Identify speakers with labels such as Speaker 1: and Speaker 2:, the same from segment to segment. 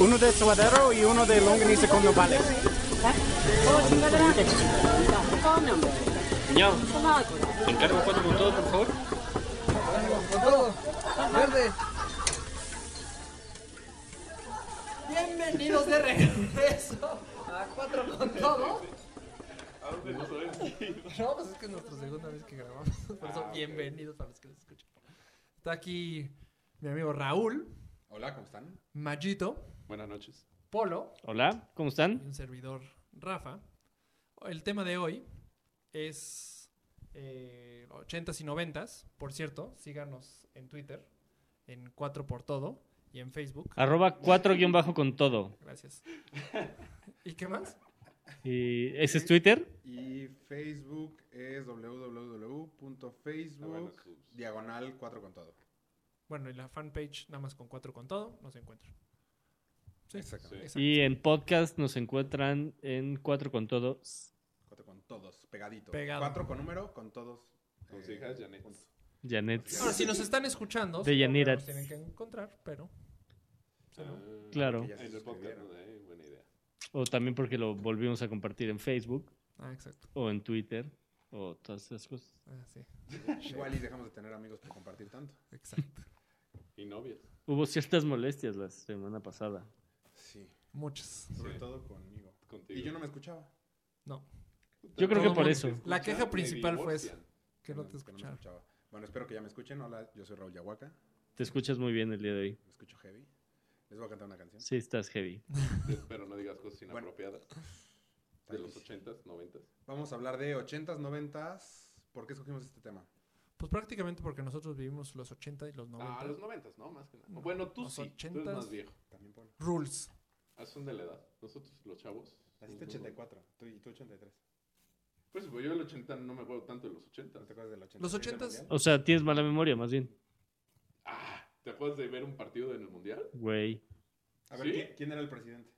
Speaker 1: Uno de suadero y uno de longaniza con nopales.
Speaker 2: Ya, encargo cuatro con todo, por favor.
Speaker 3: Bienvenidos de regreso a Cuatro con Todo. No, pues es que es nuestra segunda vez que grabamos. Por
Speaker 4: Ah,
Speaker 3: eso, bienvenidos a los que nos escuchan. Está aquí mi amigo Raúl,
Speaker 4: Hola, ¿cómo están?
Speaker 3: Mayito,
Speaker 4: Buenas noches.
Speaker 3: Polo
Speaker 2: Hola, ¿cómo
Speaker 3: y
Speaker 2: están?
Speaker 3: un servidor Rafa. El tema de hoy es eh, 80s y 90s. Por cierto, síganos en Twitter, en Cuatro por Todo y en
Speaker 4: Ah.
Speaker 3: Facebook.
Speaker 2: Arroba 4 guión bajo con todo.
Speaker 3: Gracias. ¿Y qué más?
Speaker 2: Y ese es Twitter.
Speaker 4: Y Facebook
Speaker 5: Ah,
Speaker 4: es www.facebook diagonal 4 con todo.
Speaker 3: Bueno, y la fanpage nada más con cuatro con todo, nos encuentran. Sí,
Speaker 4: Exactamente.
Speaker 3: exacto.
Speaker 2: Y en podcast nos encuentran en 4 con todo.
Speaker 4: 4 con todos, pegadito.
Speaker 3: Pegado.
Speaker 4: 4 con número, con todos. eh,
Speaker 5: Con siglas, Janet.
Speaker 4: juntos.
Speaker 2: Janet.
Speaker 3: Ahora, si nos están escuchando,
Speaker 2: De
Speaker 3: supongo que
Speaker 2: Yanira.
Speaker 3: nos tienen que encontrar, pero
Speaker 5: Ah,
Speaker 2: Claro.
Speaker 4: Ya se
Speaker 5: En el podcast,
Speaker 4: suscribieron.
Speaker 5: ¿no? Eh, buena idea.
Speaker 2: O también porque lo volvimos a compartir en Facebook
Speaker 3: ah, exacto.
Speaker 2: o en Twitter o todas esas cosas.
Speaker 3: Ah, sí,
Speaker 4: Igual y dejamos de tener amigos por compartir tanto.
Speaker 3: exacto.
Speaker 5: Y novias.
Speaker 2: Hubo ciertas molestias la semana pasada.
Speaker 4: Sí,
Speaker 3: Muchas.
Speaker 4: sobre
Speaker 5: Sí.
Speaker 4: todo conmigo.
Speaker 5: Contigo.
Speaker 4: Y yo no me escuchaba.
Speaker 3: No,
Speaker 2: Yo creo que
Speaker 3: Todo
Speaker 2: por
Speaker 3: mundo-
Speaker 2: eso.
Speaker 3: La queja
Speaker 5: Escuchan, me
Speaker 3: principal fue
Speaker 5: divorcian.
Speaker 3: que no te
Speaker 4: es que me
Speaker 3: escucharon.
Speaker 4: escuchaba. Bueno, espero que ya me escuchen. Hola, yo soy Raúl Yahuaca.
Speaker 2: Te escuchas muy bien el día de hoy.
Speaker 4: Me escucho heavy. Les voy a cantar una canción.
Speaker 2: Sí, estás heavy.
Speaker 5: Espero no digas cosas
Speaker 4: Bueno.
Speaker 5: inapropiadas. De los
Speaker 4: Tranquis.
Speaker 5: 80s, 90s.
Speaker 4: Vamos a hablar de 80s, 90s. ¿Por qué escogimos este tema?
Speaker 3: Pues prácticamente porque nosotros vivimos los 80 y los 90.
Speaker 5: Ah, los 90s, ¿no? Más que nada.
Speaker 3: No,
Speaker 5: Bueno, tú
Speaker 3: los
Speaker 5: sí. Tú eres
Speaker 3: 80s.
Speaker 5: más viejo.
Speaker 4: También Polo.
Speaker 3: Rules.
Speaker 5: Ah, son de la edad. Nosotros, los chavos.
Speaker 4: Naciste
Speaker 5: los-
Speaker 4: 84, tú y tú 83.
Speaker 5: Pues pues, yo el 80 no me acuerdo tanto de los
Speaker 4: ¿No te
Speaker 5: 80s.
Speaker 4: acuerdas del 80?
Speaker 3: Los 80s.
Speaker 2: O sea, tienes mala memoria, más bien.
Speaker 5: Ah, ¿te acuerdas de ver un partido en el mundial?
Speaker 2: Güey.
Speaker 4: A ver,
Speaker 5: ¿Sí?
Speaker 4: ¿quién, quién era el presidente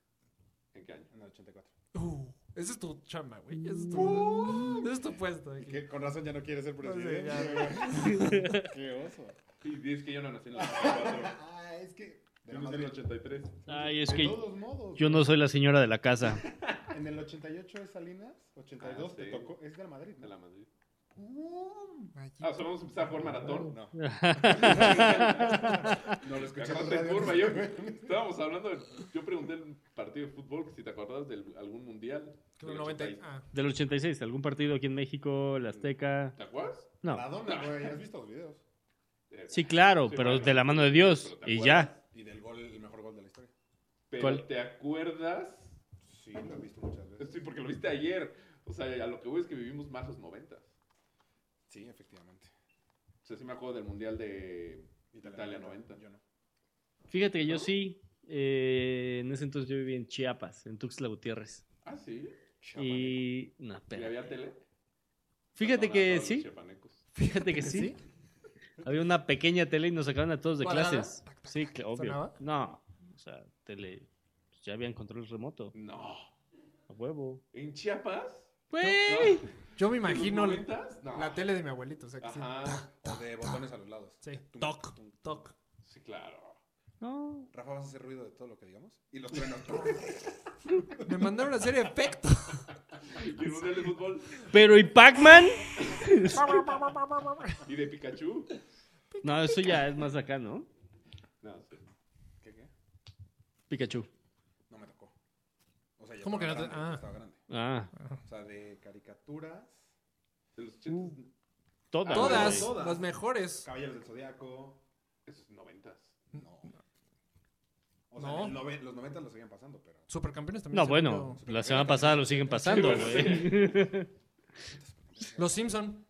Speaker 5: ¿En qué año?
Speaker 4: en el 84?
Speaker 3: Uh, ese es tu chamba, güey. Ese es tu, ese es tu puesto.
Speaker 4: Y
Speaker 3: aquí.
Speaker 4: que con razón ya no quiere ser
Speaker 3: No sé,
Speaker 4: presidente.
Speaker 3: ya.
Speaker 4: qué oso.
Speaker 5: Y dices que yo no nací en el 84.
Speaker 4: Ah, es que. de la
Speaker 5: Yo nací en
Speaker 4: madre.
Speaker 5: el 83.
Speaker 2: Ay, es
Speaker 4: de
Speaker 2: que
Speaker 4: todos modos.
Speaker 2: yo no soy la señora de la casa.
Speaker 4: En el 88 es Salinas, 82
Speaker 5: Ah,
Speaker 4: te
Speaker 5: sí.
Speaker 4: tocó. Es de la Madrid.
Speaker 5: De
Speaker 4: ¿no?
Speaker 5: la Madrid.
Speaker 3: Allí.
Speaker 5: Ah, o sea, vamos a empezar a jugar maratón.
Speaker 4: No.
Speaker 5: No lo
Speaker 4: escuché
Speaker 5: escuchaste
Speaker 4: en
Speaker 5: en
Speaker 4: radio.
Speaker 5: curva. Yo, estábamos hablando, de- yo pregunté el partido de fútbol si te acordabas de algún mundial.
Speaker 3: Creo
Speaker 5: del
Speaker 3: 90.
Speaker 5: 80.
Speaker 3: Ah,
Speaker 2: Del 86, algún partido aquí en México, el Azteca.
Speaker 5: ¿Te acuerdas?
Speaker 2: No.
Speaker 4: Maradona, güey. ¿Has visto los videos?
Speaker 5: Eh,
Speaker 2: Sí, claro,
Speaker 5: Sí,
Speaker 2: pero
Speaker 5: bueno,
Speaker 2: de la mano de Dios.
Speaker 5: pero ¿te
Speaker 2: Y
Speaker 5: acuerdas?
Speaker 2: ya.
Speaker 4: Y del gol, el mejor gol de la historia.
Speaker 5: Pero
Speaker 2: ¿Cuál?
Speaker 5: ¿te acuerdas?
Speaker 4: Sí, lo he visto muchas veces.
Speaker 5: Sí, porque lo viste ayer. O sea, a lo que voy es que vivimos más los 90. O
Speaker 4: Sí, efectivamente.
Speaker 5: sea, sí me acuerdo del mundial de Italia 90.
Speaker 4: Yo no.
Speaker 2: Fíjate que yo sí. eh, en ese entonces yo vivía en Chiapas, en Tuxtla Gutiérrez.
Speaker 5: Ah, sí.
Speaker 2: Y. No,
Speaker 5: ¿Y
Speaker 2: espera.
Speaker 5: había tele?
Speaker 2: Fíjate
Speaker 5: Perdona a
Speaker 2: que
Speaker 5: todos los
Speaker 2: sí.
Speaker 5: chiapanecos.
Speaker 2: Fíjate que sí. Había una pequeña tele y nos sacaban a todos de
Speaker 3: ¿Cuadrada?
Speaker 2: clases.
Speaker 3: Tac, tac,
Speaker 2: Sí, que- obvio.
Speaker 3: ¿Sonaba?
Speaker 2: No. O sea, tele. pues Ya habían control remoto.
Speaker 5: No.
Speaker 2: A huevo.
Speaker 5: ¿En Chiapas?
Speaker 2: ¡Güey!
Speaker 5: No.
Speaker 3: yo me imagino
Speaker 5: ¿En los 90s? No.
Speaker 3: la tele de mi abuelito. O sea que sí.
Speaker 5: Ajá.
Speaker 4: O de botones a los lados.
Speaker 3: Sí.
Speaker 4: Tum,
Speaker 3: Toc,
Speaker 4: tum, tum.
Speaker 3: toc.
Speaker 5: Sí, claro.
Speaker 2: No.
Speaker 4: Rafa, ¿vas a hacer ruido de todo lo que digamos? Y los truenos.
Speaker 3: Me mandaron a hacer efecto.
Speaker 5: Y el mundial de fútbol.
Speaker 2: Pero ¿y Pac-Man?
Speaker 5: ¿Y de Pikachu?
Speaker 2: No, eso ya es más acá, ¿no?
Speaker 5: No, sí.
Speaker 4: ¿Qué, qué?
Speaker 2: Pikachu.
Speaker 4: No me tocó. O sea, ya
Speaker 3: ¿Cómo
Speaker 4: estaba
Speaker 3: que no te-
Speaker 4: grande,
Speaker 3: ah.
Speaker 4: Estaba grande.
Speaker 2: Ah,
Speaker 4: O sea, de caricaturas.
Speaker 5: De
Speaker 2: Mm.
Speaker 5: los 80s.
Speaker 2: todas.
Speaker 3: Todas,
Speaker 2: güey.
Speaker 4: Todas.
Speaker 3: las mejores.
Speaker 4: Caballeros del Zodíaco.
Speaker 5: Esos 90s.
Speaker 4: No. O sea,
Speaker 3: No.
Speaker 4: en el nove- los 90 lo seguían pasando, pero.
Speaker 3: Supercampeones también.
Speaker 2: No,
Speaker 3: se
Speaker 2: bueno,
Speaker 3: metió.
Speaker 2: la semana pasada lo siguen pasando,
Speaker 5: Sí, bueno,
Speaker 2: güey.
Speaker 3: Los Simpson.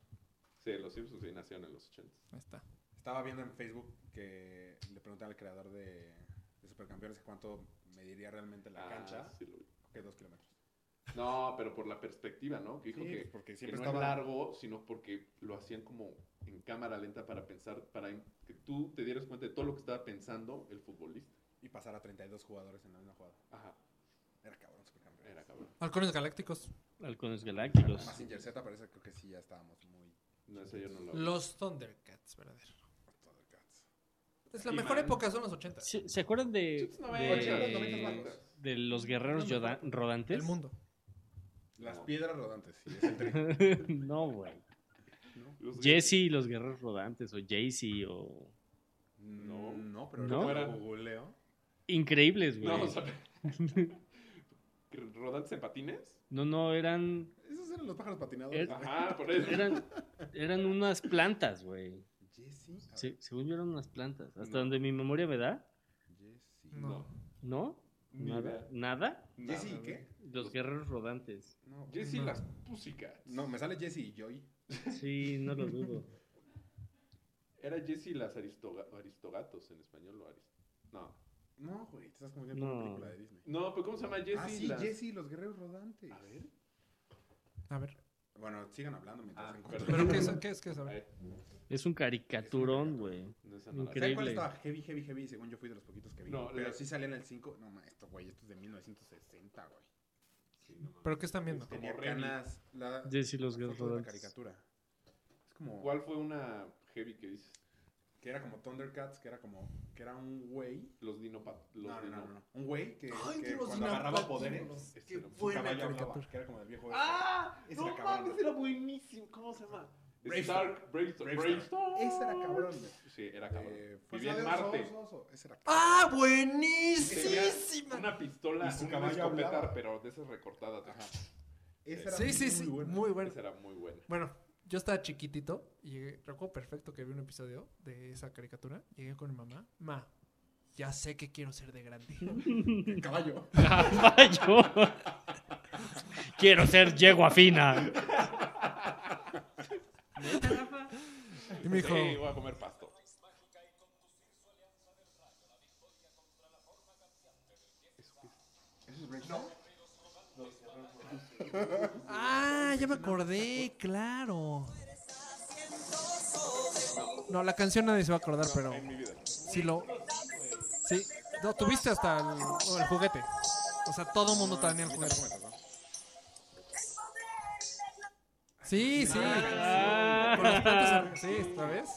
Speaker 5: Sí, los Simpsons sí nacieron en los 80s.
Speaker 3: Ahí está.
Speaker 4: Estaba viendo en Facebook que le preguntan al creador de, de Supercampeones cuánto mediría realmente la
Speaker 5: Ah,
Speaker 4: cancha.
Speaker 5: sí lo vi.
Speaker 4: Que dos kilómetros.
Speaker 5: No, pero por la perspectiva, ¿no? Que dijo
Speaker 4: Sí, pues,
Speaker 5: que,
Speaker 4: porque
Speaker 5: que
Speaker 4: siempre
Speaker 5: no
Speaker 4: estaba.
Speaker 5: es largo, sino porque lo hacían como en cámara lenta para pensar, para en- que tú te dieras cuenta de todo lo que estaba pensando el futbolista.
Speaker 4: Y pasar a 32 jugadores en la misma jugada.
Speaker 5: Ajá,
Speaker 4: Era cabrón, Supercampeones.
Speaker 5: era cabrón.
Speaker 3: Halcones Galácticos.
Speaker 2: Halcones Galácticos.
Speaker 4: Massinger Z parece creo que sí, ya estábamos muy.
Speaker 5: No, ese yo no lo...
Speaker 3: Los Thundercats, verdadero.
Speaker 4: Thundercats.
Speaker 3: Es la
Speaker 5: Y
Speaker 3: mejor
Speaker 5: man.
Speaker 3: época son los 80.
Speaker 2: ¿Se, se acuerdan de,
Speaker 5: Ochocientos noventa, ochocientos
Speaker 2: de,
Speaker 5: noventa.
Speaker 2: de los guerreros
Speaker 3: No me
Speaker 2: yoda- rodantes?
Speaker 3: El mundo.
Speaker 4: Las piedras rodantes. Sí, es el tri-
Speaker 2: no, güey.
Speaker 5: Los-
Speaker 2: Jesse y los guerreros rodantes, o Jay-Z, o.
Speaker 4: no, no, pero
Speaker 2: No.
Speaker 4: ahorita lo googleo.
Speaker 2: Increíbles, güey.
Speaker 5: No,
Speaker 2: No,
Speaker 5: o sea. ¿Rodantes en patines?
Speaker 2: no, eran.
Speaker 4: Esos eran los pájaros Ah, patinados.
Speaker 2: Er-
Speaker 5: Ajá, por eso.
Speaker 2: Eran, eran unas plantas, güey.
Speaker 4: Jesse. a
Speaker 2: Se-
Speaker 4: ver,
Speaker 2: según yo, eran unas plantas. Hasta
Speaker 5: No.
Speaker 2: donde mi memoria me da,
Speaker 4: Jesse.
Speaker 3: No.
Speaker 5: No.
Speaker 2: ¿no?
Speaker 5: Ni
Speaker 2: Nada.
Speaker 5: idea.
Speaker 2: ¿Nada?
Speaker 5: Nada,
Speaker 4: Jesse,
Speaker 5: güey.
Speaker 4: ¿qué?
Speaker 2: Los guerreros rodantes.
Speaker 4: No,
Speaker 5: Jesse
Speaker 3: No.
Speaker 5: las Pussycats.
Speaker 4: no, me sale Jesse y Joy.
Speaker 2: Sí, no lo dudo.
Speaker 5: Era Jesse las Aristoga- Aristogatos en español o Arist... No.
Speaker 4: No, güey, te estás confundiendo con
Speaker 2: No.
Speaker 4: una película de Disney.
Speaker 5: No, pero ¿cómo se llama Jesse?
Speaker 4: ah, sí,
Speaker 5: las-
Speaker 4: Jesse y los guerreros rodantes.
Speaker 5: A ver.
Speaker 3: A ver.
Speaker 4: Bueno, sigan hablando mientras
Speaker 5: Ah,
Speaker 4: encuentro.
Speaker 3: ¿Pero qué es? ¿Qué es? ¿Qué es? A ver.
Speaker 5: Ay,
Speaker 2: Es un caricaturón, güey.
Speaker 5: no, esa no la-
Speaker 2: Increíble.
Speaker 4: ¿Sabes cuál estaba heavy, heavy, heavy? Según yo fui de los poquitos que vi.
Speaker 5: No,
Speaker 4: pero
Speaker 5: la-
Speaker 4: sí salía en el 5. No, ma, esto, güey, esto es de 1960, güey.
Speaker 5: Sí, no mames.
Speaker 3: ¿Pero qué están viendo?
Speaker 5: Como
Speaker 4: Tenía
Speaker 5: Remy.
Speaker 4: canas. La
Speaker 2: Jesse y los
Speaker 4: foto
Speaker 2: guerreros
Speaker 4: de la
Speaker 2: rodantes.
Speaker 4: caricatura. Es como...
Speaker 5: ¿Cuál fue una heavy que dices?
Speaker 4: Que era como Thundercats, que era como... Que era un güey...
Speaker 5: Los dinopat... Los
Speaker 4: No, no,
Speaker 5: dino-
Speaker 4: no, no. Un güey que,
Speaker 3: Ay,
Speaker 4: que
Speaker 3: de los
Speaker 4: cuando agarraba
Speaker 3: dinopatíbulos,
Speaker 4: poderes...
Speaker 5: qué
Speaker 4: su
Speaker 5: buena
Speaker 4: caballo hablaba,
Speaker 3: caricatura.
Speaker 4: Que era como del viejo...
Speaker 5: ¡Ah!
Speaker 4: Ese
Speaker 5: no
Speaker 4: era cabrón.
Speaker 5: mames, era buenísimo. ¿Cómo se llama?
Speaker 4: Bravestar.
Speaker 5: Stark, Bravestar.
Speaker 4: Bravestar.
Speaker 5: Bravestar.
Speaker 4: Ese era cabrón, güey.
Speaker 5: Sí, era cabrón.
Speaker 4: Eh, fue
Speaker 5: Vivía en
Speaker 4: Sabe, oso,
Speaker 5: Marte.
Speaker 4: oso, oso. Ese era
Speaker 3: ¡Ah,
Speaker 5: Tenía
Speaker 3: buenísima!
Speaker 5: una pistola,
Speaker 4: Y su
Speaker 5: una
Speaker 4: caballo
Speaker 5: escopeta,
Speaker 4: hablaba.
Speaker 5: pero de esas recortadas.
Speaker 4: Ajá. Ese era
Speaker 3: Sí, sí, sí.
Speaker 4: bueno.
Speaker 3: Muy bueno.
Speaker 5: Esa era muy buena.
Speaker 3: Bueno, yo estaba chiquitito y llegué- recuerdo perfecto que vi un episodio de esa caricatura. Llegué con mi mamá. Ma, ya sé que quiero ser de grande.
Speaker 4: El caballo.
Speaker 2: Caballo. Quiero ser yegua fina.
Speaker 3: Y me dijo,
Speaker 5: Sí, voy a comer pasto.
Speaker 3: ah, ya me acordé, claro. No, la canción nadie se va a acordar, pero
Speaker 5: En mi vida.
Speaker 3: sí lo... Sí, no, tuviste hasta el, el juguete. O sea, todo el
Speaker 5: Ah,
Speaker 3: mundo tenía el juguete. Sí, sí.
Speaker 2: Ah.
Speaker 3: Con las plantas, sí, ¿sabes?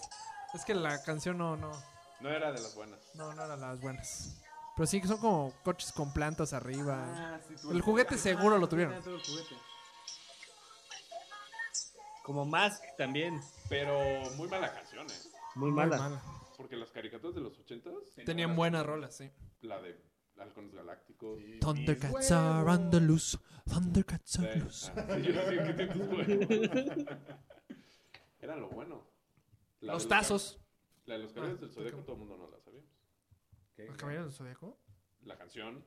Speaker 3: Es que la canción no, no.
Speaker 5: No era de las buenas.
Speaker 3: No, no eran las buenas. Pero sí que son como coches con plantas arriba.
Speaker 5: Ah, sí, tú.
Speaker 3: El juguete seguro lo tuvieron.
Speaker 2: Como más también.
Speaker 5: Pero muy mala canción, ¿eh?
Speaker 2: Muy
Speaker 3: Muy
Speaker 2: mala.
Speaker 3: mala.
Speaker 5: Porque las caricaturas de los ochentas,
Speaker 3: Tenían buenas rolas, sí.
Speaker 5: la de Halcones Galácticos.
Speaker 3: Thundercats are on the loose. Thundercats
Speaker 5: Sí.
Speaker 3: are loose.
Speaker 5: Ah, sí, yo decía, ¿qué tiene tus huevos? Era lo bueno. La
Speaker 3: Los
Speaker 5: de
Speaker 3: tazos.
Speaker 5: La de los Caballeros del
Speaker 3: Ah,
Speaker 5: Zodíaco,
Speaker 3: ok.
Speaker 5: todo el mundo no la sabíamos.
Speaker 4: ¿Qué?
Speaker 3: ¿Los caballeros del zodiaco?
Speaker 5: La canción.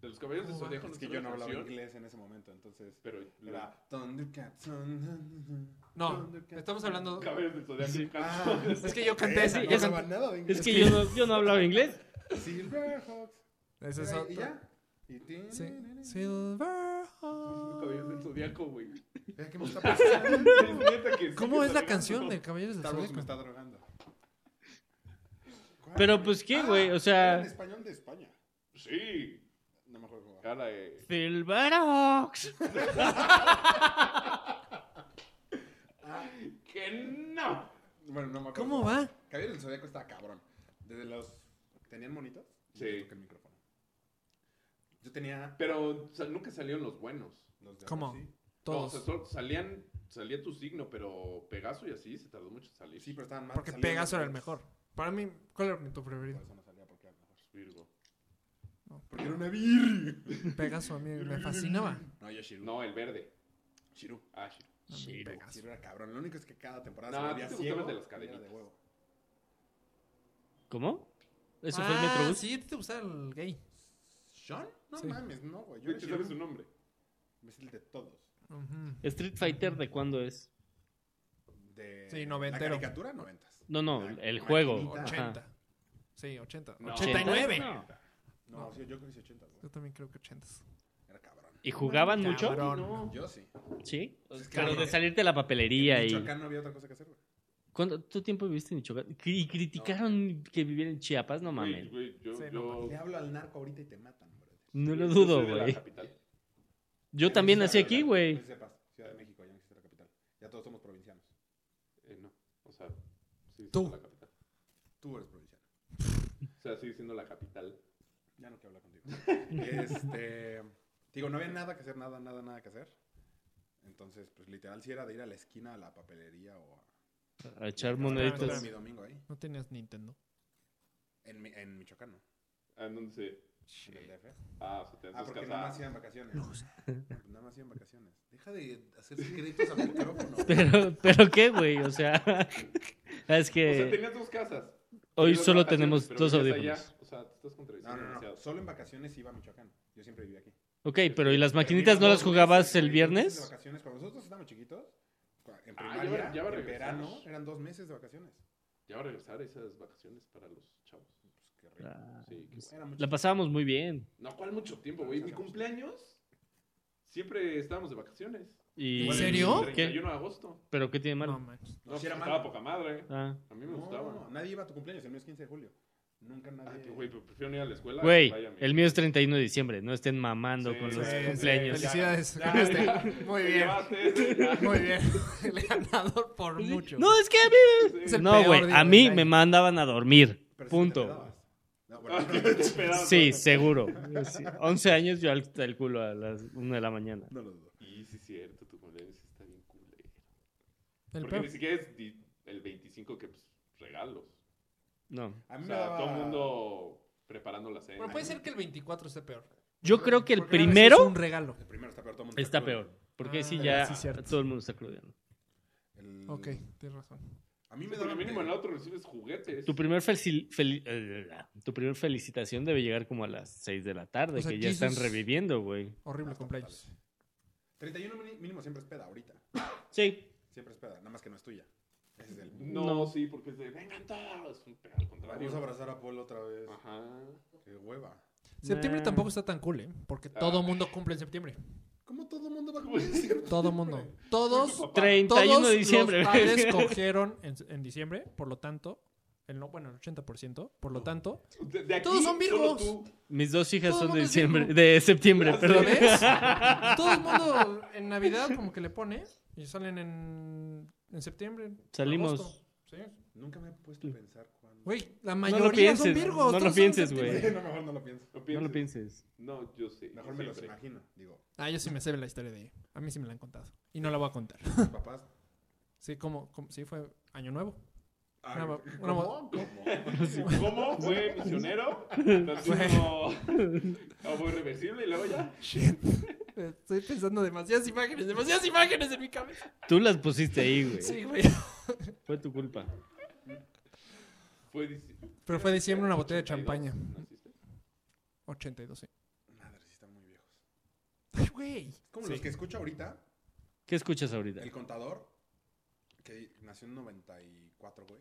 Speaker 5: De los Caballeros del
Speaker 3: ¿Cómo va?
Speaker 5: Zodíaco, no
Speaker 4: Es que
Speaker 5: sé
Speaker 4: yo
Speaker 5: la
Speaker 4: no hablaba
Speaker 5: canción,
Speaker 4: inglés en ese momento, entonces
Speaker 5: Pero la-
Speaker 4: era Thundercats. dun, dun, dun,
Speaker 3: No,
Speaker 4: Thundercats.
Speaker 3: estamos hablando.
Speaker 5: Caballeros del Zodíaco.
Speaker 2: Sí.
Speaker 4: Ah,
Speaker 5: canciones.
Speaker 3: Es que yo canté esa.
Speaker 2: Sí,
Speaker 4: no
Speaker 3: yo
Speaker 2: eso-
Speaker 4: hablaba
Speaker 3: canté-
Speaker 4: nada de inglés.
Speaker 2: Es que yo no, yo no hablaba inglés.
Speaker 4: Silverhawks.
Speaker 3: Esa es
Speaker 4: ¿Y
Speaker 3: otra.
Speaker 4: ya? Y tin,
Speaker 3: Sí.
Speaker 4: tin, tin, tin.
Speaker 5: Caballeros del
Speaker 3: Silverhawks.
Speaker 5: Zodíaco, güey.
Speaker 4: Vea qué me está pasando.
Speaker 5: Es neta que sí
Speaker 3: ¿Cómo
Speaker 5: que
Speaker 3: es la
Speaker 5: sabemos,
Speaker 3: canción
Speaker 5: ¿no?
Speaker 3: de Caballeros del
Speaker 4: Starbucks me
Speaker 3: Zodíaco?
Speaker 4: está drogando. ¿Cuál? Ah,
Speaker 2: Pero pues qué, güey. O
Speaker 4: Era en
Speaker 2: sea.
Speaker 4: español de España.
Speaker 5: Sí. eh.
Speaker 4: No me acuerdo cómo va.
Speaker 5: Era la de-
Speaker 2: Silverox.
Speaker 5: ¡Que no!
Speaker 4: Bueno, Ah, no me acuerdo.
Speaker 3: ¿Cómo va?
Speaker 4: Caballero del Zodíaco está cabrón. Desde los. ¿Tenían monitos?
Speaker 5: Sí.
Speaker 4: Yo toqué el micrófono. Yo tenía.
Speaker 5: Pero o sea, nunca salieron los buenos.
Speaker 4: Los de
Speaker 3: ¿Cómo?
Speaker 4: Rosy.
Speaker 5: No, o
Speaker 3: Todos.
Speaker 5: sea, solo salían, salía tu signo, pero Pegaso y así se tardó mucho en salir.
Speaker 4: Sí, pero estaban más.
Speaker 3: Porque
Speaker 4: salían
Speaker 3: Pegaso
Speaker 4: más
Speaker 3: era el mejor. Para mí, ¿cuál era tu preferido?
Speaker 4: Por eso no salía porque era el mejor.
Speaker 5: Virgo.
Speaker 4: Porque era una virgen.
Speaker 3: Pegaso a mí me fascinaba.
Speaker 4: No, yo Shiru.
Speaker 5: No, el verde.
Speaker 4: Shiru.
Speaker 5: Ah, sí.
Speaker 2: Shiru.
Speaker 3: Pegaso.
Speaker 4: Shiru era cabrón. Lo único es que cada temporada
Speaker 5: No,
Speaker 4: se
Speaker 5: a
Speaker 4: volvía
Speaker 5: ti te gustaban
Speaker 4: ciego.
Speaker 5: de las
Speaker 4: y era
Speaker 5: cadenitas.
Speaker 4: de huevo.
Speaker 2: ¿Cómo? ¿Eso
Speaker 3: ah,
Speaker 2: fue el Metrobús?
Speaker 3: Sí, a ti te gusta el gay.
Speaker 4: ¿Sean? No
Speaker 3: Sí.
Speaker 4: mames, no, güey. Yo
Speaker 5: Yo
Speaker 4: era
Speaker 5: te sabes su
Speaker 4: Shiru.
Speaker 5: nombre.
Speaker 4: Es el de todos.
Speaker 3: Ujú.
Speaker 2: Street Fighter, ¿de cuándo es?
Speaker 4: De
Speaker 3: Sí, noventero.
Speaker 4: La caricatura, noventas.
Speaker 2: No, no,
Speaker 4: La
Speaker 2: el
Speaker 4: maquinita.
Speaker 2: juego. Ajá.
Speaker 3: 80. Sí, 80.
Speaker 5: No.
Speaker 3: 89.
Speaker 2: No.
Speaker 4: No, sí, yo creo que sí, 80, güey.
Speaker 3: Yo también creo que 80.
Speaker 4: Era cabrón.
Speaker 2: ¿Y jugaban mucho?
Speaker 3: Cabrón.
Speaker 4: Yo sí.
Speaker 2: Sí.
Speaker 4: Es que
Speaker 2: Pero
Speaker 4: había-
Speaker 2: de salirte de la papelería
Speaker 4: en
Speaker 2: y...
Speaker 4: Michoacán no había otra cosa que hacer, güey.
Speaker 2: ¿Cuánto tiempo viviste en Michoacán? Cri- Y criticaron que viviera en Chiapas, no
Speaker 5: Güey,
Speaker 2: mames.
Speaker 5: güey, yo,
Speaker 3: Sí, no
Speaker 5: yo,
Speaker 4: Le hablo al narco ahorita y te matan, bro.
Speaker 2: No lo
Speaker 5: yo
Speaker 2: dudo,
Speaker 5: soy de la
Speaker 2: güey.
Speaker 5: capital.
Speaker 2: Yo también nací aquí,
Speaker 4: No
Speaker 2: güey.
Speaker 4: sé si sepas, Ciudad de México, ya no existe la capital. Ya todos somos provincianos.
Speaker 5: Eh, no, o sea, sí, soy
Speaker 3: Tú.
Speaker 5: de la capital.
Speaker 4: Tú eres provinciano.
Speaker 5: O sea, sigue siendo la capital.
Speaker 4: Ya no quiero hablar contigo. este, digo, no había nada que hacer, nada, nada, nada que hacer. Entonces, pues literal, si era de ir a la esquina, a la papelería o a...
Speaker 2: A echar
Speaker 4: Era
Speaker 2: moneditas.
Speaker 4: mi domingo ahí.
Speaker 3: No tenías Nintendo.
Speaker 4: En, mi- en Michoacán, ¿no?
Speaker 5: Ah, ¿en dónde se...?
Speaker 4: En el DF.
Speaker 5: Ah, o sea, te
Speaker 4: Ah,
Speaker 5: haces
Speaker 4: porque nada más
Speaker 5: casar.
Speaker 4: iban vacaciones. Nada más iban vacaciones. Deja de hacer créditos al micrófono.
Speaker 2: Pero, pero qué, güey, o sea, es
Speaker 5: O sea,
Speaker 2: que
Speaker 5: tenías dos casas.
Speaker 2: Eh, hoy
Speaker 5: Tenías
Speaker 2: solo
Speaker 5: vacaciones,
Speaker 2: tenemos
Speaker 5: pero
Speaker 2: dos
Speaker 5: vivías
Speaker 2: audífonos.
Speaker 5: allá. O sea, te estás
Speaker 4: No,
Speaker 5: contradiciendo
Speaker 4: no, no.
Speaker 5: demasiado.
Speaker 4: Solo en vacaciones iba a Michoacán. Yo siempre viví aquí.
Speaker 2: Ok, pero
Speaker 5: Este,
Speaker 2: ¿y las maquinitas no
Speaker 4: Terminamos
Speaker 2: las
Speaker 5: pues,
Speaker 2: jugabas
Speaker 4: meses,
Speaker 2: el
Speaker 4: güey, meses De
Speaker 2: viernes?
Speaker 4: vacaciones. Cuando nosotros estábamos chiquitos, cua- en
Speaker 5: Ah, ya
Speaker 4: primaria,
Speaker 5: va- ya va a
Speaker 4: en
Speaker 5: regresar.
Speaker 4: verano, eran dos meses de vacaciones.
Speaker 5: Ya va a regresar esas vacaciones para los chavos.
Speaker 4: Pues qué rico.
Speaker 2: Ah,
Speaker 5: Sí, qué
Speaker 4: Era mucho
Speaker 2: La pasábamos muy bien.
Speaker 5: No, ¿cuál mucho tiempo, güey? Mi cumpleaños siempre estábamos de vacaciones.
Speaker 2: Y-
Speaker 3: ¿En serio?
Speaker 5: El
Speaker 2: ¿Qué?
Speaker 5: 31 de agosto.
Speaker 2: ¿Pero qué tiene de
Speaker 3: No,
Speaker 2: malo?
Speaker 3: man.
Speaker 5: No,
Speaker 4: No, sí era
Speaker 5: pues,
Speaker 4: malo.
Speaker 5: estaba poca madre.
Speaker 2: Ah.
Speaker 5: A mí me
Speaker 4: No,
Speaker 5: gustaba.
Speaker 4: no, nadie iba a tu cumpleaños, el mío es 15 de julio. Nunca
Speaker 5: Ay,
Speaker 4: nadie.
Speaker 5: pues, güey, pero prefiero no ir a la escuela.
Speaker 2: Güey,
Speaker 5: que vaya a mi-
Speaker 2: el mío es 31 de diciembre, no estén mamando
Speaker 5: Sí,
Speaker 2: con
Speaker 5: sí,
Speaker 2: los
Speaker 5: sí,
Speaker 2: cumpleaños.
Speaker 5: sí,
Speaker 3: Felicidades.
Speaker 5: Ya,
Speaker 3: con este.
Speaker 5: ya,
Speaker 3: Muy
Speaker 5: te
Speaker 3: bien.
Speaker 5: llevaste, ya.
Speaker 3: Muy bien. El ganador por mucho.
Speaker 2: Pues, No, es que a mí...
Speaker 5: Sí.
Speaker 3: Es el
Speaker 2: No,
Speaker 3: peor
Speaker 2: güey,
Speaker 3: día
Speaker 2: a
Speaker 3: del
Speaker 2: mí
Speaker 3: año.
Speaker 2: me mandaban a dormir,
Speaker 4: Pero sí te
Speaker 2: punto.
Speaker 4: pedabas. No, bueno,
Speaker 5: Ah, qué esperado.
Speaker 2: Sí, seguro. Sí, 11 años yo al al culo a las 1 de la mañana.
Speaker 4: no lo dudo.
Speaker 5: Y sí, es cierto, tu cumpleaños sí está bien culero.
Speaker 3: El
Speaker 5: Porque
Speaker 3: peor.
Speaker 5: ni siquiera es di- el 25 que pues, regalos.
Speaker 2: No.
Speaker 4: A
Speaker 5: O
Speaker 4: mí me
Speaker 5: sea,
Speaker 4: daba-
Speaker 5: todo el mundo preparando la cena.
Speaker 3: Bueno, puede ser que el 24 esté peor.
Speaker 2: Yo creo que el
Speaker 3: Porque una vez Es
Speaker 2: primero
Speaker 3: un regalo.
Speaker 4: El primero está peor, todo el mundo
Speaker 2: está
Speaker 4: crudo.
Speaker 2: peor, porque
Speaker 3: Ah,
Speaker 2: sí ya
Speaker 3: sí, cierto.
Speaker 2: todo el mundo está crudeando.
Speaker 4: El-
Speaker 3: Ok, tienes razón.
Speaker 4: A mí
Speaker 5: Sí,
Speaker 4: me
Speaker 5: porque
Speaker 4: daba.
Speaker 5: mínimo en el otro recibes juguetes.
Speaker 2: Tu primer, felici- fel- eh, tu primer felicitación debe llegar como a las 6 de la tarde,
Speaker 3: O sea,
Speaker 2: que ya están
Speaker 3: Jesus.
Speaker 2: reviviendo, güey.
Speaker 3: Horrible
Speaker 5: Ah,
Speaker 4: Hasta
Speaker 3: cumpleaños.
Speaker 4: 31 mini- mínimo siempre es peda ahorita.
Speaker 2: Sí.
Speaker 4: Siempre es peda, nada más que no es tuya. Ese es el.
Speaker 5: No,
Speaker 2: No.
Speaker 5: sí, porque es de vengan todos. Pero al contrario.
Speaker 4: Vamos a abrazar a Paul otra vez.
Speaker 5: Ajá.
Speaker 4: Qué hueva.
Speaker 3: Septiembre
Speaker 2: Nah.
Speaker 3: tampoco está tan cool, ¿eh? Porque
Speaker 5: Ah.
Speaker 3: todo mundo cumple en septiembre.
Speaker 4: ¿Cómo todo el mundo va a
Speaker 5: Uy, sí.
Speaker 4: comer?
Speaker 3: Todo mundo. Todos.
Speaker 5: Papá,
Speaker 2: 31
Speaker 3: todos
Speaker 2: de diciembre.
Speaker 3: Los padres cogieron en, en diciembre, por lo tanto. El no, bueno, el 80%. Por lo tanto.
Speaker 5: de- de aquí,
Speaker 3: Todos son
Speaker 5: solo
Speaker 3: virgos.
Speaker 5: tú.
Speaker 2: Mis dos hijas
Speaker 3: Todo
Speaker 2: son
Speaker 3: el mundo
Speaker 2: de
Speaker 3: es virgo.
Speaker 2: diciembre, de septiembre,
Speaker 5: Ya
Speaker 2: perdón.
Speaker 3: ¿Ves? Todo el mundo en Navidad como que le pone. Y salen en, en septiembre. en
Speaker 2: Salimos.
Speaker 3: agosto. Sí.
Speaker 4: Nunca me he puesto a pensar cuándo.
Speaker 3: Güey, la
Speaker 2: lo
Speaker 3: mayoría son
Speaker 2: pienses,
Speaker 3: virgos.
Speaker 2: no lo
Speaker 3: todos son en
Speaker 2: pienses, güey.
Speaker 3: septiembre.
Speaker 4: no, mejor no lo pienso.
Speaker 5: No,
Speaker 2: No
Speaker 5: pienses.
Speaker 2: lo pienses.
Speaker 5: No, yo sé.
Speaker 4: Mejor me los
Speaker 5: siempre.
Speaker 4: imagino. Digo,
Speaker 3: Ah, yo sí me sé la historia de ella. A mí sí me la han contado. Y no la voy a contar.
Speaker 4: mis papás.
Speaker 3: Sí, como, como- sí fue año nuevo.
Speaker 4: Ah,
Speaker 3: Una bo-
Speaker 4: ¿cómo?
Speaker 3: una bo-
Speaker 4: ¿Cómo?
Speaker 5: ¿Cómo? Fue misionero. Tantísimo. Cowboy reversible y luego ya.
Speaker 3: Estoy pensando demasiadas imágenes, demasiadas imágenes en mi cabeza.
Speaker 2: Tú las pusiste ahí, güey.
Speaker 3: Sí, güey.
Speaker 2: Fue tu culpa.
Speaker 5: Fue dici-
Speaker 3: Pero fue diciembre una botella de champaña.
Speaker 5: 82, ¿naciste?
Speaker 3: 82, sí.
Speaker 4: Madre, sí están muy viejos.
Speaker 3: Ay, güey.
Speaker 4: Es como los que escucho ahorita,
Speaker 2: ¿Qué escuchas ahorita?
Speaker 4: el contador, que nació en 94, güey.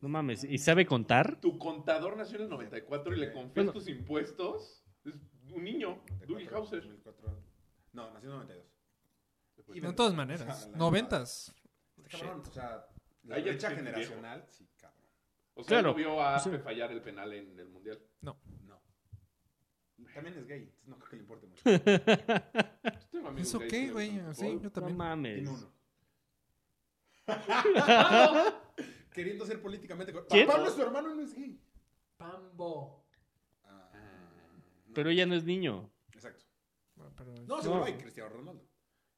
Speaker 2: No mames, ¿y sabe contar?
Speaker 5: Tu contador nació en el 94 y le confías
Speaker 2: Bueno.
Speaker 5: tus impuestos. Es un niño. Dougie
Speaker 4: 94,
Speaker 5: Hauser.
Speaker 4: 2004. No, nació en 92. Y
Speaker 3: De todas
Speaker 2: Ah,
Speaker 3: maneras. Noventas.
Speaker 4: Este cabrón, o sea, la
Speaker 5: Ahí ya
Speaker 4: brecha
Speaker 5: estoy
Speaker 4: generacional, sí, cabrón.
Speaker 5: O sea,
Speaker 2: Claro.
Speaker 5: no vio a
Speaker 2: Sí.
Speaker 5: Aspe fallar el penal en el mundial.
Speaker 4: No. También es gay, entonces no creo que le importe mucho.
Speaker 5: Yo tengo amigos
Speaker 3: ¿Eso
Speaker 5: gays que
Speaker 3: qué,
Speaker 5: les
Speaker 3: güey?
Speaker 5: gusta el
Speaker 3: Sí,
Speaker 5: fútbol.
Speaker 3: yo
Speaker 2: No
Speaker 3: también.
Speaker 2: mames.
Speaker 4: Dime uno. Queriendo ser políticamente correcto.
Speaker 2: ¿Quién?
Speaker 4: Pablo, su hermano no es gay.
Speaker 3: Pambo.
Speaker 4: Ah, no.
Speaker 2: Pero ella no es niño.
Speaker 4: Exacto.
Speaker 3: Bueno, pero...
Speaker 4: No, seguro hay Cristiano Ronaldo.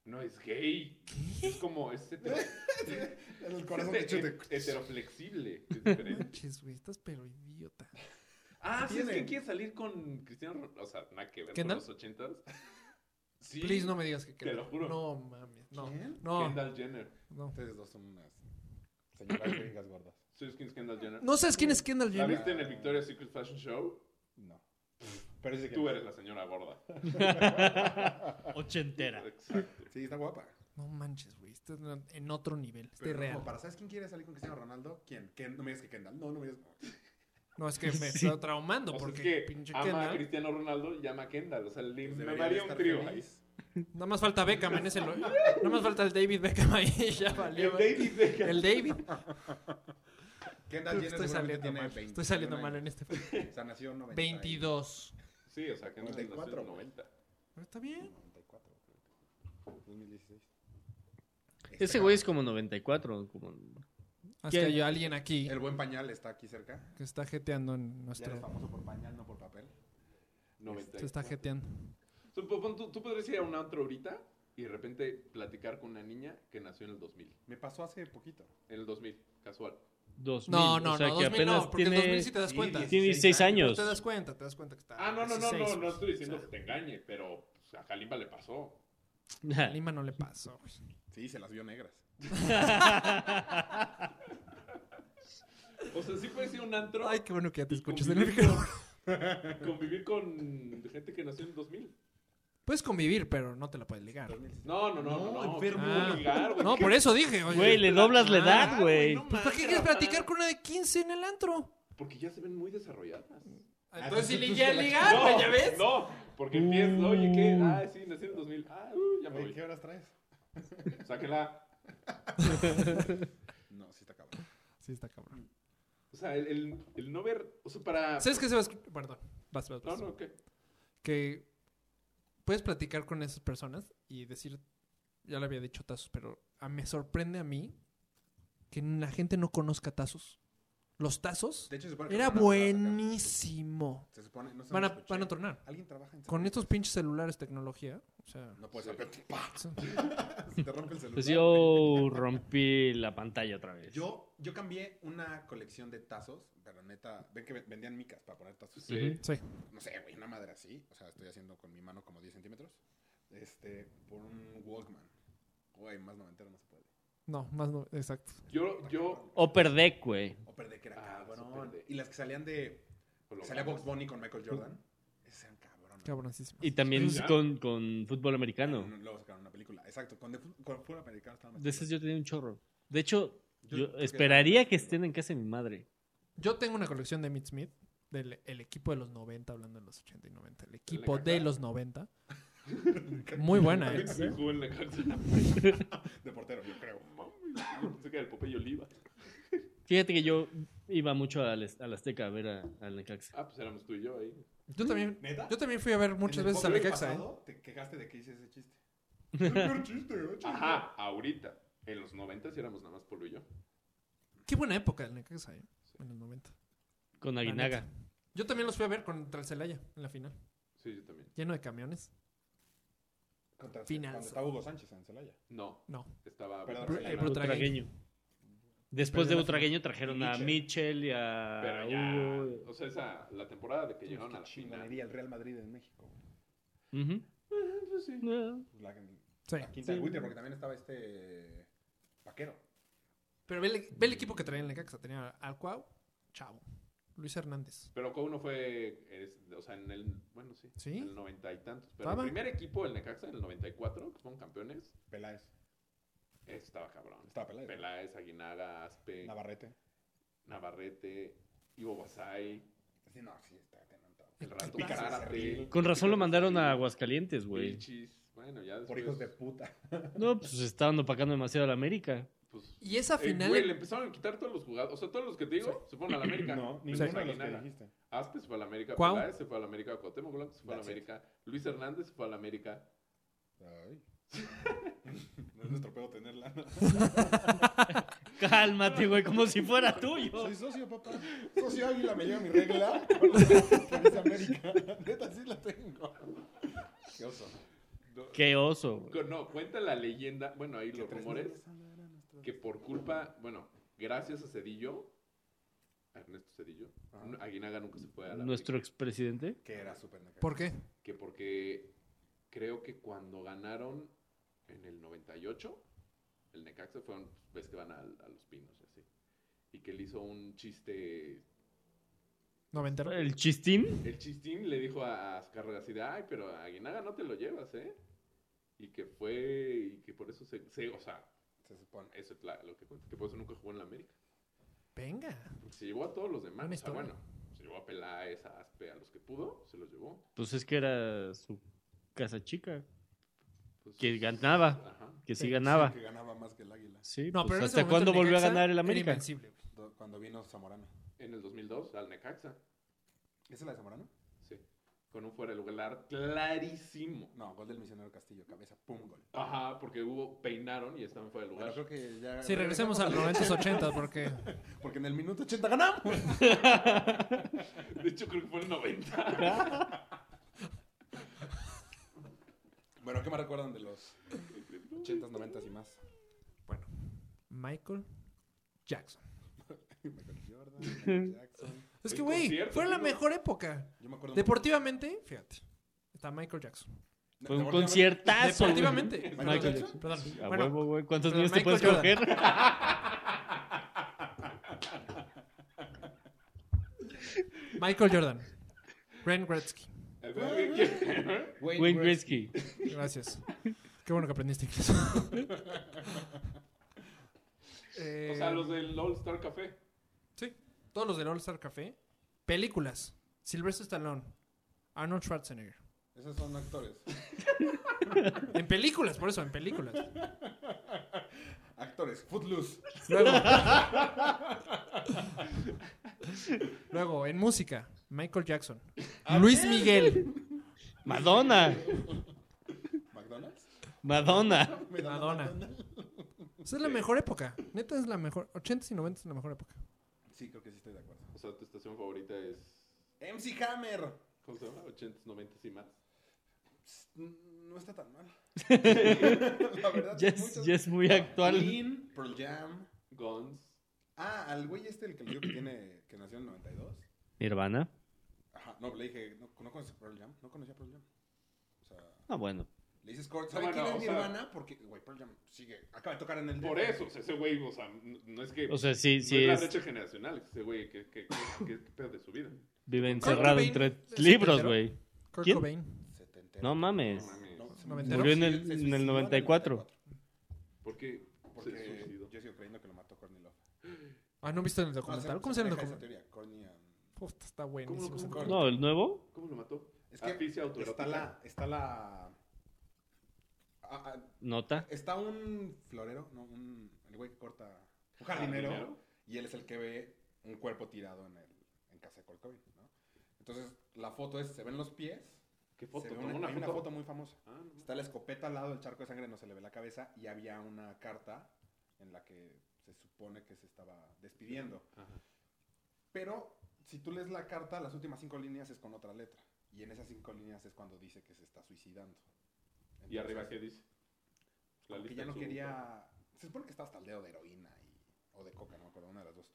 Speaker 5: No es gay. Es como es hetero-
Speaker 4: El
Speaker 5: es
Speaker 4: corazón
Speaker 5: he-
Speaker 4: que chute.
Speaker 5: heteroflexible. Es diferente.
Speaker 3: Manches, güey, estás pero idiota.
Speaker 5: ah, ¿sí es
Speaker 4: Tiene.
Speaker 5: que quiere salir con Cristiano Ronaldo. O sea, nada que ver con
Speaker 3: ¿Kendall?
Speaker 5: los ochentas. Sí.
Speaker 3: Please no me digas que
Speaker 5: Te lo juro.
Speaker 3: No mames, no.
Speaker 4: ¿Quién?
Speaker 3: No,
Speaker 5: Kendall Jenner.
Speaker 3: no.
Speaker 4: Ustedes dos son unas señoras gringas gordas.
Speaker 5: ¿Sabes quién es Kendall Jenner?
Speaker 3: ¿No sabes quién es Kendall
Speaker 5: ¿La
Speaker 3: Jenner?
Speaker 5: viste en el Victoria's Secret Fashion Show?
Speaker 4: No. Pero dice que
Speaker 5: Tú eres la señora gorda.
Speaker 2: Ochentera.
Speaker 5: Exacto.
Speaker 4: Sí, está guapa.
Speaker 3: No manches, güey. Estás en- en otro nivel. Estoy
Speaker 4: Pero
Speaker 3: real.
Speaker 4: como para, ¿sabes quién quiere salir con Cristiano Ronaldo? ¿Quién? ¿Quién? No me digas que Kendall. No, no me digas.
Speaker 3: No, es que me
Speaker 2: Sí.
Speaker 3: estoy traumando
Speaker 5: O sea,
Speaker 3: porque
Speaker 5: es que
Speaker 3: pinche
Speaker 5: ama a
Speaker 3: Kendall.
Speaker 5: Cristiano Ronaldo y ama a Kendall. O sea, le,
Speaker 4: Pues
Speaker 5: me
Speaker 4: debería
Speaker 5: daría un
Speaker 4: estar
Speaker 5: trío ahí.
Speaker 4: feliz.
Speaker 3: Nada más falta Beckham en ese. lo- Nada más falta el David Beckham ahí. y Ya valió.
Speaker 5: El
Speaker 3: güey.
Speaker 5: David Beckham.
Speaker 3: El David.
Speaker 4: Kendall
Speaker 3: Creo que
Speaker 4: Jenner
Speaker 3: Estoy
Speaker 4: seguramente
Speaker 3: saliendo
Speaker 4: tiene
Speaker 3: mal.
Speaker 4: 20,
Speaker 3: Estoy saliendo
Speaker 4: 21
Speaker 3: mal
Speaker 4: años.
Speaker 3: en este.
Speaker 4: O sea, nació en 90 y-
Speaker 3: 22.
Speaker 5: Sí, o sea, que no es
Speaker 4: 94,
Speaker 5: del
Speaker 4: güey.
Speaker 5: 90.
Speaker 3: Pero está bien.
Speaker 4: 94, creo que. 2016.
Speaker 2: Ese güey es como 94, como...
Speaker 3: Más
Speaker 2: ¿Quién?
Speaker 3: que hay alguien aquí
Speaker 4: El buen pañal está aquí cerca.
Speaker 3: que está jeteando
Speaker 4: Ya
Speaker 3: en
Speaker 4: eres
Speaker 3: nuestro.
Speaker 4: famoso por pañal, no por papel.
Speaker 5: 90.
Speaker 3: Se está jeteando.
Speaker 5: So, pon- pon- tú, tú podrías ir a un antro ahorita y de repente platicar con una niña que nació en el 2000.
Speaker 4: Me pasó hace poquito.
Speaker 5: En el 2000, casual.
Speaker 2: 2000,
Speaker 3: No, no,
Speaker 2: o sea,
Speaker 3: no,
Speaker 2: que
Speaker 3: 2000 no,
Speaker 2: apenas
Speaker 3: porque en
Speaker 2: tiene,
Speaker 3: 2000 sí te das cuenta.
Speaker 2: tiene 16 años.
Speaker 3: Te das cuenta, te das cuenta que está.
Speaker 5: Ah, no, no, no,
Speaker 3: 16,
Speaker 5: no, no estoy diciendo
Speaker 3: pues, o
Speaker 5: que
Speaker 3: sea,
Speaker 5: te engañe, pero pues, a Kalimba le pasó.
Speaker 3: a Lima no le pasó. güey.
Speaker 4: Sí, se las vio negras.
Speaker 5: O sea, sí puedes ir a un antro
Speaker 3: Ay, qué bueno que ya te
Speaker 5: y
Speaker 3: escuchas en el
Speaker 5: convivir
Speaker 3: micrófono.
Speaker 5: con- convivir con gente que nació en el 2000.
Speaker 3: Puedes convivir, pero no te la puedes ligar.
Speaker 5: No, no, no, no, no, enfermo.
Speaker 3: Ah. No, por eso dije, oye.
Speaker 2: Güey, le doblas la edad,
Speaker 5: Ah,
Speaker 2: güey.
Speaker 5: no
Speaker 3: Pues, ¿Para qué
Speaker 5: manches,
Speaker 3: quieres
Speaker 5: Rafa.
Speaker 3: platicar con una de 15 en el antro?
Speaker 5: Porque ya se ven muy desarrolladas. Ah,
Speaker 3: Entonces, si
Speaker 4: tú-
Speaker 3: le
Speaker 4: tú
Speaker 3: quieres
Speaker 4: se la-
Speaker 3: ligar, güey, Ah, ¿ya ves? Uh.
Speaker 5: No, porque empiezas, oye, ¿qué? Ah, sí, nací en el 2000. Ah, uh, ya me
Speaker 4: Oye,
Speaker 5: voy.
Speaker 4: ¿Qué horas traes?
Speaker 5: Sáquela.
Speaker 4: No, sí está cabrón.
Speaker 3: Sí, está cabrón.
Speaker 5: O sea, el, el, el no ver, o sea, para...
Speaker 3: ¿Sabes qué se va a escuchar? Perdón. Vas, vas,
Speaker 5: No,
Speaker 3: vas.
Speaker 5: no, ¿qué?
Speaker 3: Que puedes platicar con esas personas y decir, ya le había dicho tazos, pero a- me sorprende a mí que la gente no conozca tazos. Los tazos
Speaker 4: De hecho, se supone que
Speaker 3: era
Speaker 4: van a volver a sacar.
Speaker 3: buenísimo.
Speaker 4: Se supone, no sé
Speaker 3: Van a,
Speaker 4: dónde
Speaker 3: van a
Speaker 4: escuché.
Speaker 3: tronar.
Speaker 4: Alguien trabaja en
Speaker 3: Con
Speaker 4: Zacatecas?
Speaker 3: estos pinches celulares tecnología, o sea,
Speaker 4: No puedes
Speaker 5: Sí.
Speaker 4: sacar. Se te rompe el celular.
Speaker 2: Pues yo rompí la pantalla otra vez.
Speaker 4: Yo, yo cambié una colección de tazos, pero neta, ven que ve- vendían micas para poner tazos.
Speaker 5: Sí.
Speaker 3: sí.
Speaker 4: No sé, güey, una madre así. O sea, estoy haciendo con mi mano como 10 centímetros. Este, por un Walkman. Güey, más noventero no se puede.
Speaker 3: No, más no, exacto.
Speaker 5: Yo, yo...
Speaker 2: Upper Deck, güey.
Speaker 4: Upper Deck era
Speaker 5: Ah,
Speaker 4: cabrón.
Speaker 5: Upper Deck.
Speaker 4: Y las que salían de. Salía Box Bunny con Michael Jordan. Esas eran cabronas.
Speaker 3: Cabroncísimo.
Speaker 2: Y también
Speaker 5: Sí, ya.
Speaker 2: con, con fútbol americano.
Speaker 4: No, Luego sacaron una película. Exacto, con, de fu- con fútbol americano estaba más
Speaker 2: De esas yo tenía un chorro. De hecho,
Speaker 4: Yo-
Speaker 2: yo
Speaker 4: creo que-
Speaker 2: esperaría que estén en casa de mi madre.
Speaker 3: Yo tengo una colección de Emmitt Smith, del el equipo de los 90, hablando de los 80 y 90. El equipo
Speaker 5: caca?
Speaker 3: de los 90. Muy buena, ¿eh?
Speaker 5: Alguien se jugó en la cárcel.
Speaker 4: De portero, yo creo.
Speaker 5: Yo Pensé que era el Popeye Oliva.
Speaker 2: Fíjate que yo iba mucho al, Azteca a ver a- al Necaxa.
Speaker 5: Ah, pues éramos tú y yo ahí.
Speaker 3: Yo también,
Speaker 4: ¿Neta?
Speaker 3: yo también fui a ver muchas veces a la Caxa, ¿eh?
Speaker 4: Te quejaste de que hice ese chiste. El peor chiste, eh, ¿no? chiste?
Speaker 5: Ajá, ahorita. En los 90 sí éramos nada más Polo y yo.
Speaker 3: Qué buena época la Necaxa, ¿eh? En los 90.
Speaker 2: Con
Speaker 3: La
Speaker 2: Aguinaga.
Speaker 3: neta. Yo también los fui a ver contra el Celaya en la final.
Speaker 5: Sí, yo también.
Speaker 3: Lleno de camiones.
Speaker 4: Contra-
Speaker 3: Finanzas.
Speaker 4: Cuando estaba Hugo Sánchez en Celaya.
Speaker 5: No,
Speaker 3: No.
Speaker 5: estaba...
Speaker 4: Perdón,
Speaker 5: Barcelona.
Speaker 3: el brutal. Butragueño.
Speaker 2: Butragueño. Después de
Speaker 3: Pero ya-
Speaker 2: Butragueño trajeron a
Speaker 4: Mitchell.
Speaker 2: Mitchell y a
Speaker 5: Pero ya...
Speaker 2: Hugo.
Speaker 5: O sea, esa, la temporada de que llegaron a la final.
Speaker 4: Chingonería el Real Madrid en México. güey.
Speaker 2: Ujú.
Speaker 5: Eh, pues sí.
Speaker 4: La,
Speaker 3: Sí.
Speaker 4: la quinta
Speaker 2: Sí.
Speaker 4: de Winter, porque también estaba este. Vaquero.
Speaker 3: Pero ve el, ve el equipo que traía en la Necaxa. Tenía al Cuau, Chavo, Luis Hernández.
Speaker 5: Pero Cuau no fue, es- o sea, en el, bueno, sí,
Speaker 3: ¿Sí?
Speaker 5: en el noventa y tantos. Pero
Speaker 3: Estaba.
Speaker 5: el primer equipo, el Necaxa, en el 94, que fueron campeones,
Speaker 4: Peláez.
Speaker 5: ese estaba cabrón.
Speaker 4: Estaba Peláez.
Speaker 5: Peláez, Aguinaga, Aspe,
Speaker 4: Navarrete.
Speaker 5: Navarrete, Ivo Basay,
Speaker 4: Sí, no, sí, está está-
Speaker 5: el Rato
Speaker 4: Pícaro
Speaker 5: Zárate.
Speaker 4: Becerril.
Speaker 2: Con razón lo mandaron a Aguascalientes, güey.
Speaker 5: Vilchis, bueno, ya después.
Speaker 4: Por hijos de puta.
Speaker 2: No, pues estaban opacando demasiado a la América.
Speaker 5: pues,
Speaker 3: Y esa
Speaker 5: eh,
Speaker 3: final.
Speaker 5: güey, le empezaron a quitar todos los jugadores. O sea, todos los que te digo se fueron a la América.
Speaker 4: No,
Speaker 5: Menos
Speaker 4: ninguno de los que
Speaker 5: Aguinaga.
Speaker 4: dijiste.
Speaker 5: Aspe se fue a la América.
Speaker 3: Cuau.
Speaker 5: Peláez se fue a la América. Cuauhtémoc Blanco se fue a la
Speaker 4: That's it.
Speaker 5: América. Luis Hernández se fue a la América.
Speaker 4: Ay. no es nuestro pedo tenerla.
Speaker 2: Cálmate, güey, como si fuera tuyo.
Speaker 4: Soy socio, papá. Socio Águila me lleva mi regla. Con la camisa América. Neta, sí la tengo. Qué oso.
Speaker 5: No,
Speaker 2: Qué oso, güey.
Speaker 5: Cu- No, cuenta la leyenda, bueno, ahí los rumores, que por culpa, bueno, gracias a Cedillo, a Ernesto Cedillo,
Speaker 4: Ajá.
Speaker 5: n- Aguinaga nunca se fue a la
Speaker 2: Nuestro
Speaker 5: América,
Speaker 2: expresidente.
Speaker 4: Que era súper naca.
Speaker 3: ¿Por qué?
Speaker 5: Que porque creo que cuando ganaron en el 98, el Necaxa fueron, ves que van al- a, los pinos, y así. Y que le hizo un chiste,
Speaker 3: Noventero.
Speaker 2: El chistín.
Speaker 5: el chistín le dijo a, a Azcárraga así de, ay, pero a Aguinaga no te lo llevas, ¿eh? Y que fue, y que por eso se, se- o sea,
Speaker 4: Se supone.
Speaker 5: eso es la- lo que cuenta, que por eso nunca jugó en la América.
Speaker 3: Venga.
Speaker 5: Porque se llevó a todos los demás.
Speaker 3: Buena
Speaker 5: O sea,
Speaker 3: historia.
Speaker 5: bueno, se llevó a Peláez, a Aspe, a los que pudo, se los llevó.
Speaker 2: Pues es que era su casa chica.
Speaker 5: Pues,
Speaker 2: Que ganaba.
Speaker 5: Ajá.
Speaker 2: Que sí
Speaker 3: Sí,
Speaker 2: ganaba.
Speaker 4: Que ganaba más que el Águila.
Speaker 2: Sí,
Speaker 3: No,
Speaker 2: pues,
Speaker 3: pero en ese
Speaker 2: ¿Hasta
Speaker 3: momento
Speaker 2: cuándo
Speaker 3: el
Speaker 2: volvió a
Speaker 3: Necaxa
Speaker 2: ganar el
Speaker 3: era
Speaker 2: América?
Speaker 3: invencible, güey.
Speaker 4: Do- Cuando vino Zamorano.
Speaker 5: En el 2002, al Necaxa.
Speaker 4: ¿Esa es la de Zamorano?
Speaker 5: Sí. con un fuera de lugar clarísimo.
Speaker 4: No, gol del misionero Castillo, cabeza, pum, gol.
Speaker 5: Ajá, porque hubo, peinaron y estaban fuera de lugar.
Speaker 4: Bueno, creo que ya...
Speaker 3: Si regresemos al 90-80, porque
Speaker 4: Porque en el minuto 80 ganamos.
Speaker 5: De hecho, creo que fue el 90.
Speaker 4: bueno, ¿qué más recuerdan de los 80s, 90s y más?
Speaker 3: Michael Jackson.
Speaker 4: Michael Jordan, Michael Jackson.
Speaker 3: Es
Speaker 5: El
Speaker 3: que, güey,
Speaker 5: concierto,
Speaker 3: fue la
Speaker 5: ¿no?
Speaker 3: mejor época.
Speaker 4: Yo me acuerdo...
Speaker 3: Deportivamente, fíjate, está Michael Jackson.
Speaker 2: Fue un
Speaker 4: Deportivamente-
Speaker 2: conciertazo. güey.
Speaker 3: Deportivamente.
Speaker 2: Ah, Michael
Speaker 3: Perdón,
Speaker 2: Jackson.
Speaker 3: Perdón.
Speaker 2: A
Speaker 3: Bueno,
Speaker 2: huevo, güey. ¿Cuántos
Speaker 3: pero
Speaker 2: niños te
Speaker 3: Michael
Speaker 2: puedes
Speaker 3: Jordan.
Speaker 2: coger?
Speaker 3: Michael Jordan. Ren Gretzky.
Speaker 4: Wade
Speaker 2: Wayne
Speaker 4: Gretzky.
Speaker 2: Gretzky.
Speaker 3: Gracias. Qué bueno que aprendiste inglés. Eh,
Speaker 5: o sea, los del All Star Café.
Speaker 3: Sí. Todos los del All Star Café. Películas. Sylvester Stallone. Arnold Schwarzenegger.
Speaker 4: Esos son actores.
Speaker 3: En películas, por eso, en películas.
Speaker 4: Actores, Footloose.
Speaker 3: Luego. Luego, en música. Michael Jackson.
Speaker 2: Ah,
Speaker 3: Luis Miguel.
Speaker 2: Madonna.
Speaker 4: McDonald's.
Speaker 2: Madonna.
Speaker 4: Me da
Speaker 3: Madonna. Esa es la mejor época. Neta es la mejor. 80s y 90s es la mejor época.
Speaker 4: Sí, creo que sí estoy de acuerdo.
Speaker 5: O sea, tu estación favorita es.
Speaker 4: MC Hammer.
Speaker 5: ¿Cómo se llama? 80, 90 y más.
Speaker 4: Psst, No está tan mal. la verdad,
Speaker 2: Ya
Speaker 4: sí,
Speaker 2: es,
Speaker 4: muchas-
Speaker 2: ya es muy actual.
Speaker 4: Queen, Pearl Jam.
Speaker 5: Guns.
Speaker 4: Ah, al güey este, el que le digo que tiene, que nació en el 92.
Speaker 2: Nirvana.
Speaker 4: Ajá, no, le dije, no, no conoces Pearl Jam, no conocía Pearl Jam. O sea,
Speaker 2: Ah, bueno.
Speaker 4: le dices, Kurt, ¿sabes
Speaker 5: Bueno,
Speaker 4: quién es
Speaker 5: o
Speaker 4: mi
Speaker 5: sea-
Speaker 4: hermana? Porque, güey, Pearl Jam sigue, acaba de tocar en el...
Speaker 5: Por eso, o sea, ese güey, o sea, n- no es que.
Speaker 2: O sea, sí,
Speaker 5: no
Speaker 2: sí
Speaker 5: es Pues la
Speaker 2: es.
Speaker 5: brecha generacional. Ese güey, ¿qué, qué, qué, qué, qué pedo de su vida?
Speaker 2: Vive
Speaker 3: Kurt
Speaker 2: encerrado
Speaker 3: Cobain
Speaker 2: entre
Speaker 3: es
Speaker 2: libros,
Speaker 3: setentero.
Speaker 2: güey.
Speaker 3: Kurt
Speaker 2: ¿Quién?
Speaker 3: Cobain.
Speaker 4: Setentero.
Speaker 2: No
Speaker 5: No
Speaker 2: mames.
Speaker 5: mames.
Speaker 4: se-
Speaker 3: Noventero.
Speaker 2: Murió en
Speaker 4: se-
Speaker 2: el-
Speaker 4: se
Speaker 2: en el
Speaker 4: suicidó
Speaker 2: 94.
Speaker 5: ¿Por qué? se
Speaker 4: Porque
Speaker 5: suicidó?
Speaker 4: yo sigo creyendo que lo mató Courtney Love.
Speaker 3: Ah, ¿no viste el documental? ¿Cómo se llama el
Speaker 4: maneja esa
Speaker 3: documental?
Speaker 4: teoría, Courtney um, and-
Speaker 3: Puta, está buenísimo. ese
Speaker 5: ¿Cómo,
Speaker 3: documental.
Speaker 5: cómo,
Speaker 2: No, el nuevo.
Speaker 5: ¿Cómo lo mató?
Speaker 4: Es que
Speaker 5: Asfixia autoerótica.
Speaker 4: está la... Está la... ah, ah,
Speaker 2: Nota.
Speaker 4: Está un florero, no, un... El güey que corta... Un jardinero.
Speaker 5: ¿Jardinero?
Speaker 4: Y él es el que ve un cuerpo tirado en, el, en casa de Kurt Cobain, ¿no? Entonces, la foto es, se ven los pies.
Speaker 5: ¿Qué
Speaker 4: se
Speaker 5: foto?
Speaker 4: ve
Speaker 5: ¿Tomó
Speaker 4: una,
Speaker 5: una,
Speaker 4: hay
Speaker 5: foto?
Speaker 4: una foto muy famosa.
Speaker 5: Ah, no mames.
Speaker 4: Está la escopeta al lado, el charco de sangre no se le ve la cabeza y había una carta en la que se supone que se estaba despidiendo.
Speaker 5: Ajá.
Speaker 4: Pero si tú lees la carta, las últimas cinco líneas es con otra letra. Y en esas cinco líneas es cuando dice que se está suicidando.
Speaker 5: ¿Y arriba qué
Speaker 4: Entonces,
Speaker 5: dice? La
Speaker 4: como que
Speaker 5: lista
Speaker 4: ya
Speaker 5: en
Speaker 4: no
Speaker 5: su-
Speaker 4: quería. Se supone que estaba hasta el dedo de heroína y- o de coca, no me acuerdo, una de las dos.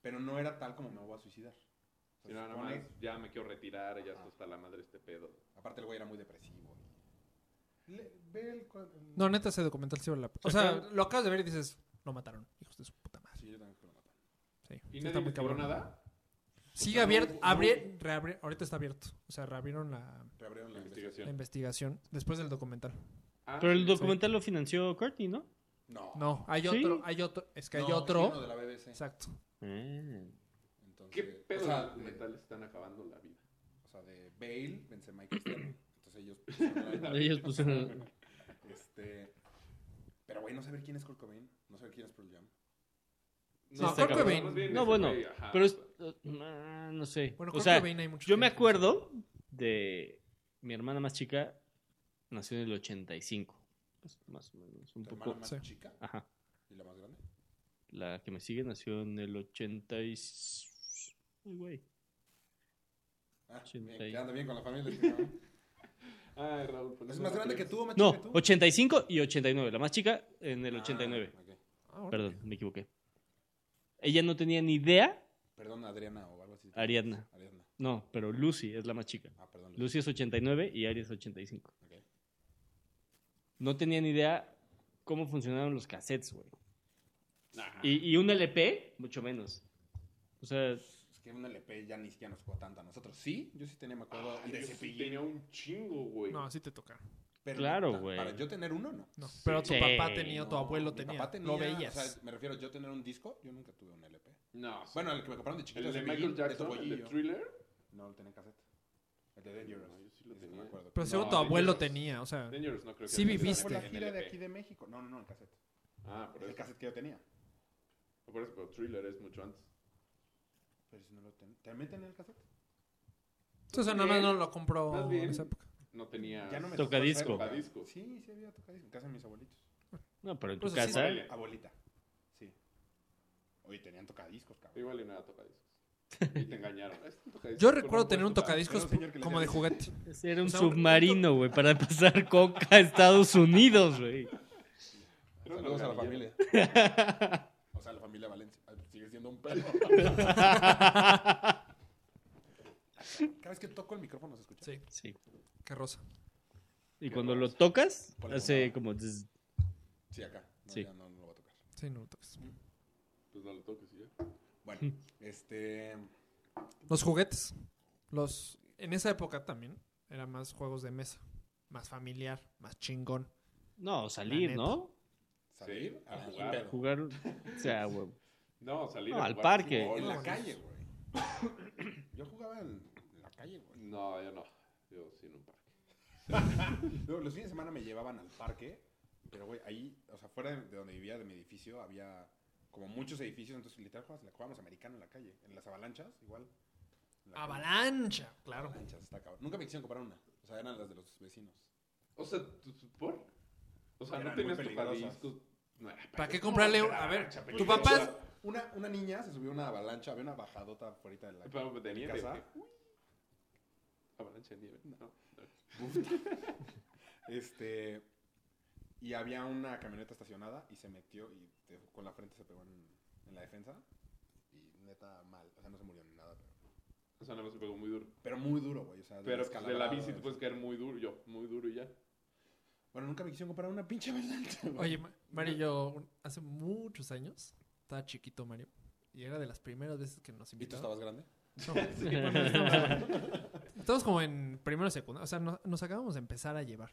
Speaker 4: Pero no era tal como me voy a suicidar. O sea,
Speaker 5: Mira,
Speaker 4: se
Speaker 5: nada
Speaker 4: supone-
Speaker 5: más, ya me quiero retirar, ya
Speaker 4: pues, Ajá.
Speaker 5: está hasta la madre este pedo.
Speaker 4: Aparte, el güey era muy depresivo. y- Le- ve el cua- el-
Speaker 3: No, neta, ese documental sí vale la pena. O sea, lo acabas de ver y dices, lo mataron. Hijos de su puta madre.
Speaker 4: Sí, yo también creo que lo mataron.
Speaker 3: Sí,
Speaker 5: ¿Y
Speaker 3: sí
Speaker 5: nadie investigó nada?
Speaker 3: Sigue abierto. abri- reabri- ahorita está abierto. O sea, reabrieron la,
Speaker 4: Reabrieron
Speaker 5: La
Speaker 4: la investigación.
Speaker 3: la
Speaker 5: investigación.
Speaker 3: investigación después del documental.
Speaker 5: Ah,
Speaker 2: Pero el
Speaker 5: sí.
Speaker 2: documental lo financió Courtney, ¿no?
Speaker 4: No.
Speaker 3: No, hay
Speaker 2: ¿Sí?
Speaker 3: otro. Hay otro. Es que hay
Speaker 4: No, sí, uno
Speaker 3: otro.
Speaker 4: de la BBC.
Speaker 3: Exacto.
Speaker 2: Ah.
Speaker 4: Entonces,
Speaker 5: ¿Qué pedo?
Speaker 4: O sea,
Speaker 5: los
Speaker 4: de,
Speaker 5: documentales están acabando la vida.
Speaker 4: o sea, de Bale, Benzema y Cristiano. Entonces ellos... pusieron la-
Speaker 2: Ellos pusieron.
Speaker 4: este, pero, güey, no saber quién es Kurt Cobain. No saber quién es Pearl Jam.
Speaker 3: No,
Speaker 5: creo
Speaker 3: Kurt Cobain.
Speaker 2: No, bueno, Pero es. ah, No sé.
Speaker 3: Bueno,
Speaker 2: o
Speaker 3: Kurt
Speaker 2: sea,
Speaker 3: Cobain hay muchos
Speaker 2: yo me
Speaker 3: que-
Speaker 2: acuerdo de mi hermana más chica, nació en el 85. Pues, más o menos, un
Speaker 4: Tu hermana
Speaker 2: poco.
Speaker 4: más
Speaker 3: sí.
Speaker 4: chica
Speaker 2: Ajá.
Speaker 4: y la más grande.
Speaker 2: La que me sigue nació en el 80 y... Ay, güey.
Speaker 4: Ah,
Speaker 2: Ochenta
Speaker 4: bien,
Speaker 2: y-
Speaker 4: quedando bien con la familia. este cabrón. Ah,
Speaker 5: Ay, Raúl. pues
Speaker 4: Es
Speaker 5: no
Speaker 4: más
Speaker 5: me
Speaker 4: grande que
Speaker 5: crees.
Speaker 4: tú, más
Speaker 2: No,
Speaker 4: chica que tú.
Speaker 2: 85 y 89. La más chica en el
Speaker 4: Ah,
Speaker 2: 89.
Speaker 4: ok.
Speaker 3: Ah, bueno.
Speaker 2: Perdón, me equivoqué. Ella no tenía ni idea.
Speaker 4: Perdón, Adriana o algo así.
Speaker 2: Ariadna.
Speaker 4: Ariadna.
Speaker 2: No, pero Lucy es la más chica.
Speaker 4: Ah, perdón. Lucy.
Speaker 2: Lucy es 89 y Ari es 85.
Speaker 4: Ok.
Speaker 2: No tenía ni idea cómo funcionaban los cassettes, güey.
Speaker 5: Nah.
Speaker 2: Y, y un LP, mucho menos. O sea,
Speaker 4: Es que un LP ya ni siquiera nos jugó tanto a nosotros. Sí, yo sí tenía, me acuerdo,
Speaker 5: Ah,
Speaker 4: el de
Speaker 5: yo sí
Speaker 4: Cepillín.
Speaker 5: tenía un chingo, güey.
Speaker 3: No, así te toca.
Speaker 4: Pero
Speaker 2: Claro,
Speaker 4: ta-
Speaker 2: güey.
Speaker 4: Para yo tener uno, no.
Speaker 3: No. Pero tu
Speaker 2: Sí.
Speaker 3: papá tenía, tu
Speaker 4: No,
Speaker 3: abuelo
Speaker 4: mi
Speaker 3: tenía.
Speaker 4: papá
Speaker 3: Lo
Speaker 4: tenía,
Speaker 3: veías.
Speaker 4: O sea, me refiero yo tener un disco, yo nunca tuve un LP.
Speaker 5: No, sí.
Speaker 4: Bueno, el que me compraron de chiquito.
Speaker 5: el de
Speaker 4: ese
Speaker 5: Michael
Speaker 4: vinil,
Speaker 5: Jackson, el de
Speaker 4: topollillo.
Speaker 5: Thriller.
Speaker 4: No, lo tenía en cassette. El de Dangerous.
Speaker 5: No, yo sí lo
Speaker 4: Ese
Speaker 5: tenía.
Speaker 4: me acuerdo.
Speaker 3: pero
Speaker 4: No,
Speaker 3: seguro
Speaker 5: No,
Speaker 3: tu
Speaker 5: de
Speaker 3: abuelo
Speaker 5: ellos-
Speaker 3: tenía. O sea,
Speaker 5: Dangerous no creo que
Speaker 3: Sí
Speaker 5: era
Speaker 3: viviste.
Speaker 4: Fue la
Speaker 5: en
Speaker 4: gira de
Speaker 5: LP.
Speaker 4: aquí de México. No, no, no, en cassette.
Speaker 5: Ah, por
Speaker 4: Es el
Speaker 5: eso.
Speaker 4: cassette que yo tenía.
Speaker 5: Por eso, pero Thriller es mucho antes.
Speaker 4: Pero si no lo tenía. ¿También tenía el cassette?
Speaker 3: O sea, nada más
Speaker 5: bien.
Speaker 3: no lo compró
Speaker 5: ¿Estás
Speaker 3: en
Speaker 5: bien? pues,
Speaker 3: esa época.
Speaker 5: No tenía.
Speaker 4: Ya no me
Speaker 2: Tocadisco.
Speaker 4: tocó hacer
Speaker 5: Ah, Tocadisco.
Speaker 4: Sí, sí había tocadisco. En casa de mis abuelitos.
Speaker 2: No, pero en tu
Speaker 3: Pues así
Speaker 2: casa.
Speaker 5: Órale.
Speaker 4: Abuelita. Sí. Oye, tenían tocadiscos, cabrón.
Speaker 5: Igual y no era tocadiscos. Y te engañaron. Es un tocadiscos,
Speaker 3: Yo
Speaker 5: pero
Speaker 3: recuerdo
Speaker 5: no
Speaker 3: tener
Speaker 5: puedes
Speaker 3: un
Speaker 5: tocar.
Speaker 3: tocadiscos
Speaker 4: Era un señor que le
Speaker 3: como de
Speaker 4: hacía-
Speaker 3: juguete.
Speaker 2: Ese Era un
Speaker 3: O sea, un-
Speaker 2: submarino, güey, para pasar coca a Estados Unidos, güey.
Speaker 5: Era un
Speaker 4: Saludos a la
Speaker 5: organillo.
Speaker 4: familia. o sea, la familia Valencia. Ay, Sigue siendo un perro. Cada vez que toco el micrófono se escucha.
Speaker 3: Sí,
Speaker 2: Sí.
Speaker 3: qué rosa.
Speaker 2: Y cuando lo tocas,
Speaker 4: Ponle
Speaker 2: hace
Speaker 4: una-
Speaker 2: como. zzz.
Speaker 4: Sí, acá. No,
Speaker 2: Sí.
Speaker 4: ya no, no lo voy a tocar.
Speaker 3: Sí, no lo toques.
Speaker 5: Pues no lo toques y ya.
Speaker 4: Bueno, este.
Speaker 3: Los juguetes. Los en esa época también eran más juegos de mesa, más familiar, más chingón.
Speaker 2: No, salir,
Speaker 3: neta.
Speaker 2: ¿no?
Speaker 4: Salir
Speaker 5: a
Speaker 4: a
Speaker 5: jugar.
Speaker 4: jugar.
Speaker 2: Jugar. O sea, güey.
Speaker 5: No, salir.
Speaker 2: No,
Speaker 5: a
Speaker 2: al
Speaker 5: jugar
Speaker 2: parque.
Speaker 5: fútbol.
Speaker 4: En la
Speaker 3: Vámonos.
Speaker 4: calle, güey. Yo jugaba en en la calle, güey.
Speaker 5: No, yo no. Yo sí en un parque.
Speaker 4: No, los fines de semana me llevaban al parque, pero güey, ahí, o sea, fuera de, de donde vivía, de mi edificio, había como muchos edificios, entonces literal jugábamos, jugábamos americano en la calle, en las avalanchas, igual. en la calle.
Speaker 3: Avalancha, claro.
Speaker 4: Avalanchas, está cabrón. Nunca me quisieron comprar una, o sea, eran las de los vecinos.
Speaker 5: O sea, ¿tú- tú- ¿por? O sea,
Speaker 4: Eran
Speaker 5: no tenías
Speaker 4: muy peligrosas.
Speaker 5: tocadiscos. No, era
Speaker 3: ¿Para qué comprarle un- a ver, tu papá
Speaker 4: Una, una niña se subió a una avalancha, había una bajadota fuera de la
Speaker 5: Pero de
Speaker 4: mi
Speaker 5: nieve.
Speaker 4: casa.
Speaker 5: ¿qué? Uy. Avalancha de nieve. No.
Speaker 4: Este. Y había una camioneta estacionada y se metió y te- con la frente se pegó en, en la defensa. Y neta, mal. O sea, no se murió ni nada. Pero,
Speaker 5: O sea, nada más se pegó muy duro.
Speaker 4: pero muy duro, güey. O sea,
Speaker 5: Pero pues, de la
Speaker 4: descalabrado,
Speaker 5: bici te
Speaker 4: así.
Speaker 5: puedes caer muy duro. Yo, muy duro y ya.
Speaker 4: Bueno, nunca me quisieron comprar una pinche avalancha, güey.
Speaker 3: Oye, Ma- Mario y yo un- hace muchos años estaba chiquito Mario y era de las primeras veces que nos
Speaker 4: ¿Y tú
Speaker 3: invitaba.
Speaker 4: estabas grande?
Speaker 3: Estamos como en primero secundario, o sea, no- nos acabamos de empezar a llevar.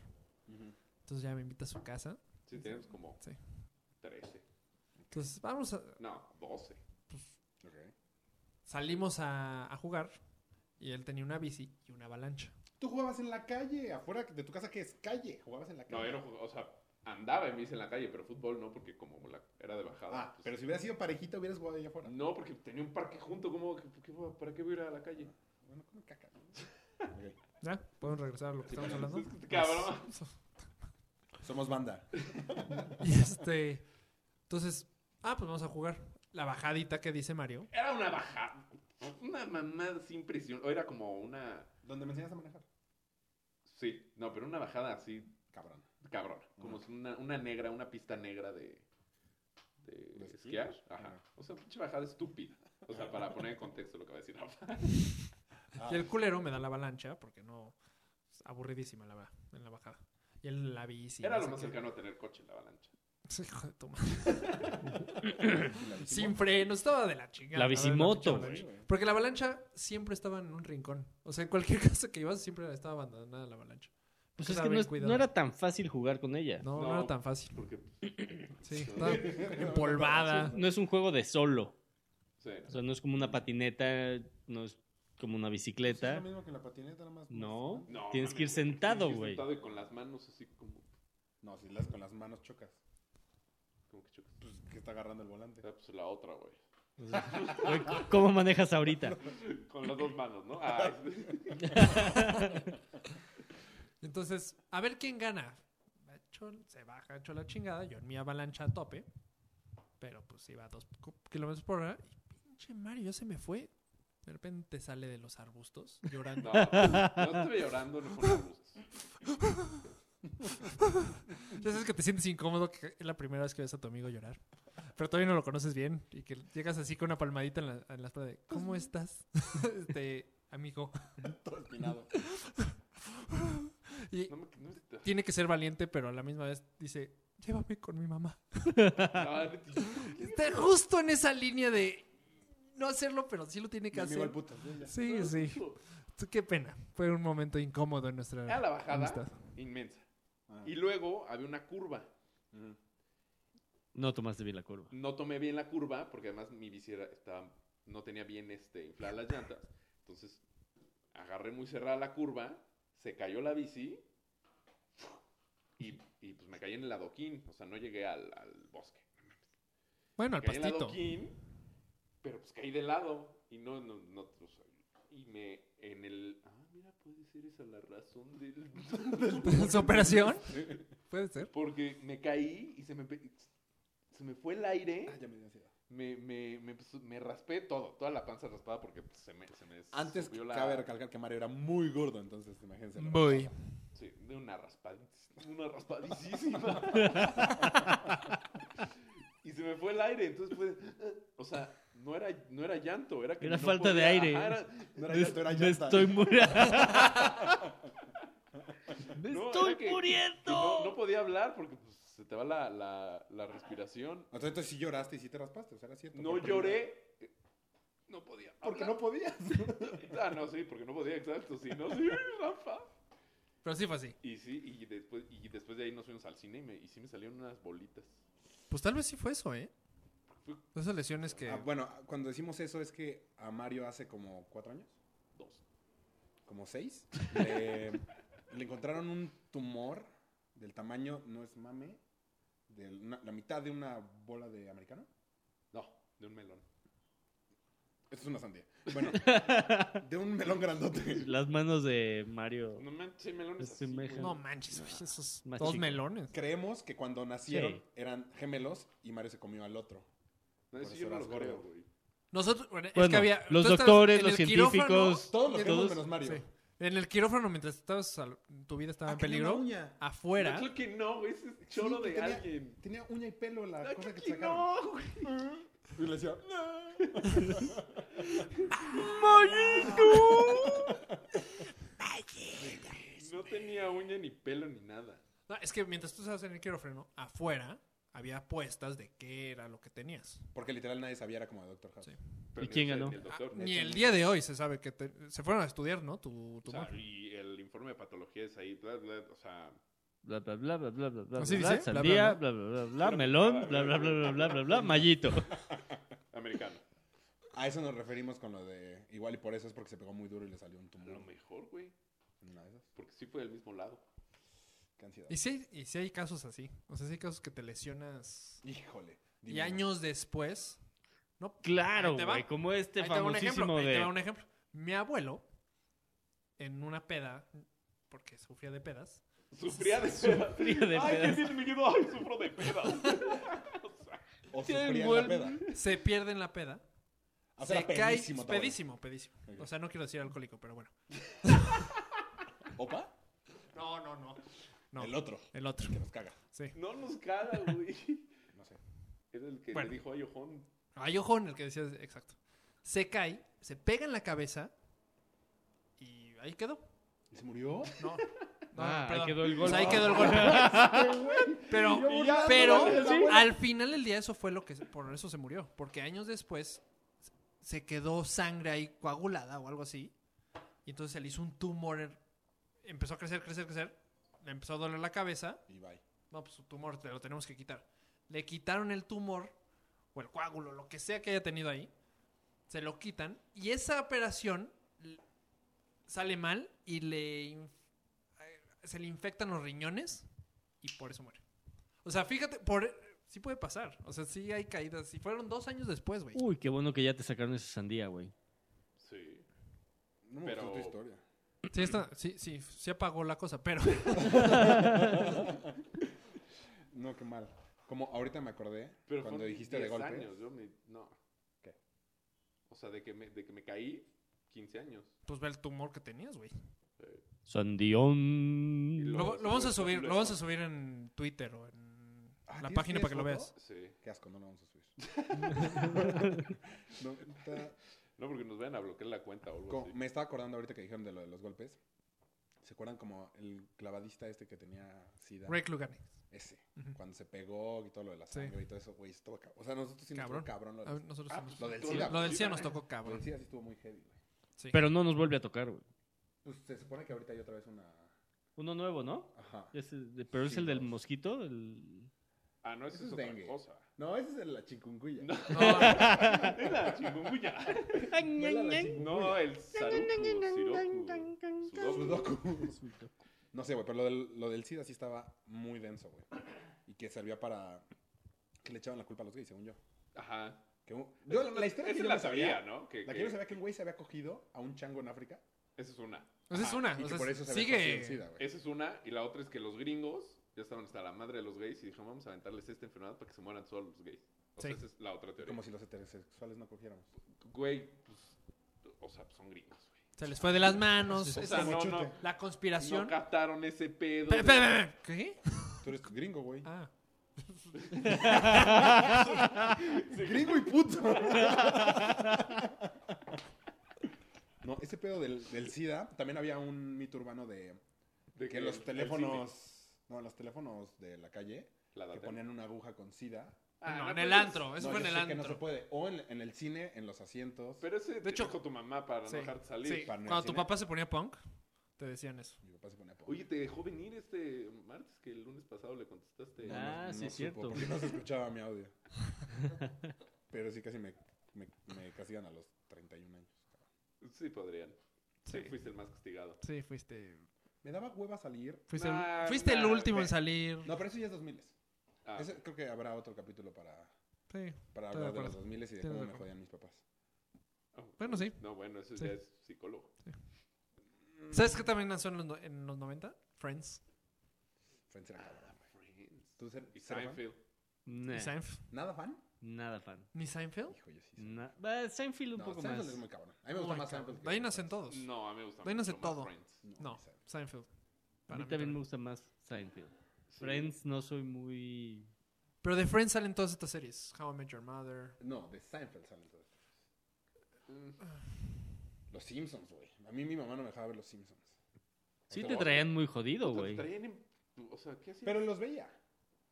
Speaker 3: Entonces ya me invita a su casa.
Speaker 5: Sí, teníamos como
Speaker 3: Sí.
Speaker 5: 13.
Speaker 3: Entonces vamos a,
Speaker 5: No, 12.
Speaker 4: Ok.
Speaker 3: salimos a, a jugar y él tenía una bici y una avalancha.
Speaker 4: Tú jugabas en la calle, afuera de tu casa, que es calle. Jugabas en la calle.
Speaker 5: No, yo no jugaba, o sea, andaba en bici en la calle, pero fútbol no, porque como la- era de bajada.
Speaker 4: Ah,
Speaker 5: pues,
Speaker 4: pero si hubiera sido parejita, hubieras jugado allá afuera.
Speaker 5: No, porque tenía un parque junto, ¿cómo? ¿Qué- qué- ¿Para qué voy a ir a la calle?
Speaker 4: Bueno, come caca. ¿no? Ok.
Speaker 3: ¿Ya? ¿Podemos regresar a lo que estamos hablando?
Speaker 5: Cabrón.
Speaker 4: Somos banda.
Speaker 3: Y este. Entonces, ah, pues vamos a jugar. La bajadita que dice Mario.
Speaker 5: Era una bajada. Una mamada sin presión. O era como una.
Speaker 4: Donde me enseñas a manejar.
Speaker 5: Sí, no, pero una bajada así,
Speaker 4: Cabrón.
Speaker 5: cabrón. Como
Speaker 4: Ajá.
Speaker 5: si una, una negra, una pista negra de. de
Speaker 4: ¿De esquí?
Speaker 5: esquiar. Ajá.
Speaker 4: Ajá.
Speaker 5: O sea, pinche bajada estúpida. O sea, para poner en contexto lo que va a decir Rafa.
Speaker 4: Ah,
Speaker 3: Y el culero me da la avalancha porque no. es aburridísima la verdad, en la bajada. Y él la bici.
Speaker 5: Era
Speaker 3: no
Speaker 5: lo
Speaker 3: sé
Speaker 5: más
Speaker 3: qué.
Speaker 5: cercano a tener coche, la avalancha.
Speaker 3: Sí, hijo de tu madre.
Speaker 4: la bici,
Speaker 3: Sin frenos, estaba de la chingada.
Speaker 2: La
Speaker 3: verdad,
Speaker 2: bicimoto,
Speaker 3: pinche
Speaker 2: güey.
Speaker 3: avalancha. Porque la avalancha siempre estaba en un rincón. O sea, en cualquier casa que ibas siempre estaba abandonada la avalancha.
Speaker 2: Pues
Speaker 3: Nunca
Speaker 2: es
Speaker 3: estaba
Speaker 2: que no,
Speaker 3: bien
Speaker 2: es-
Speaker 3: cuidada.
Speaker 2: no era tan fácil jugar con ella. No,
Speaker 3: No, no,
Speaker 5: No.
Speaker 3: era tan fácil.
Speaker 5: Porque,
Speaker 3: Sí, estaba empolvada.
Speaker 2: es un juego de solo.
Speaker 5: sí,
Speaker 2: O sea, no es como una patineta, no es como una
Speaker 4: ¿Es lo
Speaker 2: bicicleta.
Speaker 4: mismo que la patineta nada más? pues,
Speaker 2: No.
Speaker 5: no,
Speaker 2: Tienes
Speaker 5: mames,
Speaker 2: que ir sentado,
Speaker 5: tienes que
Speaker 2: güey.
Speaker 5: ir Sentado y con las manos así como,
Speaker 4: No, si las con las manos chocas.
Speaker 5: como que chocas.
Speaker 4: Pues que está agarrando el volante.
Speaker 5: Ah, pues la otra, güey.
Speaker 2: O sea, güey, ¿Cómo manejas ahorita?
Speaker 5: Con las dos manos, ¿no? Ah, es-
Speaker 3: Entonces, a ver quién gana. Hecho- se baja, hecho la chingada. Yo en mi avalancha a tope. Pero pues iba a dos cu- kilómetros por hora. Y pinche Mario, ya se me fue. De repente sale de los arbustos llorando.
Speaker 5: no, no estuve llorando, no fue un gusto.
Speaker 3: Ya sabes que te sientes incómodo, que es la primera vez que ves a tu amigo llorar. Pero todavía no lo conoces bien. Y que llegas así con una palmadita en la, en la espalda de, ¿cómo estás? este, amigo.
Speaker 4: Todo espinado.
Speaker 3: Y
Speaker 5: No, me- no, me-
Speaker 3: tiene que ser valiente, pero a la misma vez dice, llévame con mi mamá.
Speaker 5: No, no,
Speaker 3: Está justo en esa línea de no hacerlo, pero sí lo tiene que
Speaker 4: Mi amigo
Speaker 3: hacer.
Speaker 4: el puto. Sí, ya.
Speaker 3: Sí, sí. Tú, Qué pena. Fue un momento incómodo en nuestra
Speaker 5: Era la bajada
Speaker 3: amistad.
Speaker 5: inmensa.
Speaker 4: Ah.
Speaker 5: Y luego había una curva.
Speaker 4: Ujú.
Speaker 2: No tomaste bien la curva.
Speaker 5: No tomé bien la curva porque además mi bici era- estaba, no tenía bien este, infladas las llantas. Entonces agarré muy cerrada la curva, se cayó la bici y, y, pues me caí en el adoquín. O sea, no llegué al, al bosque.
Speaker 3: Bueno, al
Speaker 5: caí en el
Speaker 3: pastito.
Speaker 5: adoquín, pero pues caí de lado y no, no, no, o sea, y me, en el, ah, mira, puede ser esa la razón del...
Speaker 3: ¿Su operación? Puede ser.
Speaker 5: Porque me caí y se me, pe- se me fue el aire.
Speaker 4: Ah, ya me dio ansiedad.
Speaker 5: Me, me, me, pues, me raspé todo, toda la panza raspada porque pues, se me, se me
Speaker 4: Antes
Speaker 5: subió
Speaker 4: cabe recalcar que Mario era muy gordo, entonces imagínense. la-
Speaker 3: Voy.
Speaker 5: Sí, de una raspadita, una raspadísima. y se me fue el aire, entonces pues, o sea, no era, no era llanto, era que
Speaker 2: Era
Speaker 5: no
Speaker 2: falta de aire.
Speaker 5: era-
Speaker 4: No era llanto, era
Speaker 2: Me
Speaker 4: llanta.
Speaker 2: estoy muriendo. ¡Me
Speaker 5: No,
Speaker 2: estoy
Speaker 5: era que- que
Speaker 2: muriendo!
Speaker 5: no, no podía hablar porque pues, se te va la, la, la respiración.
Speaker 4: Entonces, entonces sí lloraste y sí te raspaste, o sea, era cierto.
Speaker 5: No
Speaker 4: Por primera-
Speaker 5: lloré, eh, no podía
Speaker 4: Porque
Speaker 5: hablar.
Speaker 4: no podías.
Speaker 5: Ah, no, sí, porque no podía, exacto, sí, no, sí, Rafa.
Speaker 3: Pero sí fue así.
Speaker 5: Y sí, y después, y después de ahí nos fuimos al cine y, me, y sí me salieron unas bolitas.
Speaker 3: Pues tal vez sí fue eso, ¿eh? Esas lesiones que...
Speaker 4: Ah, bueno, cuando decimos eso es que a Mario hace como cuatro años,
Speaker 5: Dos.
Speaker 4: como seis, le, le encontraron un tumor del tamaño, no es mame, de una- la mitad de una bola de americano.
Speaker 5: No, de un melón.
Speaker 4: Esto es una sandía. Bueno, de un melón grandote.
Speaker 2: Las manos de Mario.
Speaker 5: No manches, hay melones
Speaker 2: Este
Speaker 5: así,
Speaker 2: meja.
Speaker 5: güey.
Speaker 3: No manches, güey, esos
Speaker 2: Más
Speaker 3: dos
Speaker 2: chico.
Speaker 3: melones.
Speaker 4: Creemos que cuando nacieron
Speaker 2: Sí.
Speaker 4: eran gemelos y Mario se comió al otro.
Speaker 5: No,
Speaker 4: Por
Speaker 5: eso
Speaker 4: eso
Speaker 5: yo no
Speaker 4: las
Speaker 5: lo creo,
Speaker 4: creo.
Speaker 5: güey.
Speaker 3: Nosotros, bueno, es que
Speaker 2: Bueno,
Speaker 3: había...
Speaker 2: los
Speaker 3: tú estabas
Speaker 2: doctores,
Speaker 3: en
Speaker 2: los
Speaker 3: el quirófano,
Speaker 2: científicos,
Speaker 4: Todos lo
Speaker 2: Sí.
Speaker 4: queremos
Speaker 2: Todos-
Speaker 4: menos Mario.
Speaker 3: sí. En el quirófano, mientras estabas al- tu vida estaba
Speaker 4: Ah,
Speaker 3: en
Speaker 4: que tenía
Speaker 3: peligro,
Speaker 4: una uña.
Speaker 3: afuera...
Speaker 5: No creo que no, güey. Ese es cholo
Speaker 4: Sí,
Speaker 5: de
Speaker 4: que tenía-
Speaker 5: alguien.
Speaker 4: Tenía uña y pelo la
Speaker 5: No,
Speaker 4: cosa
Speaker 5: creo
Speaker 4: que
Speaker 5: que
Speaker 4: te sacaron.
Speaker 5: no, güey.
Speaker 4: Y le decía, no.
Speaker 5: No tenía uña ni pelo ni nada.
Speaker 3: No, es que mientras tú estabas en el quirófano, afuera había apuestas de qué era lo que tenías.
Speaker 4: Porque literal nadie sabía, era como de Doctor House.
Speaker 3: Sí.
Speaker 5: Pero
Speaker 2: ¿Y quién
Speaker 5: ni el-
Speaker 2: ganó?
Speaker 5: ni el doctor.
Speaker 4: Ah,
Speaker 3: Ni
Speaker 4: hecho,
Speaker 3: el
Speaker 4: no.
Speaker 3: día de hoy se sabe que te- se fueron a estudiar, ¿no? Tu, tu
Speaker 5: O sea,
Speaker 3: madre.
Speaker 5: y el informe de patología es ahí, bla, bla, o sea...
Speaker 2: Bla, bla, bla, bla, bla, bla, bla,
Speaker 3: ¿Así
Speaker 2: bla,
Speaker 3: dice?
Speaker 2: Sandía,
Speaker 3: Bla,
Speaker 2: bla, bla, bla, bla, melón, bla, bla, bla, bla, bla, bla, bla, mallito.
Speaker 5: Americano.
Speaker 4: A eso nos referimos con lo de. Igual y por eso es porque se pegó muy duro y le salió un
Speaker 5: A
Speaker 4: tumor.
Speaker 5: lo mejor, güey.
Speaker 4: en una de esas.
Speaker 5: Porque sí fue del mismo lado.
Speaker 4: Qué ansiedad.
Speaker 3: Y sí, hay- y sí hay casos así. O sea, sí hay casos que te lesionas
Speaker 4: Híjole.
Speaker 3: y
Speaker 4: dime.
Speaker 3: años después. No,
Speaker 2: Claro,
Speaker 3: Ahí te va.
Speaker 2: güey, como este
Speaker 3: ahí te va un ejemplo.
Speaker 2: famosísimo
Speaker 3: ahí te va
Speaker 2: de...
Speaker 3: un ejemplo. Mi abuelo, en una peda, porque sufría de pedas,
Speaker 5: Sufría de pedas.
Speaker 2: Fría de
Speaker 5: Ay, qué
Speaker 2: pedas.
Speaker 5: bien, mi querido. Ay, sufro de pedas.
Speaker 4: O
Speaker 2: Qué
Speaker 4: sufría en la
Speaker 2: buen-
Speaker 4: peda.
Speaker 3: se pierde en la peda.
Speaker 4: O sea,
Speaker 3: se
Speaker 4: era
Speaker 3: cae
Speaker 4: pedísimo tu abuelo.
Speaker 3: pedísimo, pedísimo.
Speaker 4: Ok.
Speaker 3: O sea, no quiero decir alcohólico, pero bueno.
Speaker 4: ¿Opa?
Speaker 3: No, no, no. No,
Speaker 4: El otro.
Speaker 3: el otro.
Speaker 4: Que nos caga.
Speaker 3: Sí.
Speaker 5: No nos caga, güey.
Speaker 4: No sé.
Speaker 5: Era el que
Speaker 3: Bueno.
Speaker 5: le dijo a Yojón.
Speaker 3: Hay ojo en el que decías, exacto. Se cae, se pega en la cabeza y ahí quedó.
Speaker 4: ¿Y se murió?
Speaker 3: No, no,
Speaker 2: Ah, ahí
Speaker 3: perdón.
Speaker 2: quedó el
Speaker 3: O
Speaker 2: gol.
Speaker 3: sea, ahí quedó el golpe. Pero,
Speaker 4: Y ya,
Speaker 3: pero
Speaker 4: dale, dale.
Speaker 3: al final del día eso fue lo que, por eso se murió. Porque años después se quedó sangre ahí coagulada o algo así. Y entonces se le hizo un tumor, en- empezó a crecer, crecer, crecer. Le empezó a doler la cabeza.
Speaker 4: Y bye.
Speaker 3: No, pues su tumor te lo tenemos que quitar. Le quitaron el tumor o el coágulo, lo que sea que haya tenido ahí. Se lo quitan y esa operación l- sale mal y le inf- eh, se le infectan los riñones y por eso muere. O sea, fíjate, por sí puede pasar. O sea, sí hay caídas. Si fueron dos años después, güey.
Speaker 2: Uy, qué bueno que ya te sacaron esa sandía, güey.
Speaker 5: Sí.
Speaker 4: No me
Speaker 5: Pero-
Speaker 4: gustó tu historia.
Speaker 3: Sí, está, sí, sí, sí apagó la cosa, pero
Speaker 4: No, qué mal. Como ahorita me acordé
Speaker 5: Pero
Speaker 4: cuando
Speaker 5: fueron
Speaker 4: dijiste de
Speaker 5: 10
Speaker 4: golpe.
Speaker 5: años, yo me- no.
Speaker 4: ¿Qué?
Speaker 5: O sea, de que me, de que me caí, 15 años.
Speaker 3: pues ve el tumor que tenías, güey.
Speaker 5: Y
Speaker 2: Sandión.
Speaker 5: lo-
Speaker 3: Lo, lo vamos a
Speaker 5: subes-
Speaker 3: subir, lo
Speaker 5: lo-
Speaker 3: vamos a subir en Twitter o en
Speaker 4: Ah,
Speaker 3: la
Speaker 4: ¿tienes-
Speaker 3: página
Speaker 4: tienes
Speaker 3: para que lo
Speaker 4: foto?
Speaker 3: veas.
Speaker 5: Sí.
Speaker 4: Qué asco, no lo vamos a subir. no, está-
Speaker 5: No, porque nos vayan a bloquear la cuenta
Speaker 3: Pues
Speaker 5: o algo
Speaker 4: Como-
Speaker 5: así.
Speaker 4: me estaba acordando ahorita que dijeron de lo de los golpes. ¿Se acuerdan como el clavadista este que tenía sida?
Speaker 3: Ray Kluganek.
Speaker 4: Ese.
Speaker 3: Ujú.
Speaker 4: Cuando se pegó y todo lo de la
Speaker 3: Sí.
Speaker 4: sangre y todo eso, güey, estuvo cabrón. O sea, nosotros sí nos
Speaker 3: Cabrón.
Speaker 4: tocó cabrón lo
Speaker 3: A
Speaker 4: del,
Speaker 3: ver, nosotros
Speaker 4: Ah,
Speaker 3: somos-
Speaker 4: lo del
Speaker 5: lo-
Speaker 4: SIDA.
Speaker 3: lo
Speaker 4: güey.
Speaker 3: del SIDA nos tocó
Speaker 4: Lo del
Speaker 3: cabrón.
Speaker 4: SIDA sí estuvo muy heavy, güey.
Speaker 3: Sí.
Speaker 2: Pero no nos vuelve a tocar, güey.
Speaker 4: Pues, se supone que ahorita hay otra vez una...
Speaker 2: Uno nuevo, ¿no?
Speaker 4: Ajá.
Speaker 2: Ese de- pero es
Speaker 4: Sí,
Speaker 2: el del
Speaker 4: dos.
Speaker 2: mosquito. el-
Speaker 5: Ah, no, eso
Speaker 4: Eso
Speaker 5: es
Speaker 4: es
Speaker 5: otra
Speaker 4: dengue.
Speaker 5: cosa.
Speaker 4: No, esa es de la chikungunya.
Speaker 5: No.
Speaker 3: No,
Speaker 5: Es la chingunguya.
Speaker 4: Huele a la chikungunya.
Speaker 5: No, el Saruku, Siroku, Sudoku.
Speaker 4: Sudoku. No sé, güey, pero lo del, lo del SIDA sí estaba muy denso, güey. Y que servía para... Que le echaban la culpa a los gays, según yo.
Speaker 5: Ajá.
Speaker 4: Que un- Yo, la historia
Speaker 5: Esa
Speaker 4: que yo
Speaker 5: la
Speaker 4: me
Speaker 5: sabía, ¿no? Que,
Speaker 4: La
Speaker 5: que-
Speaker 4: que yo no sabía que un güey se había cogido a un chango en África
Speaker 5: Esa es una.
Speaker 3: O sea, es
Speaker 4: Ajá,
Speaker 5: Ah,
Speaker 3: una.
Speaker 4: Y
Speaker 3: o
Speaker 4: que
Speaker 3: sea,
Speaker 4: por eso se había conocido el
Speaker 3: sigue.
Speaker 4: SIDA, güey.
Speaker 5: Esa es una. Y la otra es que los gringos ya estaban hasta la madre de los gays y dijeron, vamos a aventarles esta enfermedad para que se mueran solos los gays. O sea,
Speaker 3: Sí.
Speaker 5: esa es la otra teoría.
Speaker 4: Como si los heterosexuales no cogiéramos.
Speaker 5: Güey, pues, o sea, son gringos, güey.
Speaker 3: Se les fue de las manos.
Speaker 5: O
Speaker 3: es-
Speaker 5: sea,
Speaker 4: como
Speaker 5: no,
Speaker 4: chute.
Speaker 5: no,
Speaker 3: La
Speaker 5: no
Speaker 3: conspiración.
Speaker 5: captaron ese pedo.
Speaker 3: Espera,
Speaker 5: de-
Speaker 3: espera, espera, espera. ¿Qué?
Speaker 4: Tú eres gringo, güey.
Speaker 3: Ah.
Speaker 4: Gringo y puto. No, ese pedo del, del SIDA, también había un mito urbano de,
Speaker 5: de
Speaker 4: que los
Speaker 5: el- el cine,
Speaker 4: teléfonos, no, los teléfonos de la calle,
Speaker 5: la
Speaker 4: que
Speaker 5: data.
Speaker 4: ponían una aguja con SIDA.
Speaker 5: Ah,
Speaker 3: no, en
Speaker 5: pero
Speaker 3: el
Speaker 5: es-
Speaker 3: antro. Eso
Speaker 4: No,
Speaker 3: fue
Speaker 4: yo
Speaker 3: en el
Speaker 4: sé que no
Speaker 3: antro.
Speaker 4: se puede. O en, en el cine, en los asientos.
Speaker 5: Pero ese de
Speaker 3: hecho-
Speaker 5: hecho, tu mamá para
Speaker 3: Sí,
Speaker 5: no dejarte salir.
Speaker 3: sí.
Speaker 4: para no ir
Speaker 3: Cuando
Speaker 4: al
Speaker 3: tu
Speaker 4: cine.
Speaker 3: papá se ponía punk, te decían eso.
Speaker 4: Mi papá se ponía pobre.
Speaker 5: Oye, te dejó venir este martes que el lunes pasado le contestaste.
Speaker 4: No,
Speaker 2: Ah, sí, es
Speaker 4: supo,
Speaker 2: cierto.
Speaker 4: Porque no se escuchaba mi audio. Pero sí casi me, me, me castigan a los 31 años.
Speaker 5: Sí, podrían.
Speaker 3: Sí.
Speaker 5: Sí. Fuiste el más castigado.
Speaker 3: Sí, fuiste.
Speaker 4: Me daba hueva salir.
Speaker 3: Fuiste,
Speaker 5: Nah,
Speaker 3: el, fuiste el
Speaker 5: nah,
Speaker 3: último
Speaker 5: ve.
Speaker 3: en salir.
Speaker 4: No, pero eso ya es 2000.
Speaker 5: Ah,
Speaker 4: Ese, creo que habrá otro capítulo para,
Speaker 3: Sí.
Speaker 4: para
Speaker 3: Estoy de
Speaker 4: hablar de los
Speaker 3: acuerdo.
Speaker 4: 2000 y de
Speaker 3: Estoy de
Speaker 4: cómo me
Speaker 3: acuerdo.
Speaker 4: jodían mis papás.
Speaker 5: oh.
Speaker 3: Bueno, sí.
Speaker 5: No, bueno, eso
Speaker 3: Sí.
Speaker 5: ya es psicólogo.
Speaker 4: Mm.
Speaker 3: ¿Sabes qué también nació en los, no- en los 90? Friends.
Speaker 4: Friends era cabrón.
Speaker 5: Ah, Friends.
Speaker 4: ¿Tú ser,
Speaker 5: Y
Speaker 4: ser fan?
Speaker 5: Seinfeld.
Speaker 2: Nah,
Speaker 4: Eh.
Speaker 3: ¿Ni Seinf-
Speaker 4: ¿Nada fan?
Speaker 2: nada fan.
Speaker 3: ¿Ni Seinfeld?
Speaker 4: Hijo, yo sí. soy.
Speaker 2: Na- eh, Seinfeld un
Speaker 4: No,
Speaker 2: poco
Speaker 4: Seinfeld
Speaker 2: más.
Speaker 4: es muy cabrón. A mí me gusta
Speaker 3: Oh my
Speaker 4: más
Speaker 3: God.
Speaker 4: Seinfeld. que
Speaker 3: De ahí
Speaker 4: Friends.
Speaker 3: nacen todos.
Speaker 5: No, a mí me gusta
Speaker 3: Ahí nace
Speaker 5: mucho más
Speaker 3: todo.
Speaker 5: Friends.
Speaker 3: No,
Speaker 4: Seinfeld.
Speaker 3: Seinfeld.
Speaker 2: A
Speaker 3: Para
Speaker 2: mí
Speaker 3: mí
Speaker 2: también me
Speaker 3: también.
Speaker 2: gusta más Seinfeld.
Speaker 5: Sí.
Speaker 2: Friends no soy muy...
Speaker 3: Pero de Friends salen todas estas series. How I Met Your Mother.
Speaker 4: No, de Seinfeld salen todos.
Speaker 5: Mm.
Speaker 4: Los Simpsons, güey. A mí mi mamá no me dejaba ver los Simpsons.
Speaker 2: Sí
Speaker 4: O sea,
Speaker 2: te traían muy jodido,
Speaker 5: O sea,
Speaker 2: güey.
Speaker 5: te traían en- O sea, ¿qué hacías?
Speaker 4: Pero los veía.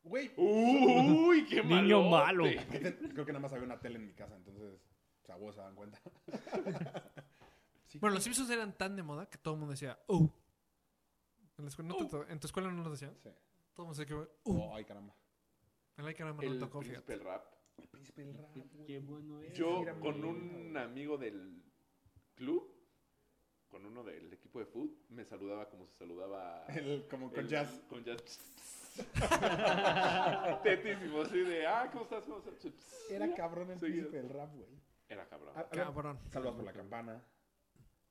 Speaker 4: Güey.
Speaker 5: Uh. Uy, qué malo.
Speaker 2: Niño malo.
Speaker 4: Aparte, Creo que nada más había una tele en mi casa, entonces, o sea, vos se dan cuenta. Sí.
Speaker 3: Bueno, los Simpsons eran tan de moda que todo el mundo decía, ¡Uh! En, la escuela, no te- ¿en tu escuela no lo decían?
Speaker 4: Sí.
Speaker 3: Todo el mundo decía que, ¡Uh!
Speaker 4: Oh, ay, caramba.
Speaker 3: En la cara me lo
Speaker 5: El
Speaker 3: tocó,
Speaker 5: príncipe
Speaker 3: fíjate.
Speaker 5: del rap.
Speaker 4: El príncipe del rap, güey.
Speaker 2: Qué bueno es.
Speaker 5: Yo
Speaker 4: Mira,
Speaker 5: con
Speaker 4: mira,
Speaker 5: un
Speaker 4: güey.
Speaker 5: amigo del club, con uno del equipo de foot, me saludaba como se saludaba
Speaker 4: El- como con
Speaker 5: el-
Speaker 4: jazz.
Speaker 5: Con jazz. Tetísimo, así de, ah, ¿cómo estás? ¿Cómo estás?
Speaker 4: Era Ah, cabrón el
Speaker 5: Sí,
Speaker 4: príncipe del rap, güey.
Speaker 5: Era cabrón.
Speaker 4: A- a ver,
Speaker 3: Cabrón.
Speaker 4: Saludos por la campana.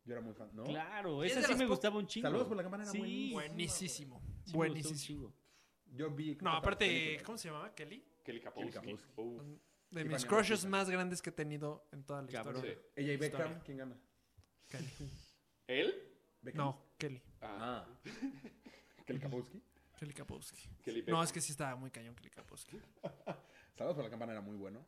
Speaker 4: Yo era muy fan. ¿No?
Speaker 2: Claro,
Speaker 3: Sí, es
Speaker 2: esa
Speaker 3: de
Speaker 2: sí
Speaker 3: las
Speaker 2: me
Speaker 3: po-
Speaker 2: gustaba un chingo.
Speaker 4: Saludos por la cámara, era
Speaker 2: sí,
Speaker 4: buenísimo.
Speaker 3: Buenísimo.
Speaker 2: sí me gustaba un
Speaker 3: Buenísimo.
Speaker 2: chingo.
Speaker 4: Yo vi.
Speaker 3: No, aparte,
Speaker 4: ¿cómo
Speaker 3: ¿cómo se llamaba? ¿Kelly?
Speaker 5: Kelly Kapowski.
Speaker 4: Kapowski.
Speaker 5: Uf,
Speaker 3: De
Speaker 4: Sí,
Speaker 3: mis
Speaker 4: Vania
Speaker 3: crushes
Speaker 4: Martínez.
Speaker 3: más grandes que he tenido en toda la
Speaker 2: Cabrón.
Speaker 3: historia.
Speaker 5: sí.
Speaker 4: Ella y Beckham,
Speaker 3: Historia.
Speaker 4: ¿quién gana?
Speaker 3: Kelly.
Speaker 5: ¿Él?
Speaker 4: Beckham.
Speaker 3: No, Kelly.
Speaker 5: Ah,
Speaker 4: Ah. ¿Que el Kapowski?
Speaker 3: Kelly Kapowski.
Speaker 5: Kelly
Speaker 3: No,
Speaker 5: Beckham.
Speaker 3: es que sí estaba muy cañón Kelly Kapowski.
Speaker 4: Saludos por la campana era muy bueno.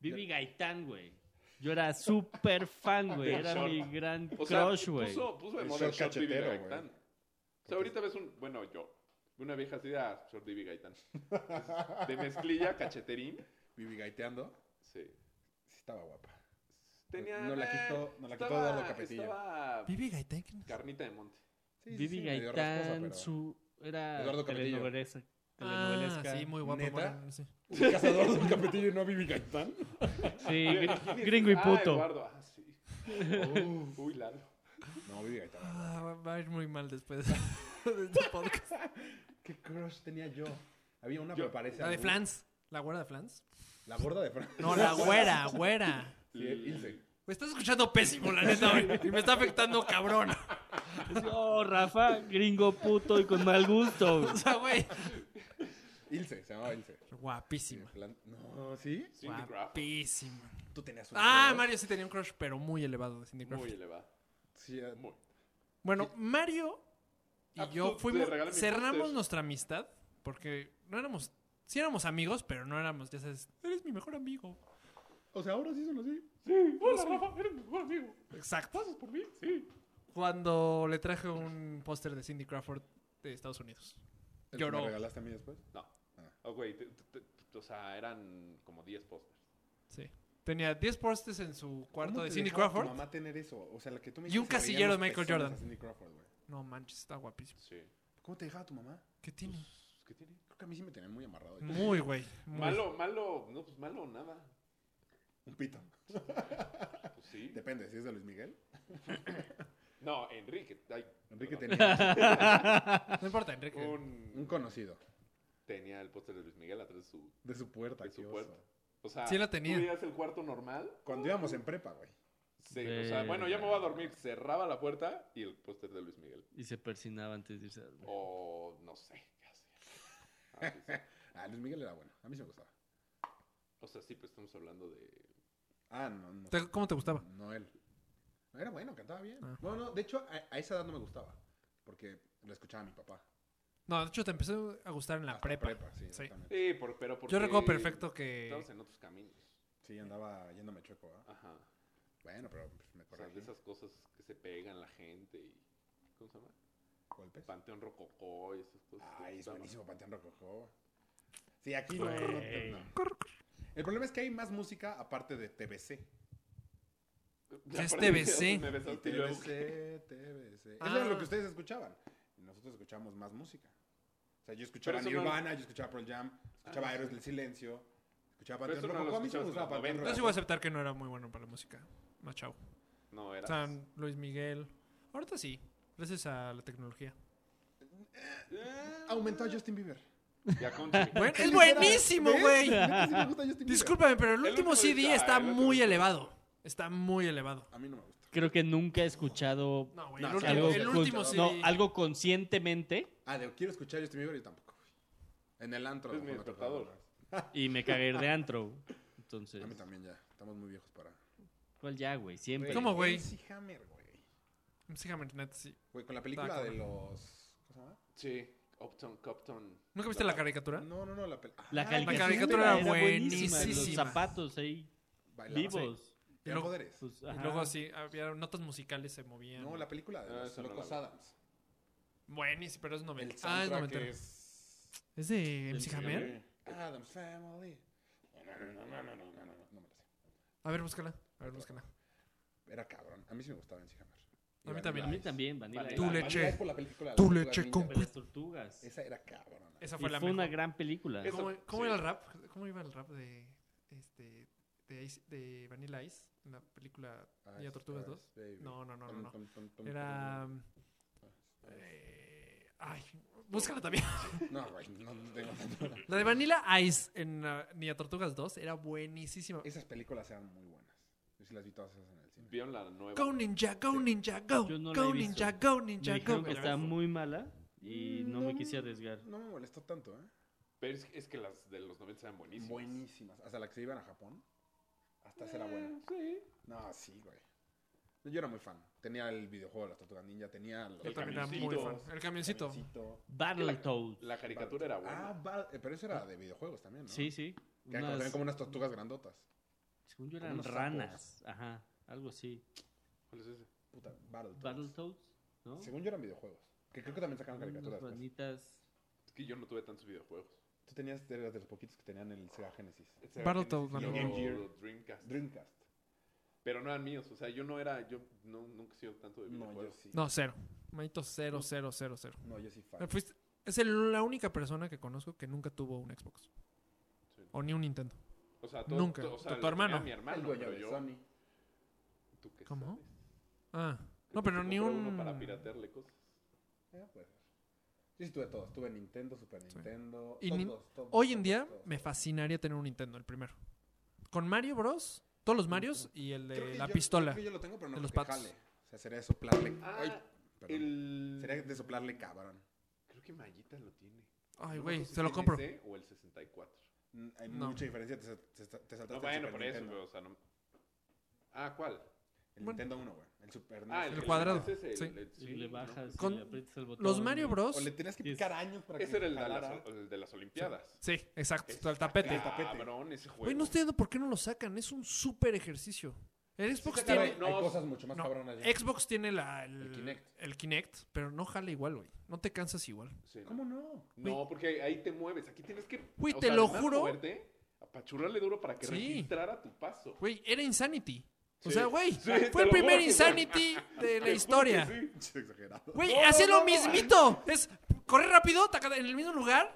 Speaker 2: Vivi Gaitán, güey. Yo era súper fan, güey.
Speaker 5: Del
Speaker 2: Era
Speaker 5: short.
Speaker 2: mi gran
Speaker 5: O sea,
Speaker 2: crush, güey.
Speaker 5: puso, puso de
Speaker 4: El
Speaker 5: moda el
Speaker 4: short
Speaker 5: short Divi
Speaker 4: cachetero, güey.
Speaker 5: Gaitán. O sea, ahorita ves un, bueno, yo, una vieja así de, ah, short Divi Gaitán. De mezclilla, cacheterín.
Speaker 4: Vivi gaiteando.
Speaker 5: Sí.
Speaker 4: Sí, estaba guapa.
Speaker 5: Tenía.
Speaker 4: No la quitó- no la quitó Eduardo Capetillo.
Speaker 5: Estaba
Speaker 3: Vivi Gaitán. ¿quién es?
Speaker 5: carnita de monte.
Speaker 4: Sí, sí,
Speaker 2: Vivi
Speaker 4: sí, medio
Speaker 2: Gaitán,
Speaker 4: rasposa, pero-
Speaker 2: su... Era
Speaker 4: Eduardo Capetillo.
Speaker 2: telenovelesca.
Speaker 3: Ah,
Speaker 2: telenovelesca.
Speaker 3: sí, muy guapo.
Speaker 4: ¿Neta?
Speaker 3: moreno, sí.
Speaker 4: ¿Ubicas a Eduardo del Capetillo y no a Vivi Gaitán?
Speaker 2: Sí, Ah, gr- gringo y
Speaker 5: Ah,
Speaker 2: puto.
Speaker 5: Eduardo. Ah, sí. Uy, Lalo.
Speaker 4: No, Vivi Gaitán.
Speaker 3: Ah, va- va a ir muy mal después de este podcast.
Speaker 4: ¿Qué crush tenía yo? Había una,
Speaker 5: Yo-
Speaker 4: pero parece...
Speaker 3: La de
Speaker 4: albur.
Speaker 3: Flans. ¿La güera de Flans?
Speaker 4: La gorda de Fran.
Speaker 3: No, la güera, güera.
Speaker 4: Sí, Ilse.
Speaker 3: Me estás escuchando pésimo, la neta, güey. Y me está afectando cabrón.
Speaker 2: Oh, Rafa, gringo puto y con mal gusto. güey.
Speaker 3: O sea, güey.
Speaker 4: Ilse, se llamaba Ilse. Sí,
Speaker 3: Guapísima.
Speaker 4: Flan- No, ¿Ah, ¿sí?
Speaker 5: Cindy Crawford.
Speaker 3: Guapísima.
Speaker 4: Tú tenías un
Speaker 3: Ah,
Speaker 4: crush.
Speaker 3: Mario sí tenía un crush, pero muy elevado de Cindy
Speaker 5: Muy
Speaker 3: Crawford.
Speaker 5: elevado.
Speaker 4: Sí, eh,
Speaker 5: Muy.
Speaker 3: Bueno, Mario y
Speaker 5: Ah, tú
Speaker 3: yo
Speaker 5: te
Speaker 3: fuimos.
Speaker 5: regalé mi
Speaker 3: Cerramos
Speaker 5: póster.
Speaker 3: nuestra amistad porque no éramos. Sí éramos amigos, pero no éramos, ya sabes, eres mi mejor amigo.
Speaker 4: O sea, ahora sí son así.
Speaker 5: Sí, hola, Rafa, eres mi mejor amigo.
Speaker 3: Exacto.
Speaker 5: ¿Pasas por mí? Sí.
Speaker 3: Cuando le traje un póster de Cindy Crawford de Estados Unidos.
Speaker 4: ¿El
Speaker 3: Lloró.
Speaker 4: que me regalaste a mí después?
Speaker 5: No.
Speaker 4: Ah.
Speaker 5: Oh, güey, te- te- te- o sea, eran como 10 posters.
Speaker 3: Sí. Tenía 10 pósters en su cuarto
Speaker 4: ¿Cómo
Speaker 3: de
Speaker 4: te
Speaker 3: Cindy
Speaker 4: dejaba tu
Speaker 3: Crawford.
Speaker 4: mamá tener eso? O sea, la que tú me
Speaker 3: Y
Speaker 4: dices
Speaker 3: un
Speaker 4: se veían
Speaker 3: casillero
Speaker 4: los
Speaker 3: de Michael
Speaker 4: pezones
Speaker 3: Jordan.
Speaker 4: a Cindy Crawford, güey.
Speaker 3: No manches, está guapísimo.
Speaker 5: Sí.
Speaker 4: ¿Cómo te dejaba tu mamá?
Speaker 3: ¿Qué tiene?
Speaker 5: ¿Qué tiene?
Speaker 4: Creo que a mí sí me tenían muy amarrado.
Speaker 5: Mm.
Speaker 4: ahí.
Speaker 3: Muy, güey. muy.
Speaker 5: Malo, malo. No, pues malo, nada.
Speaker 4: Un pito.
Speaker 5: Pues sí.
Speaker 4: Depende, si es de Luis Miguel.
Speaker 5: No, Enrique. ay,
Speaker 4: Enrique tenía
Speaker 5: perdón.
Speaker 3: No importa, Enrique.
Speaker 5: Un-
Speaker 4: un conocido
Speaker 5: Tenía el póster de Luis Miguel atrás de su.
Speaker 4: de su puerta.
Speaker 5: De su
Speaker 4: qué oso.
Speaker 5: puerta. O sea,
Speaker 3: Sí la tenía.
Speaker 5: tú veías el cuarto normal
Speaker 4: Cuando íbamos en prepa, güey.
Speaker 5: Sí, o sea, bueno, ya me voy a dormir. Cerraba la puerta y el póster de Luis Miguel.
Speaker 2: Y se persinaba antes de irse a dormir.
Speaker 5: O no sé, ya sé. Ah, sí, sí.
Speaker 4: Ah, Luis Miguel era bueno. A mí sí me gustaba.
Speaker 5: O sea, sí, pues estamos hablando de.
Speaker 4: Ah, no, no.
Speaker 3: ¿Te- ¿Cómo te gustaba?
Speaker 4: No él. Era bueno, cantaba bien.
Speaker 3: Ah.
Speaker 4: No, no, de hecho, a, a esa edad no me gustaba. Porque lo escuchaba mi papá.
Speaker 3: No, de hecho te empezó a gustar en la
Speaker 4: Hasta
Speaker 3: prepa.
Speaker 4: sí,
Speaker 3: Sí.
Speaker 4: exactamente.
Speaker 5: Sí, por- pero porque.
Speaker 3: Yo recuerdo perfecto que...
Speaker 5: Estamos en otros caminos.
Speaker 4: Sí, andaba yéndome chueco, ¿ah?
Speaker 5: Ajá.
Speaker 4: Bueno, pero pues, me
Speaker 5: O sea,
Speaker 4: corregí.
Speaker 5: de esas cosas que se pegan la gente y. ¿Cómo se llama?
Speaker 4: ¿Golpes?
Speaker 5: Panteón Rococó y esas cosas. que
Speaker 4: Ay, es
Speaker 5: estaban-
Speaker 4: buenísimo Panteón Rococó. Sí, aquí no, no, no, no. El problema es que hay más música aparte de TBC.
Speaker 5: Ya
Speaker 3: Es
Speaker 5: aprendí
Speaker 3: TBC.
Speaker 5: a dónde me
Speaker 4: Y
Speaker 5: besaste y luego-
Speaker 4: TBC, TBC. Eso
Speaker 3: Ah.
Speaker 4: era lo que ustedes escuchaban. Y Nosotros escuchábamos más música. O sea, yo escuchaba
Speaker 5: Pero eso no- Ah,
Speaker 4: Nirvana, yo escuchaba Pearl Jam, escuchaba Héroes del Silencio, escuchaba
Speaker 5: Pero
Speaker 4: Panteón
Speaker 5: eso no lo
Speaker 4: Rococó. A mí sí me
Speaker 5: escuchabas en
Speaker 4: gustaba
Speaker 5: los
Speaker 4: Panteón
Speaker 3: Yo sí
Speaker 4: Rococó.
Speaker 3: voy a aceptar que no era muy bueno para la música. Machao.
Speaker 5: No, era.
Speaker 3: San Luis Miguel. Ahorita sí, gracias a la tecnología.
Speaker 4: Aumentó a Justin Bieber.
Speaker 5: Ya con- Bueno,
Speaker 3: Buen- es
Speaker 4: Ligera,
Speaker 3: buenísimo,
Speaker 4: ¿ves?
Speaker 3: güey.
Speaker 4: Neta, sí me gusta Justin Bieber.
Speaker 3: Discúlpame, pero el
Speaker 5: El
Speaker 3: último
Speaker 5: último
Speaker 3: CD
Speaker 5: está-
Speaker 3: está
Speaker 5: el último
Speaker 3: muy
Speaker 5: está-
Speaker 3: elevado. Está muy elevado.
Speaker 4: A mí no me gusta.
Speaker 2: Creo que nunca he escuchado
Speaker 3: No, güey.
Speaker 4: No,
Speaker 3: el
Speaker 4: sí,
Speaker 3: último,
Speaker 2: algo,
Speaker 3: el
Speaker 2: con-
Speaker 3: último CD.
Speaker 2: no, algo conscientemente
Speaker 4: Ah, de quiero escuchar Justin Bieber, yo tampoco. En el antro.
Speaker 5: Es mi
Speaker 4: cuando
Speaker 5: despertador.
Speaker 4: tocaba.
Speaker 2: y me cagué de antro. Entonces,
Speaker 4: A mí también ya. Estamos muy viejos para.
Speaker 2: ¿cuál ya, güey? Siempre.
Speaker 3: ¿Cómo, güey?
Speaker 4: MC Hammer, güey.
Speaker 3: Sí, Hammer, neta, sí.
Speaker 4: Güey, con la película
Speaker 3: Taco.
Speaker 4: de los. ¿Cómo se llama?
Speaker 5: Sí, Upton, Copton.
Speaker 3: ¿Nunca viste la caricatura?
Speaker 4: No, no, no, la Ah, película.
Speaker 2: La caricatura,
Speaker 3: Ah, caricatura
Speaker 2: era
Speaker 3: era
Speaker 2: buenísima. Los
Speaker 3: buenísima.
Speaker 2: zapatos ahí, vivos.
Speaker 3: Y luego-
Speaker 4: poderes.
Speaker 2: Pues,
Speaker 3: Y
Speaker 2: ajá.
Speaker 3: luego así, había notas musicales, se movían.
Speaker 4: No, la película de
Speaker 5: Ah,
Speaker 4: los
Speaker 5: esa no la
Speaker 4: Locos
Speaker 5: vi.
Speaker 4: Adams.
Speaker 3: Buenísimo, pero es noventa.
Speaker 4: El
Speaker 3: Ah, es
Speaker 4: soundtrack
Speaker 3: noventero.
Speaker 4: es.
Speaker 3: ¿Es de MC
Speaker 2: MC
Speaker 3: Hammer?
Speaker 2: Hammer.
Speaker 4: Adams Family. No, no, no, no, no, no, no, no, no, no me la sé.
Speaker 3: A ver, búscala. A ver, búscala.
Speaker 4: Era cabrón. A mí sí me gustaba MC Hammer.
Speaker 3: A mí también.
Speaker 2: A mí también, Vanilla.
Speaker 5: Vale.
Speaker 2: Ice.
Speaker 3: Tu
Speaker 4: Tú
Speaker 3: leche.
Speaker 4: leche. Por la película de
Speaker 3: Tu
Speaker 4: las
Speaker 3: leche
Speaker 4: Tortugas
Speaker 3: con-
Speaker 2: De
Speaker 4: Ninja.
Speaker 2: las tortugas.
Speaker 4: Esa era cabrón.
Speaker 3: Esa fue
Speaker 2: Y fue
Speaker 3: la
Speaker 2: una
Speaker 3: mejor.
Speaker 2: gran película.
Speaker 5: Eso-
Speaker 3: ¿Cómo, cómo
Speaker 5: sí.
Speaker 3: era el rap? ¿Cómo iba el rap de este de, Ice- de Vanilla Ice en la película
Speaker 5: Ah,
Speaker 4: Ah,
Speaker 3: Niña Tortugas 2? No, no, no, no, no. Era mm,
Speaker 5: Ah,
Speaker 3: eh, ay, búscala también.
Speaker 4: No, güey, no no tengo tanto.
Speaker 3: La de Vanilla Ice en uh, Niña Tortugas 2 era buenísima.
Speaker 4: Esas películas eran muy buenas. Yo sí las vi todas esas en el cine.
Speaker 5: ¿Vieron la nueva?
Speaker 3: Go ninja, go ninja, go.
Speaker 2: Yo no la he
Speaker 3: go
Speaker 2: visto.
Speaker 3: ninja, go
Speaker 2: Me
Speaker 3: ninja, go.
Speaker 2: dijeron que está muy mala y no me quise arriesgar.
Speaker 4: Mm, No me molestó tanto, ¿eh?
Speaker 5: Pero es, es que las de los 90 eran buenísimas.
Speaker 4: Buenísimas. Hasta la que se iban a Japón. Hasta esa era buena.
Speaker 5: Eh, Sí.
Speaker 4: No, sí, güey. Yo era muy fan. Tenía el videojuego de las Tortugas Ninja, tenía los
Speaker 3: Yo
Speaker 5: El
Speaker 3: también era muy
Speaker 5: camioncito.
Speaker 3: fan. El camioncito.
Speaker 4: camioncito.
Speaker 2: Battletoads.
Speaker 5: La caricatura era buena.
Speaker 4: Ah, va- eh, pero eso era de videojuegos también, ¿no?
Speaker 2: Sí, sí.
Speaker 4: Que eran
Speaker 2: Unas-
Speaker 4: también como unas tortugas grandotas.
Speaker 2: Según yo
Speaker 4: como
Speaker 2: eran
Speaker 4: unos
Speaker 2: ranas. Ajá. Algo así.
Speaker 5: ¿Cuál es ese?
Speaker 4: Puta, Battletoads.
Speaker 2: Battletoads, ¿no?
Speaker 4: Según yo eran videojuegos. Que creo que también
Speaker 3: Mm,
Speaker 4: sacaron caricaturas.
Speaker 2: Unas
Speaker 4: pues.
Speaker 2: ranitas.
Speaker 5: Es que yo no tuve tantos videojuegos.
Speaker 4: Tú tenías, eras de los poquitos que tenían el Sega Genesis.
Speaker 5: Ese era
Speaker 3: Battletoads,
Speaker 5: Genesis
Speaker 4: amigo.
Speaker 5: y luego
Speaker 4: Game
Speaker 5: Dreamcast.
Speaker 4: Dreamcast.
Speaker 5: Pero no eran míos. O sea, yo no era. Yo no, nunca he sido tanto de
Speaker 4: No, yo
Speaker 5: videojuegos.
Speaker 4: sí.
Speaker 3: No, cero. Manito cero, cero, cero, cero.
Speaker 4: No, yo sí fan.
Speaker 3: Me fuiste- es el- la única persona que conozco que nunca tuvo un Xbox.
Speaker 5: Sí.
Speaker 3: O ni un Nintendo.
Speaker 5: O sea,
Speaker 3: Nunca.
Speaker 5: todo- o sea,
Speaker 3: Tu- tu
Speaker 5: lo tenía
Speaker 3: hermano.
Speaker 5: Mi
Speaker 4: El
Speaker 5: hermano,
Speaker 4: dueño
Speaker 5: pero
Speaker 4: de
Speaker 5: yo.
Speaker 4: Sony.
Speaker 5: ¿Tú qué
Speaker 3: ¿Cómo?
Speaker 5: sabes?
Speaker 3: Ah,
Speaker 5: Que
Speaker 3: no,
Speaker 5: te
Speaker 3: pero ni
Speaker 5: compró
Speaker 3: un.
Speaker 5: uno para piratearle cosas.
Speaker 4: Eh, pues. Yo sí tuve todos. Tuve Nintendo, Super Nintendo.
Speaker 3: Y
Speaker 4: todos,
Speaker 3: nin-
Speaker 4: todos, todos,
Speaker 3: Hoy en día
Speaker 4: todos,
Speaker 3: me
Speaker 4: todos.
Speaker 3: fascinaría tener un Nintendo, el primero. Con Mario Bros, todos los Marios y el
Speaker 4: Creo
Speaker 3: de
Speaker 4: que
Speaker 3: la
Speaker 4: yo-
Speaker 3: pistola.
Speaker 4: creo que yo lo tengo, pero no
Speaker 3: de
Speaker 4: creo
Speaker 3: los
Speaker 4: que
Speaker 3: patos.
Speaker 4: jale. O sea, sería de soplarle.
Speaker 5: Ah,
Speaker 4: Ay, perdón.
Speaker 5: El.
Speaker 4: Sería de soplarle cabrón.
Speaker 5: Creo que Mayita lo tiene.
Speaker 3: Ay,
Speaker 5: No me
Speaker 3: güey,
Speaker 5: acuerdo si
Speaker 3: se lo
Speaker 5: tiene
Speaker 3: compro.
Speaker 5: ese o el 64.
Speaker 4: Mm, Hay
Speaker 3: No.
Speaker 4: mucha diferencia. Te, te, te saltaste
Speaker 5: No,
Speaker 4: el
Speaker 5: bueno,
Speaker 4: Super
Speaker 5: por eso,
Speaker 4: Nintendo.
Speaker 5: pero, o sea, no. Ah, ¿cuál?
Speaker 4: El
Speaker 3: Bueno.
Speaker 4: Nintendo 1, güey. El Super NES.
Speaker 5: Ah,
Speaker 3: el
Speaker 5: que le
Speaker 3: cuadrado.
Speaker 5: metes
Speaker 3: Sí.
Speaker 5: el-
Speaker 2: Y
Speaker 5: sí,
Speaker 2: le
Speaker 5: ¿no?
Speaker 4: pues.
Speaker 2: bajas
Speaker 3: Con-
Speaker 2: y le aprietas el botón.
Speaker 3: Los Mario Bros.
Speaker 4: O le tenías que
Speaker 2: Sí, es-
Speaker 4: picar años para
Speaker 5: Ese era el de,
Speaker 4: jalara.
Speaker 5: las, el de las Olimpiadas.
Speaker 3: Sí, exacto,
Speaker 5: Es-
Speaker 3: el tapete.
Speaker 4: el tapete.
Speaker 5: Cabrón, ese juego.
Speaker 3: Güey, no estoy viendo por qué no lo sacan, es un súper ejercicio. El Xbox
Speaker 4: Claro,
Speaker 3: tiene.
Speaker 4: hay-
Speaker 5: No,
Speaker 4: hay cosas mucho más
Speaker 3: no,
Speaker 4: cabronas. ya.
Speaker 3: Xbox tiene la, el, el
Speaker 4: El
Speaker 3: Kinect.
Speaker 4: Kinect.
Speaker 3: pero no jala igual, güey. No te cansas igual.
Speaker 5: Sí, no.
Speaker 4: ¿Cómo no?
Speaker 5: No, porque ahí te mueves. Aquí tienes que.
Speaker 3: Güey,
Speaker 5: o
Speaker 3: te
Speaker 5: sea,
Speaker 3: lo
Speaker 5: además de
Speaker 3: juro.
Speaker 5: Moverte, apachurrarle duro para que
Speaker 3: Sí.
Speaker 5: registrara tu paso.
Speaker 3: Güey, era Insanity. O
Speaker 5: Sí.
Speaker 3: sea, güey,
Speaker 5: Sí, te
Speaker 3: fue el
Speaker 5: lo
Speaker 3: primer
Speaker 5: juro,
Speaker 3: Insanity de la
Speaker 5: Te juro
Speaker 3: historia.
Speaker 5: que sí.
Speaker 4: Pinche exagerado.
Speaker 3: Güey,
Speaker 5: No,
Speaker 3: hace
Speaker 5: no,
Speaker 3: lo
Speaker 5: no.
Speaker 3: mismito. Es correr rápido, taca- en el mismo lugar,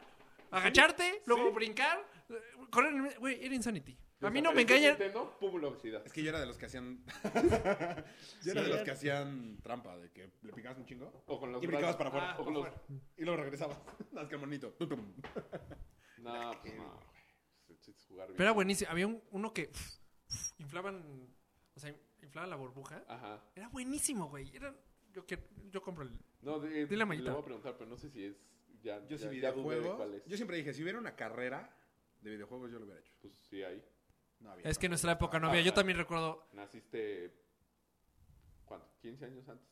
Speaker 3: agacharte, luego
Speaker 5: sí.
Speaker 3: brincar, eh, correr. en el mi- Güey, era Insanity. A mí no me
Speaker 5: Desapareció
Speaker 3: engañan.
Speaker 5: Nintendo, pum, velocidad.
Speaker 4: Es que yo era de los que hacían. yo era de los que hacían trampa, de que le picabas un chingo
Speaker 5: O con los
Speaker 4: y brincabas para
Speaker 5: brazos.
Speaker 4: afuera.
Speaker 3: Ah,
Speaker 5: O con los.
Speaker 4: Y luego regresabas. Nada, que el monito. Tum, tum.
Speaker 5: No, pues no, güey. Sí, sí, jugar bien.
Speaker 3: Pero era buenísimo. Había un- uno que uf, uf, inflaban. O sea, inflaba la burbuja.
Speaker 5: Ajá.
Speaker 3: Era buenísimo, güey. Era, yo, que, yo compro el...
Speaker 5: No, de,
Speaker 3: Dile, amiguita.
Speaker 5: Le voy a preguntar, pero no sé si es. Ya,
Speaker 4: Yo sí,
Speaker 5: ya, ya dudé de cuál
Speaker 4: videojuegos.
Speaker 5: es.
Speaker 4: Yo siempre dije, si hubiera una carrera de videojuegos, yo lo hubiera hecho.
Speaker 5: Pues sí, ahí.
Speaker 4: No había.
Speaker 3: Es que en nuestra época no
Speaker 5: Ah,
Speaker 3: había. Yo
Speaker 5: ah.
Speaker 3: también recuerdo...
Speaker 5: Naciste. ¿Cuánto? ¿15 años antes?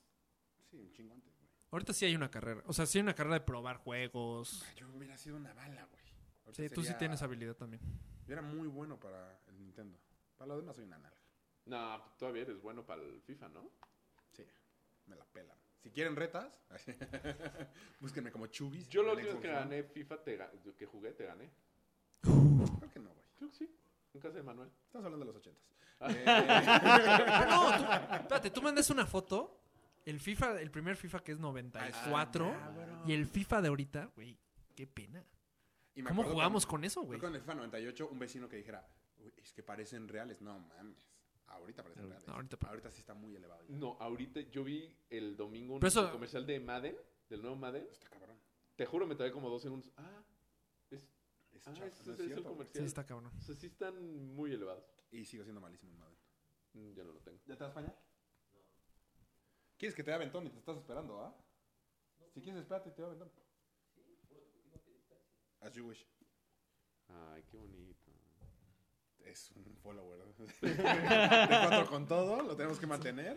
Speaker 4: Sí, un chingo antes, güey.
Speaker 3: Ahorita sí hay una carrera. O sea, sí hay una carrera de probar juegos.
Speaker 4: Yo hubiera sido una bala, güey. Ahorita
Speaker 3: Sí, tú sí
Speaker 4: sería-
Speaker 3: tienes habilidad también.
Speaker 4: Yo era muy bueno para el Nintendo. Para lo demás soy una nalga.
Speaker 5: No, todavía eres bueno para el FIFA, ¿no?
Speaker 4: Sí, me la pelan. Si quieren retas, búsquenme como Chubis.
Speaker 5: Yo lo
Speaker 4: en
Speaker 5: último que
Speaker 4: Xbox One.
Speaker 5: gané FIFA, te ga- que jugué, te gané.
Speaker 4: Creo que no, güey.
Speaker 5: Creo que sí. En casa de Manuel. Ah.
Speaker 4: Estamos hablando de los ochentas.
Speaker 3: No, tú- espérate, tú mandas una foto. El FIFA, el primer FIFA que es 94.
Speaker 4: Ah,
Speaker 3: y el FIFA de ahorita, güey, qué pena.
Speaker 4: Y me
Speaker 3: ¿Cómo
Speaker 4: acuerdo
Speaker 3: jugamos
Speaker 4: cuando-
Speaker 3: con eso,
Speaker 4: fue
Speaker 3: güey?
Speaker 4: Con el FIFA 98, un vecino que dijera, "Uy, es que parecen reales. No mames. Ahorita parecen
Speaker 2: No,
Speaker 4: reales.
Speaker 3: ahorita pa-
Speaker 4: ahorita sí está muy elevado. ya.
Speaker 5: No, ahorita yo vi el domingo un
Speaker 3: Pero eso-
Speaker 5: comercial de Madden, del nuevo Madden.
Speaker 4: Está cabrón.
Speaker 5: Te juro, me trae como dos segundos. Ah, es,
Speaker 4: Es
Speaker 5: ah,
Speaker 4: chafa,
Speaker 5: es-
Speaker 4: no es
Speaker 5: es el
Speaker 4: cierto, güey.
Speaker 5: comercial.
Speaker 3: Sí, está cabrón.
Speaker 5: O sea, sí están muy elevados.
Speaker 4: Y sigo siendo malísimo en Madden.
Speaker 5: Mm, Yo no lo tengo.
Speaker 4: ¿Ya te vas a bañar? ¿Quieres que te dé aventón y te estás esperando, ah? Si quieres, espérate y te doy aventón. As you wish.
Speaker 5: Ay, qué bonito.
Speaker 4: Es un follower. ¿no? De cuatro con todo, lo tenemos que mantener.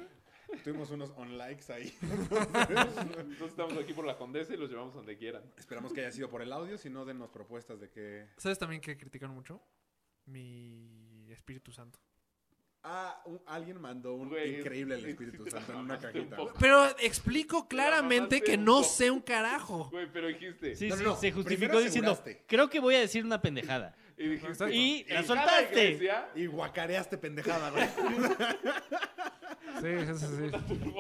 Speaker 4: Tuvimos unos on likes ahí.
Speaker 5: Entonces estamos aquí por la condesa y los llevamos donde quieran.
Speaker 4: Esperamos que haya sido por el audio, si no, dennos propuestas de que...
Speaker 3: ¿Sabes también que criticaron mucho? Mi Espíritu Santo.
Speaker 4: Ah, un- alguien mandó un
Speaker 5: Güey,
Speaker 4: increíble el
Speaker 5: sí,
Speaker 4: Espíritu
Speaker 5: te la
Speaker 4: Santo en una
Speaker 5: mamaste un
Speaker 4: cajita.
Speaker 5: poco.
Speaker 3: Pero explico claramente
Speaker 5: mamaste
Speaker 3: que
Speaker 5: un
Speaker 3: no
Speaker 5: poco.
Speaker 3: sé un carajo.
Speaker 5: Güey, pero dijiste.
Speaker 2: Sí,
Speaker 4: No,
Speaker 2: sí,
Speaker 4: no,
Speaker 2: se
Speaker 4: primero
Speaker 2: justificó diciendo,
Speaker 4: aseguraste.
Speaker 2: creo que voy a decir una pendejada.
Speaker 5: Y dijiste.
Speaker 3: Exacto.
Speaker 2: Y la
Speaker 5: cada
Speaker 2: soltaste.
Speaker 5: iglesia,
Speaker 4: Y guacareaste pendejada, güey.
Speaker 3: Sí, sí, sí. sí.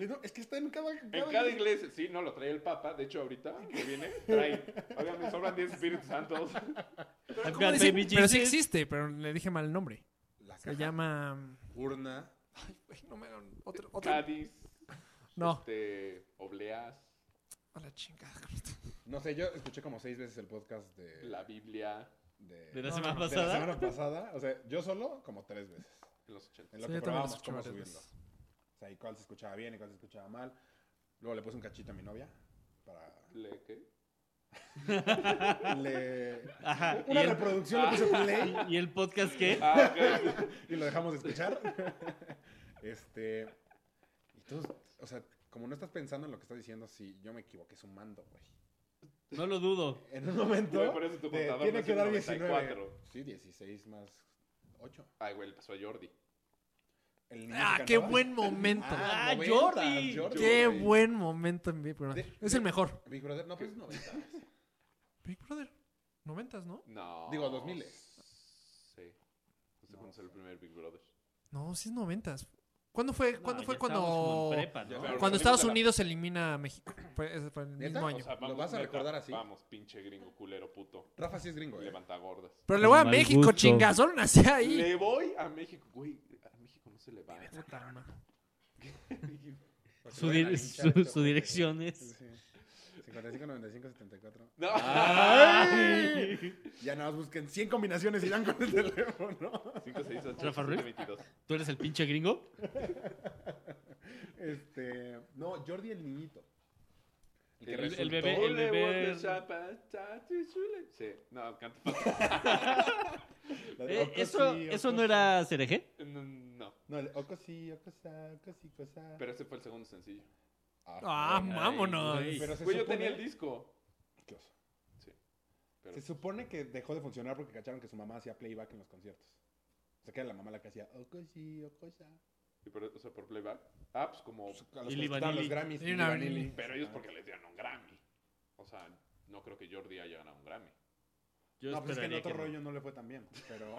Speaker 4: Y no, es que está en cada...
Speaker 5: En cada iglesia, sí, no, lo trae el Papa. De hecho, ahorita que viene, trae. Oigan, me sobran 10 Espíritus Santos.
Speaker 2: I've
Speaker 3: ¿Cómo
Speaker 2: got
Speaker 3: dice?
Speaker 2: baby
Speaker 3: Pero sí
Speaker 2: Jesus.
Speaker 3: existe, pero le dije mal el nombre.
Speaker 4: La
Speaker 3: Se
Speaker 4: caja,
Speaker 3: llama...
Speaker 4: urna,
Speaker 3: Ay, no me hagan otro, otro.
Speaker 5: Cádiz.
Speaker 3: No.
Speaker 5: Este, Obleas.
Speaker 3: A la chingada.
Speaker 4: No sé, yo escuché como seis veces el podcast de...
Speaker 5: La Biblia.
Speaker 4: de-
Speaker 2: De la
Speaker 4: no,
Speaker 2: semana
Speaker 4: de la
Speaker 2: pasada.
Speaker 4: semana pasada. O sea, yo solo como tres veces.
Speaker 5: En los 80.
Speaker 4: En lo
Speaker 3: Sí,
Speaker 4: que
Speaker 3: yo también lo
Speaker 4: probábamos
Speaker 3: escuché
Speaker 4: cómo
Speaker 3: varias
Speaker 4: subirlo.
Speaker 3: veces.
Speaker 4: O sea, y cuál se escuchaba bien y cuál se escuchaba mal. Luego le puse un cachito a mi novia para...
Speaker 5: Le- ¿Qué?
Speaker 4: Le...
Speaker 2: Ajá.
Speaker 4: Una
Speaker 2: y el-
Speaker 4: reproducción le puse play
Speaker 2: ¿Y el podcast
Speaker 4: ¿Eh?
Speaker 2: qué?
Speaker 5: Ah, ok.
Speaker 4: y lo dejamos de escuchar. Este... Y tú, o sea, como no estás pensando en lo que estás diciendo, sí, yo me equivoqué sumando, güey.
Speaker 2: No lo dudo.
Speaker 4: En un momento...
Speaker 5: Güey, por eso tu
Speaker 4: de-
Speaker 5: contador
Speaker 4: tiene
Speaker 5: nació
Speaker 4: que
Speaker 5: en
Speaker 4: dar 19.
Speaker 5: 94.
Speaker 4: Sí, 16 más 8.
Speaker 5: Ay, güey, le pasó a Jordi.
Speaker 4: El niño
Speaker 3: Ah,
Speaker 4: que
Speaker 3: qué
Speaker 4: cantaba.
Speaker 3: buen momento.
Speaker 2: Ah,
Speaker 4: 90,
Speaker 2: Jordi.
Speaker 3: Qué
Speaker 4: güey.
Speaker 3: buen momento en Big Brother.
Speaker 4: De-
Speaker 3: es
Speaker 4: de-
Speaker 3: el mejor.
Speaker 4: Big Brother, no, pues 90.
Speaker 3: Big Brother. Noventas, ¿no?
Speaker 5: No.
Speaker 4: Digo, 2000.
Speaker 5: Sí. No sé cuándo salió el primer Big Brother.
Speaker 3: No, sí es noventas. ¿Cuándo fue, ¿cuándo
Speaker 2: No,
Speaker 3: fue
Speaker 2: Ah, ya estábamos como
Speaker 3: cuando,
Speaker 2: en prepa, ¿no?
Speaker 5: Ya,
Speaker 3: cuando
Speaker 5: Pero
Speaker 3: Estados
Speaker 5: salimos de la-
Speaker 3: Unidos elimina a México? Fue, ese fue el
Speaker 4: ¿Neta?
Speaker 3: mismo
Speaker 4: O
Speaker 3: año.
Speaker 5: O sea,
Speaker 4: ¿Lo vas a
Speaker 5: neta,
Speaker 4: recordar así?
Speaker 5: Vamos, pinche gringo culero puto.
Speaker 4: Rafa sí es gringo, ¿eh?
Speaker 5: Levanta gordas.
Speaker 3: Pero le voy a
Speaker 2: Mal
Speaker 3: México,
Speaker 2: gusto.
Speaker 3: chinga. Solo nací ahí.
Speaker 5: Le voy a México, güey. A México no se le va.
Speaker 3: Puta madre.
Speaker 4: Porque
Speaker 2: Su,
Speaker 4: lo
Speaker 2: dir-
Speaker 4: vayan a
Speaker 2: su-
Speaker 4: linchar, este
Speaker 2: su
Speaker 4: güey.
Speaker 2: dirección es...
Speaker 4: Sí. 55, 95, 74.
Speaker 5: No.
Speaker 2: Ah. ¡Ay!
Speaker 4: Ya nada más busquen 100 combinaciones y dan con el teléfono.
Speaker 5: 5, 6, 8,
Speaker 2: Rafa Ruiz.
Speaker 5: 22.
Speaker 2: ¿Tú eres el pinche gringo?
Speaker 4: Este, no, Jordi el niñito. El que
Speaker 5: El-
Speaker 4: resultó-
Speaker 2: el bebé- el
Speaker 5: Ole,
Speaker 2: bebé-
Speaker 5: ole, chapa, chachi, chule. Sí, no, canto.
Speaker 4: la de
Speaker 2: Eh,
Speaker 4: Oco
Speaker 2: ¿Eso,
Speaker 4: sí,
Speaker 2: ¿Eso
Speaker 4: Oco
Speaker 2: no
Speaker 4: sí.
Speaker 2: era cereje?
Speaker 5: No, no,
Speaker 4: No, el Oco sí, Oco sa, Oco sí, cosa.
Speaker 5: pero ese fue el segundo sencillo.
Speaker 3: Ah,
Speaker 2: Ay,
Speaker 3: vámonos.
Speaker 2: güey.
Speaker 4: Pero se
Speaker 5: Güey, yo
Speaker 4: supone-
Speaker 5: tenía el disco.
Speaker 4: Qué oso.
Speaker 5: Pero
Speaker 4: Se supone que dejó de funcionar porque cacharon que su mamá hacía playback en los conciertos. O sea, que era la mamá la que hacía Oco sí, Oco sa.
Speaker 5: Y por- o sea, por playback. Ah, pues como.
Speaker 4: A los
Speaker 2: Y
Speaker 4: que les quitaron
Speaker 2: Vanilli.
Speaker 4: los Grammys.
Speaker 3: Y
Speaker 4: y
Speaker 3: una
Speaker 4: Vanilli.
Speaker 3: Vanilli.
Speaker 5: Pero
Speaker 4: Ah.
Speaker 5: ellos porque les dieron un Grammy. O sea, no creo que Jordi haya ganado un Grammy.
Speaker 2: Yo
Speaker 4: No, pues es que en
Speaker 2: esperaría
Speaker 4: otro
Speaker 2: que no.
Speaker 4: rollo no le fue tan bien. Pero.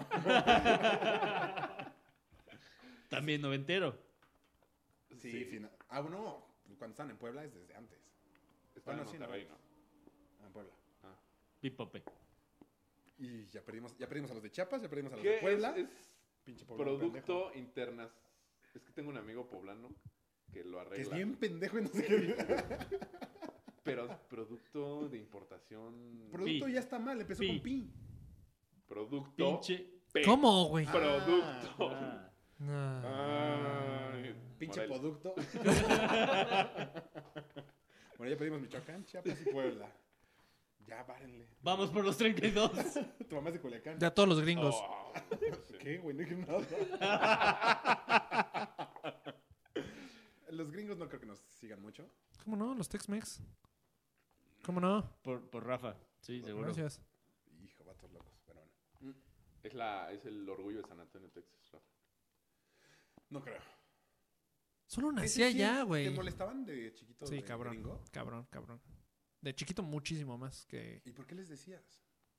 Speaker 2: También noventero.
Speaker 4: Sí, fina- Ah, bueno, cuando están en Puebla es desde antes.
Speaker 5: Está
Speaker 4: Bueno,
Speaker 5: en
Speaker 4: sí,
Speaker 5: Monterrey,
Speaker 4: no.
Speaker 5: ¿no?
Speaker 4: En Puebla.
Speaker 2: Pipope.
Speaker 4: Y ya perdimos, ya perdimos a los de Chiapas, ya perdimos a los
Speaker 5: ¿Qué
Speaker 4: de Puebla.
Speaker 5: es, es
Speaker 4: Pinche poblano pendejo.
Speaker 5: producto internas? Es que tengo un amigo poblano que lo
Speaker 4: Que es
Speaker 5: arregla.
Speaker 4: bien pendejo y no sé qué.
Speaker 5: Pero es producto de importación.
Speaker 4: Producto
Speaker 2: Pi.
Speaker 4: ya está mal, empezó
Speaker 2: Pi.
Speaker 4: con pi.
Speaker 5: producto.
Speaker 2: Pinche...
Speaker 5: P.
Speaker 3: ¿Cómo, güey?
Speaker 5: Producto.
Speaker 2: Ah,
Speaker 4: Ay, ah. pinche
Speaker 5: Morelos.
Speaker 4: producto. bueno, ya pedimos Michoacán, Chiapas y Puebla. Ya, párenle.
Speaker 2: Vamos por los 32.
Speaker 4: Tu mamá es de Culiacán.
Speaker 3: De a todos los gringos.
Speaker 5: Oh, sí.
Speaker 4: ¿Qué, güey? No dije nada. Los gringos no creo que nos sigan mucho.
Speaker 3: ¿Cómo no? Los Tex-Mex. ¿Cómo no?
Speaker 2: Por, por Rafa, sí, seguro.
Speaker 3: Gracias.
Speaker 4: Hijo, vatos locos. Pero bueno,
Speaker 5: Es, la, es el orgullo de San Antonio, Texas. Rafa.
Speaker 4: no creo.
Speaker 3: Solo nací
Speaker 4: Ese sí,
Speaker 3: allá, güey.
Speaker 4: ¿Te molestaban de chiquito?
Speaker 3: Sí,
Speaker 4: de
Speaker 3: cabrón.
Speaker 4: gringo?
Speaker 3: Cabrón, cabrón. De chiquito muchísimo más que...
Speaker 4: ¿Y por qué les decías?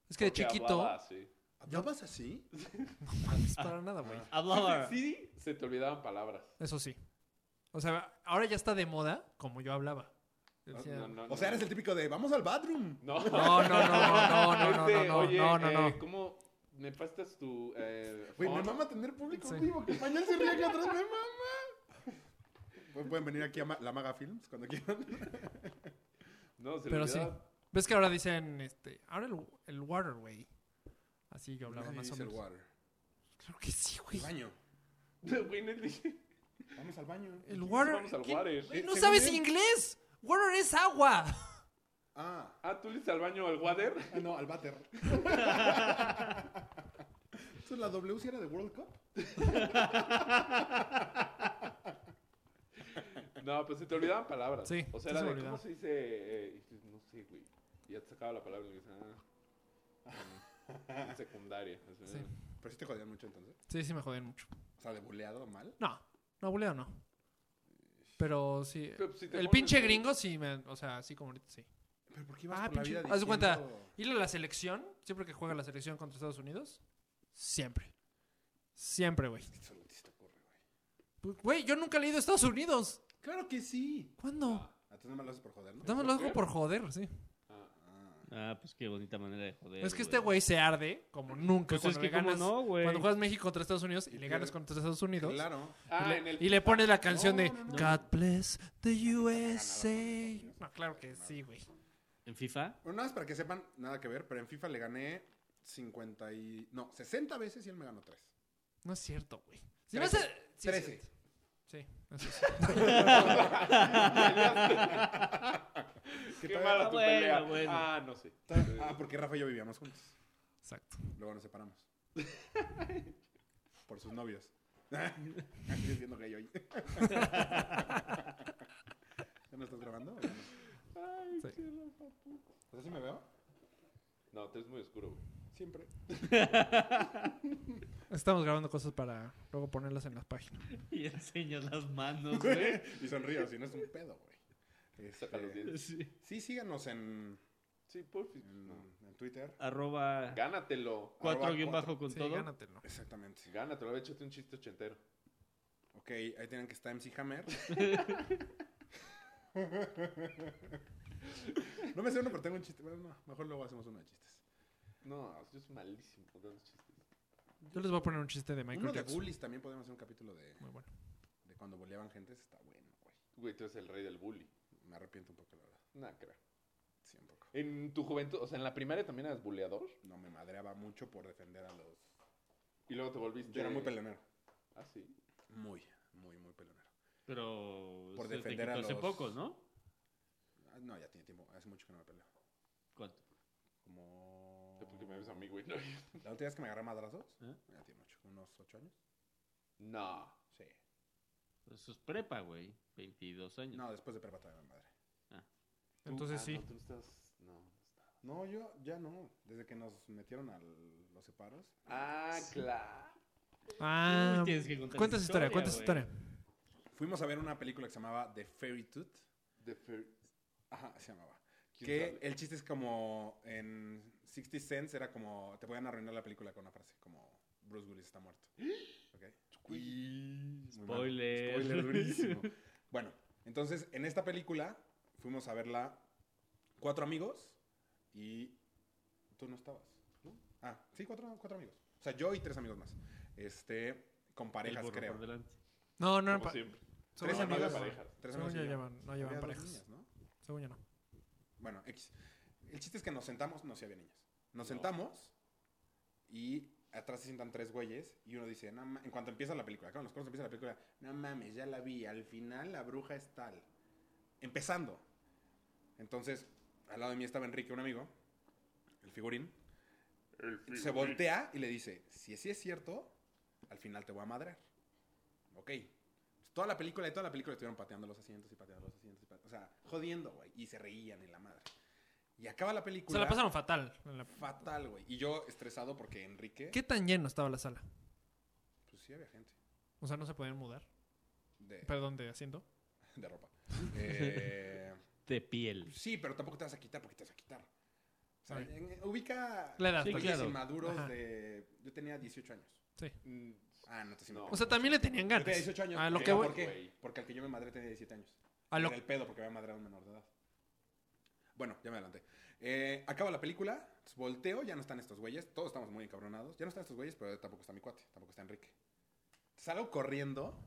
Speaker 3: Es que de
Speaker 5: Porque
Speaker 3: chiquito...
Speaker 5: hablaba así.
Speaker 4: ¿Hablabas así?
Speaker 3: mames, para nada, güey.
Speaker 2: Hablaba.
Speaker 5: Ah, Sí, se te olvidaban palabras.
Speaker 3: Eso sí. O sea, ahora ya está de moda como yo hablaba. Yo decía,
Speaker 5: Ah, No, no, no,
Speaker 4: O sea,
Speaker 5: no.
Speaker 4: eres el típico de vamos al bathroom.
Speaker 5: No,
Speaker 3: No, no, no, no, no, no,
Speaker 5: Este,
Speaker 3: no, no,
Speaker 5: oye,
Speaker 3: no, no, no.
Speaker 5: eh, ¿Cómo me pastas tu. Eh,
Speaker 4: Güey, me
Speaker 5: phone?
Speaker 4: mama tener público
Speaker 3: Oh, Sí.
Speaker 4: vivo. Que español se ríe acá atrás, me mama. Pues pueden venir aquí a Ma- la Maga Films cuando quieran.
Speaker 5: No, se
Speaker 3: Pero
Speaker 5: Pero
Speaker 3: sí.
Speaker 5: sí.
Speaker 3: ¿Ves que ahora dicen, este, ahora el, el waterway? Así yo hablaba
Speaker 4: Nadie
Speaker 3: más o
Speaker 4: dice el
Speaker 3: menos.
Speaker 4: water.
Speaker 3: Claro que sí,
Speaker 4: El
Speaker 3: güey.
Speaker 4: baño.
Speaker 5: Güey, Nelly,
Speaker 4: Vamos al baño.
Speaker 3: El
Speaker 5: Vamos
Speaker 3: water.
Speaker 5: al
Speaker 3: ¿qué?
Speaker 5: Juárez.
Speaker 3: Güey,
Speaker 4: Eh,
Speaker 3: No
Speaker 4: según
Speaker 3: sabes
Speaker 4: él-
Speaker 3: inglés. Water es agua.
Speaker 4: Ah,
Speaker 5: Ah, ¿tú le dices al baño al water?
Speaker 4: ah, no, al váter. Entonces, ¿la W si era de World Cup?
Speaker 5: No, pues se te olvidaban palabras.
Speaker 3: Sí,
Speaker 5: O
Speaker 3: sí
Speaker 5: sea, era
Speaker 3: se me
Speaker 5: de,
Speaker 3: olvidaba.
Speaker 5: ¿cómo se dice? Eh, y dices, no sé, güey. Y ya te sacaba la palabra y le dices, ah. en secundaria. o sea,
Speaker 3: Sí.
Speaker 4: Pero sí te jodían mucho entonces.
Speaker 3: Sí, sí me joden mucho.
Speaker 4: O sea, de buleado mal.
Speaker 3: No, no, buleo no. Pero sí.
Speaker 5: Pero, pues, si te
Speaker 3: el
Speaker 5: pones-
Speaker 3: pinche gringo sí me. O sea, sí como ahorita sí.
Speaker 4: Pero ¿por qué ibas
Speaker 3: Ah,
Speaker 4: por la
Speaker 3: pinche-
Speaker 4: vida
Speaker 3: haz de cuenta.
Speaker 4: diciendo-
Speaker 3: Y la selección, siempre que juega la selección contra Estados Unidos, siempre. Siempre, güey.
Speaker 4: Es que solo a ti se te ocurre, güey.
Speaker 3: Pues, Güey, yo nunca le he ido a Estados Unidos.
Speaker 4: Claro que sí.
Speaker 3: ¿Cuándo?
Speaker 4: Ah, Entonces no me lo haces por joder, ¿no?
Speaker 3: Dame lo hago por joder, sí.
Speaker 5: Ah,
Speaker 4: Ah.
Speaker 2: Ah, pues qué bonita manera de joder.
Speaker 3: Es que este güey se arde como nunca
Speaker 2: Pues
Speaker 3: cuando
Speaker 2: es que
Speaker 3: le ganas.
Speaker 2: cómo no, güey.
Speaker 3: cuando juegas México contra Estados Unidos y
Speaker 4: Y
Speaker 3: le
Speaker 4: pierde.
Speaker 3: ganas contra Estados Unidos.
Speaker 4: Claro.
Speaker 5: Ah,
Speaker 3: le-
Speaker 5: en el.
Speaker 3: Y le pones la canción
Speaker 4: No,
Speaker 3: de
Speaker 4: no, no.
Speaker 3: God bless the USA.
Speaker 4: Unidos.
Speaker 3: No, claro que sí, güey.
Speaker 2: ¿En FIFA?
Speaker 4: Bueno, nada más para que sepan, nada que ver, pero en FIFA le gané 50 y... No, 60 veces y él me ganó 3.
Speaker 3: No es cierto, güey. Si
Speaker 4: Trece.
Speaker 3: vas a... sí, es
Speaker 4: Trece.
Speaker 3: cierto. Sí, eso sí.
Speaker 5: Ah, Qué,
Speaker 4: todavía-
Speaker 5: mala tu
Speaker 2: Bueno,
Speaker 5: pelea.
Speaker 2: bueno.
Speaker 5: Ah, no sé.
Speaker 4: Ah, porque Rafa y yo vivíamos juntos.
Speaker 3: Exacto.
Speaker 4: Luego nos separamos. Por sus novios. Estoy siendo gay hoy. ¿Ya me estás grabando? o ya no?
Speaker 3: Sí.
Speaker 4: O sea, ¿sí me veo?
Speaker 5: No, te es muy oscuro, güey.
Speaker 4: Siempre.
Speaker 3: Estamos grabando cosas para luego ponerlas en las páginas.
Speaker 2: Y enseñas las manos, güey.
Speaker 4: y sonrío, si no es un pedo, güey. Este,
Speaker 5: Saca los dientes.
Speaker 2: Sí.
Speaker 4: Sí, síganos en,
Speaker 5: Sí, porfis.
Speaker 4: en,
Speaker 5: No.
Speaker 4: en Twitter.
Speaker 2: Arroba
Speaker 5: Gánatelo. Ah,
Speaker 4: Arroba
Speaker 2: 4 guión
Speaker 4: cuatro.
Speaker 2: bajo con
Speaker 3: Sí,
Speaker 2: todo.
Speaker 3: gánatelo.
Speaker 4: Exactamente.
Speaker 5: Gánatelo. Había hecho un chiste ochentero.
Speaker 4: Ok, ahí tienen que estar MC Hammer. no me sé uno, pero tengo un chiste. Bueno, no, mejor luego hacemos uno de chistes.
Speaker 5: No, yo soy malísimo contando chistes.
Speaker 3: Yo les voy a poner un chiste de Michael
Speaker 4: uno de
Speaker 3: Jackson.
Speaker 4: bullies también podemos hacer un capítulo de,
Speaker 3: Muy bueno.
Speaker 4: de cuando boleaban gente. Está bueno, güey.
Speaker 5: Güey, tú eres el rey del bully.
Speaker 4: Me arrepiento un poco, la verdad.
Speaker 5: Nah, creo.
Speaker 4: Sí, un poco.
Speaker 5: En tu juventud, o sea, en la primaria también eras buleador.
Speaker 4: No me madreaba mucho por defender a los.
Speaker 5: Y luego te volviste.
Speaker 4: Yo era muy peleonero.
Speaker 5: Ah, sí.
Speaker 4: Muy, muy, muy peleonero.
Speaker 2: Pero.
Speaker 4: Por
Speaker 2: se te
Speaker 4: defender a
Speaker 2: quitó Hace
Speaker 4: los-
Speaker 2: poco, ¿no?
Speaker 4: Ah, No, ya tiene tiempo. Hace mucho que no me peleo.
Speaker 2: ¿Cuánto?
Speaker 4: Como.
Speaker 5: Porque me ves a mí, güey. No.
Speaker 4: La última vez que me agarré a madrazos,
Speaker 2: ¿Eh?
Speaker 4: ya tiene mucho. ¿Unos ocho años?
Speaker 5: No.
Speaker 4: Sí.
Speaker 2: Eso es prepa, güey. 22 años.
Speaker 4: No, después de prepa también me madre.
Speaker 5: Tú-
Speaker 3: Entonces
Speaker 5: ah,
Speaker 3: sí.
Speaker 5: No, tú no estás. No, no estás.
Speaker 4: No, yo ya no. Desde que nos metieron a los separos.
Speaker 5: Ah, claro.
Speaker 3: Ah,
Speaker 2: Uy, tienes que contar
Speaker 3: cuenta
Speaker 2: la
Speaker 3: esa historia,
Speaker 2: historia,
Speaker 3: cuenta esa
Speaker 2: güey.
Speaker 3: historia.
Speaker 4: Fuimos a ver una película que se llamaba The Fairy Tooth.
Speaker 5: The Fair.
Speaker 4: Ajá, se llamaba.
Speaker 5: ¿Quién
Speaker 4: Que
Speaker 5: sabe?
Speaker 4: el chiste es como en 60 Cents era como te podían arruinar la película con una frase como Bruce Willis está muerto. ¿Ok? Y- muy malo.
Speaker 2: Spoiler.
Speaker 4: Spoiler durísimo. Bueno, entonces en esta película fuimos a verla cuatro amigos y tú no estabas, ¿no? Ah, sí, cuatro, cuatro amigos. O sea, yo y tres amigos más. Este, con parejas,
Speaker 2: El burro
Speaker 4: creo.
Speaker 2: por delante.
Speaker 3: No, no eran
Speaker 5: Como
Speaker 3: pa-
Speaker 5: siempre.
Speaker 4: Tres
Speaker 3: Según yo
Speaker 4: amigos.
Speaker 3: no.
Speaker 5: parejas.
Speaker 4: Tres
Speaker 3: Según
Speaker 4: amigos.
Speaker 3: yo
Speaker 4: y yo.
Speaker 3: llevan, no llevan
Speaker 4: Había dos
Speaker 3: parejas.
Speaker 4: niñas, ¿no?
Speaker 3: Según yo no.
Speaker 4: Bueno, X. El chiste es que nos sentamos, no si había niñas. Nos sentamos y atrás se sientan tres güeyes y uno dice, no ma-". en cuanto empieza la película, cuando los cuernos empieza la película, no mames, ya la vi, al final la bruja es tal. Empezando. Entonces, al lado de mí estaba Enrique, un amigo, el figurín, se voltea y le dice, si así es cierto, al final te voy a madrear. Ok. Pues toda la película y toda la película estuvieron pateando los asientos y pateando los asientos. Y pateando, o sea, jodiendo, güey. Y se reían en la madre. Y acaba la película.
Speaker 3: Se la pasaron fatal. en la-
Speaker 4: Fatal, güey. Y yo estresado porque Enrique.
Speaker 3: ¿Qué tan lleno estaba la sala?
Speaker 4: Pues sí, había gente.
Speaker 3: O sea, no se podían mudar.
Speaker 4: De,
Speaker 3: Perdón, de asiento.
Speaker 4: de ropa. Eh,
Speaker 2: De piel.
Speaker 4: sí, pero tampoco te vas a quitar porque te vas a quitar. O sea,
Speaker 3: Ay.
Speaker 4: en- en- ubica.
Speaker 3: La edad,
Speaker 2: Sí,
Speaker 3: también.
Speaker 2: claro.
Speaker 4: inmaduros
Speaker 3: Ajá.
Speaker 4: de. Yo tenía 18 años.
Speaker 3: Sí.
Speaker 5: Mm,
Speaker 4: Ah, no te siento.
Speaker 5: No.
Speaker 4: tan
Speaker 3: O sea, también le tenían
Speaker 4: Yo
Speaker 3: ganas.
Speaker 4: tenía 18 años.
Speaker 3: A lo
Speaker 4: ¿Por
Speaker 3: que
Speaker 4: qué?
Speaker 3: voy.
Speaker 4: ¿Por qué?
Speaker 5: Güey.
Speaker 4: Porque al que yo me madré tenía 17 años.
Speaker 3: A lo,
Speaker 4: Era el pedo porque había madrado a un menor de edad. Bueno, ya me adelanté. Eh, acaba la película, volteo, ya no están estos güeyes, todos estamos muy encabronados. Ya no están estos güeyes, pero tampoco está mi cuate, tampoco está Enrique. Salgo corriendo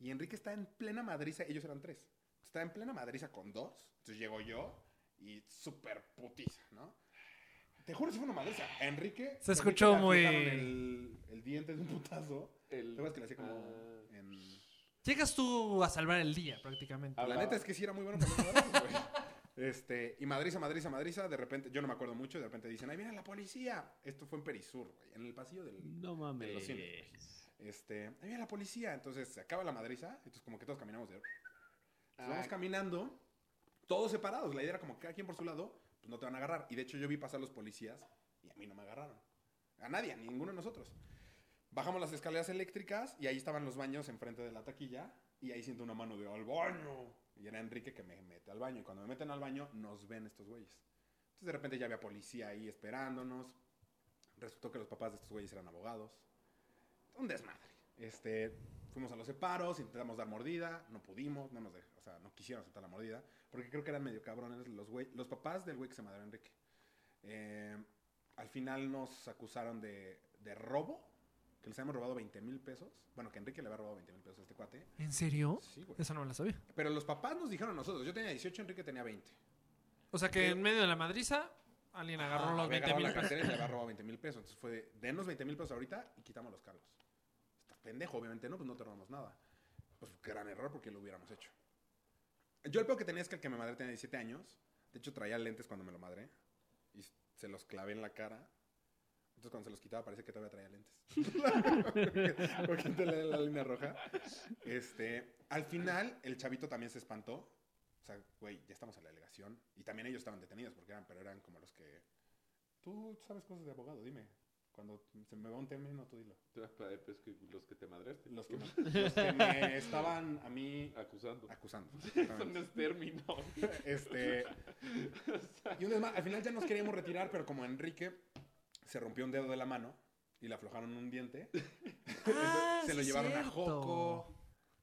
Speaker 4: y Enrique está en plena madriza, ellos eran tres. Está en plena madriza con dos, entonces llego yo y súper putiza, ¿no? Te juro, si fue una madriza. A Enrique.
Speaker 3: Se
Speaker 4: a Enrique
Speaker 3: escuchó
Speaker 4: le
Speaker 3: muy-
Speaker 4: aflojaron El, el diente de un putazo. ¿Te
Speaker 5: el-
Speaker 4: acuerdas que le hacía como. eh.
Speaker 5: Ah.
Speaker 4: en-
Speaker 3: Llegas tú a salvar el día, prácticamente.
Speaker 5: Ah,
Speaker 4: la
Speaker 5: va.
Speaker 4: neta es que sí era muy bueno para los madrazos, güey. Este, y madriza, madriza, madriza, de repente, yo no me acuerdo mucho, de repente dicen, ahí viene la policía. Esto fue en Perisur, güey, en el pasillo del...
Speaker 2: No mames.
Speaker 4: Lo siento, güey. Este, ahí viene la policía. Entonces se acaba la madriza, entonces como que todos caminamos de... Entonces, vamos
Speaker 5: Ah,
Speaker 4: caminando, todos separados. La idea era como que cada quien por su lado, pues no te van a agarrar. Y de hecho yo vi pasar los policías y a mí no me agarraron. A nadie, a ninguno de nosotros. Bajamos las escaleras eléctricas y ahí estaban los baños enfrente de la taquilla. Y ahí siento una mano de al baño. Y era Enrique que me mete al baño. Y cuando me meten al baño, nos ven estos güeyes. Entonces de repente ya había policía ahí esperándonos. Resultó que los papás de estos güeyes eran abogados. Un desmadre. Este, fuimos a los separos, intentamos dar mordida, no pudimos, no nos dej- o sea, no quisieron aceptar la mordida, porque creo que eran medio cabrones los güey, los papás del güey que se madreó a Enrique. Eh, al final nos acusaron de, de robo, que les habíamos robado 20 mil pesos. Bueno, que Enrique le había robado 20 mil pesos a este cuate.
Speaker 3: ¿En serio?
Speaker 4: Sí, güey.
Speaker 3: Esa no me la sabía.
Speaker 4: Pero los papás nos dijeron a nosotros, yo tenía 18, Enrique tenía 20.
Speaker 3: O sea que
Speaker 4: Pero-
Speaker 3: en medio de la madriza, alguien agarró
Speaker 4: Ah,
Speaker 3: los
Speaker 4: había
Speaker 3: 20
Speaker 4: agarrado
Speaker 3: mil
Speaker 4: la
Speaker 3: pesos.
Speaker 4: cartera y le había robado 20 mil pesos. Entonces fue, de, denos 20 mil pesos ahorita y quitamos los cargos. Estás pendejo, obviamente no, pues no te robamos nada. Pues gran error porque lo hubiéramos hecho. Yo el peor que tenía es que el que me madre tenía 17 años. De hecho traía lentes cuando me lo madré. Y s- se los clavé en la cara. Entonces cuando se los quitaba parece que todavía traía lentes. porque te le la línea roja. Este, al final el chavito también se espantó. O sea, güey, ya estamos en la delegación. Y también ellos estaban detenidos porque eran, pero eran como los que Tú sabes cosas de abogado, dime. Cuando se me va un término, tú dilo.
Speaker 5: pues, que los que te madreaste.
Speaker 4: Los que, me, los que me estaban a mí
Speaker 5: Acusando.
Speaker 4: acusando.
Speaker 5: Eso no es término.
Speaker 4: Este, y un desma- al final ya nos queríamos retirar, pero como Enrique se rompió un dedo de la mano y le aflojaron un diente,
Speaker 3: Ah,
Speaker 4: se lo
Speaker 3: sí es
Speaker 4: llevaron a
Speaker 3: cierto.
Speaker 4: Joco.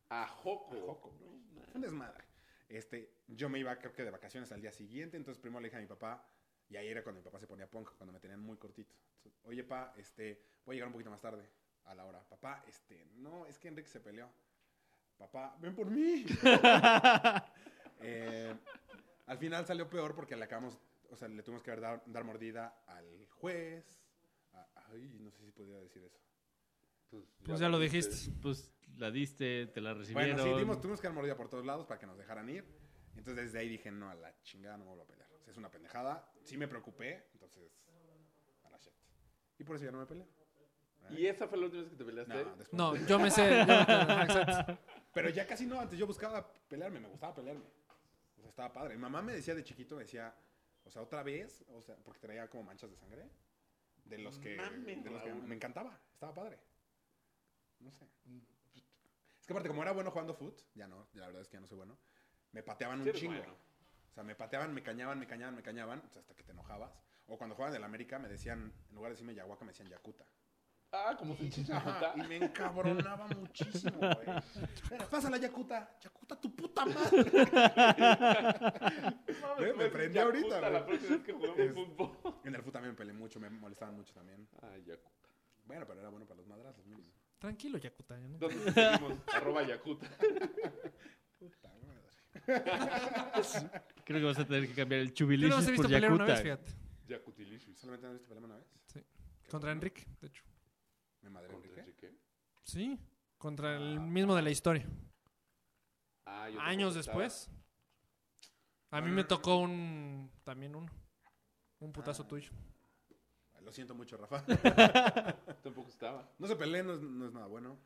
Speaker 5: A
Speaker 4: a
Speaker 5: Joco.
Speaker 4: Joco, güey. Fue un desmadre. Este, yo me iba, creo que de vacaciones al día siguiente, entonces primero le dije a mi papá, y ahí era cuando mi papá se ponía punk, cuando me tenían muy cortito. Entonces, Oye, pa, este, voy a llegar un poquito más tarde a la hora. Papá, este, no, es que Enrique se peleó. Papá, ven por mí. Eh, al final salió peor porque le acabamos, o sea, le tuvimos que dar, dar mordida al juez. a- ay, no sé si podía decir eso.
Speaker 3: Pues ya lo dijiste.
Speaker 2: Pues la diste, te la recibieron.
Speaker 4: Bueno, sí, dimos, tuvimos que dar mordida por todos lados para que nos dejaran ir. Entonces desde ahí dije, no, a la chingada no me vuelvo a pelear. O sea, es una pendejada. Sí me preocupé, entonces, a la shit. Y por eso ya no me peleo.
Speaker 5: ¿Y esa fue la última vez que te
Speaker 4: Ah. No,
Speaker 5: peleaste?
Speaker 4: después.
Speaker 3: No, yo me sé. yo- ajá, exacto.
Speaker 4: Pero ya casi no, antes yo buscaba pelearme, me gustaba pelearme. O sea, estaba padre. Mi mamá me decía de chiquito, me decía, o sea, otra vez, o sea, porque traía como manchas de sangre. De los que,
Speaker 5: Mames,
Speaker 4: de los que
Speaker 5: Raúl. Mm.
Speaker 4: me encantaba, estaba padre. No sé. Es que aparte, como era bueno jugando foot, ya no, la verdad es que ya no soy bueno, me pateaban
Speaker 5: Sí
Speaker 4: un
Speaker 5: eres
Speaker 4: chingo.
Speaker 5: bueno.
Speaker 4: O sea, me pateaban, me cañaban, me cañaban, me cañaban, o sea, hasta que te enojabas. O cuando jugaban del América me decían, en lugar de decirme Yahuaca, me decían Yakuta.
Speaker 5: Ah, como se Ah, chicha.
Speaker 4: Ajá, y me encabronaba muchísimo, güey. Era, Pásala, Yakuta. Yakuta, tu puta madre. Ve, me prendí ahorita,
Speaker 5: La
Speaker 4: güey.
Speaker 5: próxima vez que jugamos
Speaker 4: Es-
Speaker 5: fútbol. Ah,
Speaker 4: En el fútbol también me peleé mucho, me molestaban mucho también.
Speaker 5: Ay, Yakuta.
Speaker 4: Bueno, pero era bueno para los madrazos, mínimo.
Speaker 3: Tranquilo, Yakuta. ya no-
Speaker 5: ¿Dónde te seguimos? Arroba Yakuta.
Speaker 4: Puta madre.
Speaker 2: Creo que vas a tener que cambiar el
Speaker 3: Yo no
Speaker 2: chubilicious
Speaker 3: los he visto
Speaker 2: por
Speaker 3: pelear una
Speaker 2: Yakuta.
Speaker 3: vez, fíjate.
Speaker 5: Yakutilicious.
Speaker 4: ¿Solamente no viste pelearme una vez?
Speaker 3: Contra Enrique, de hecho.
Speaker 4: Me madre
Speaker 5: ¿Contra
Speaker 4: Enrique.
Speaker 5: Enrique?
Speaker 3: Sí, contra el mismo de la historia.
Speaker 5: Ah, yo
Speaker 3: Años
Speaker 5: tampoco estaba.
Speaker 3: después. A mí me tocó un. También uno. Un putazo
Speaker 4: Ah.
Speaker 3: tuyo.
Speaker 4: Lo siento mucho, Rafa.
Speaker 5: Tampoco estaba.
Speaker 4: No se peleen, no es, no es nada bueno.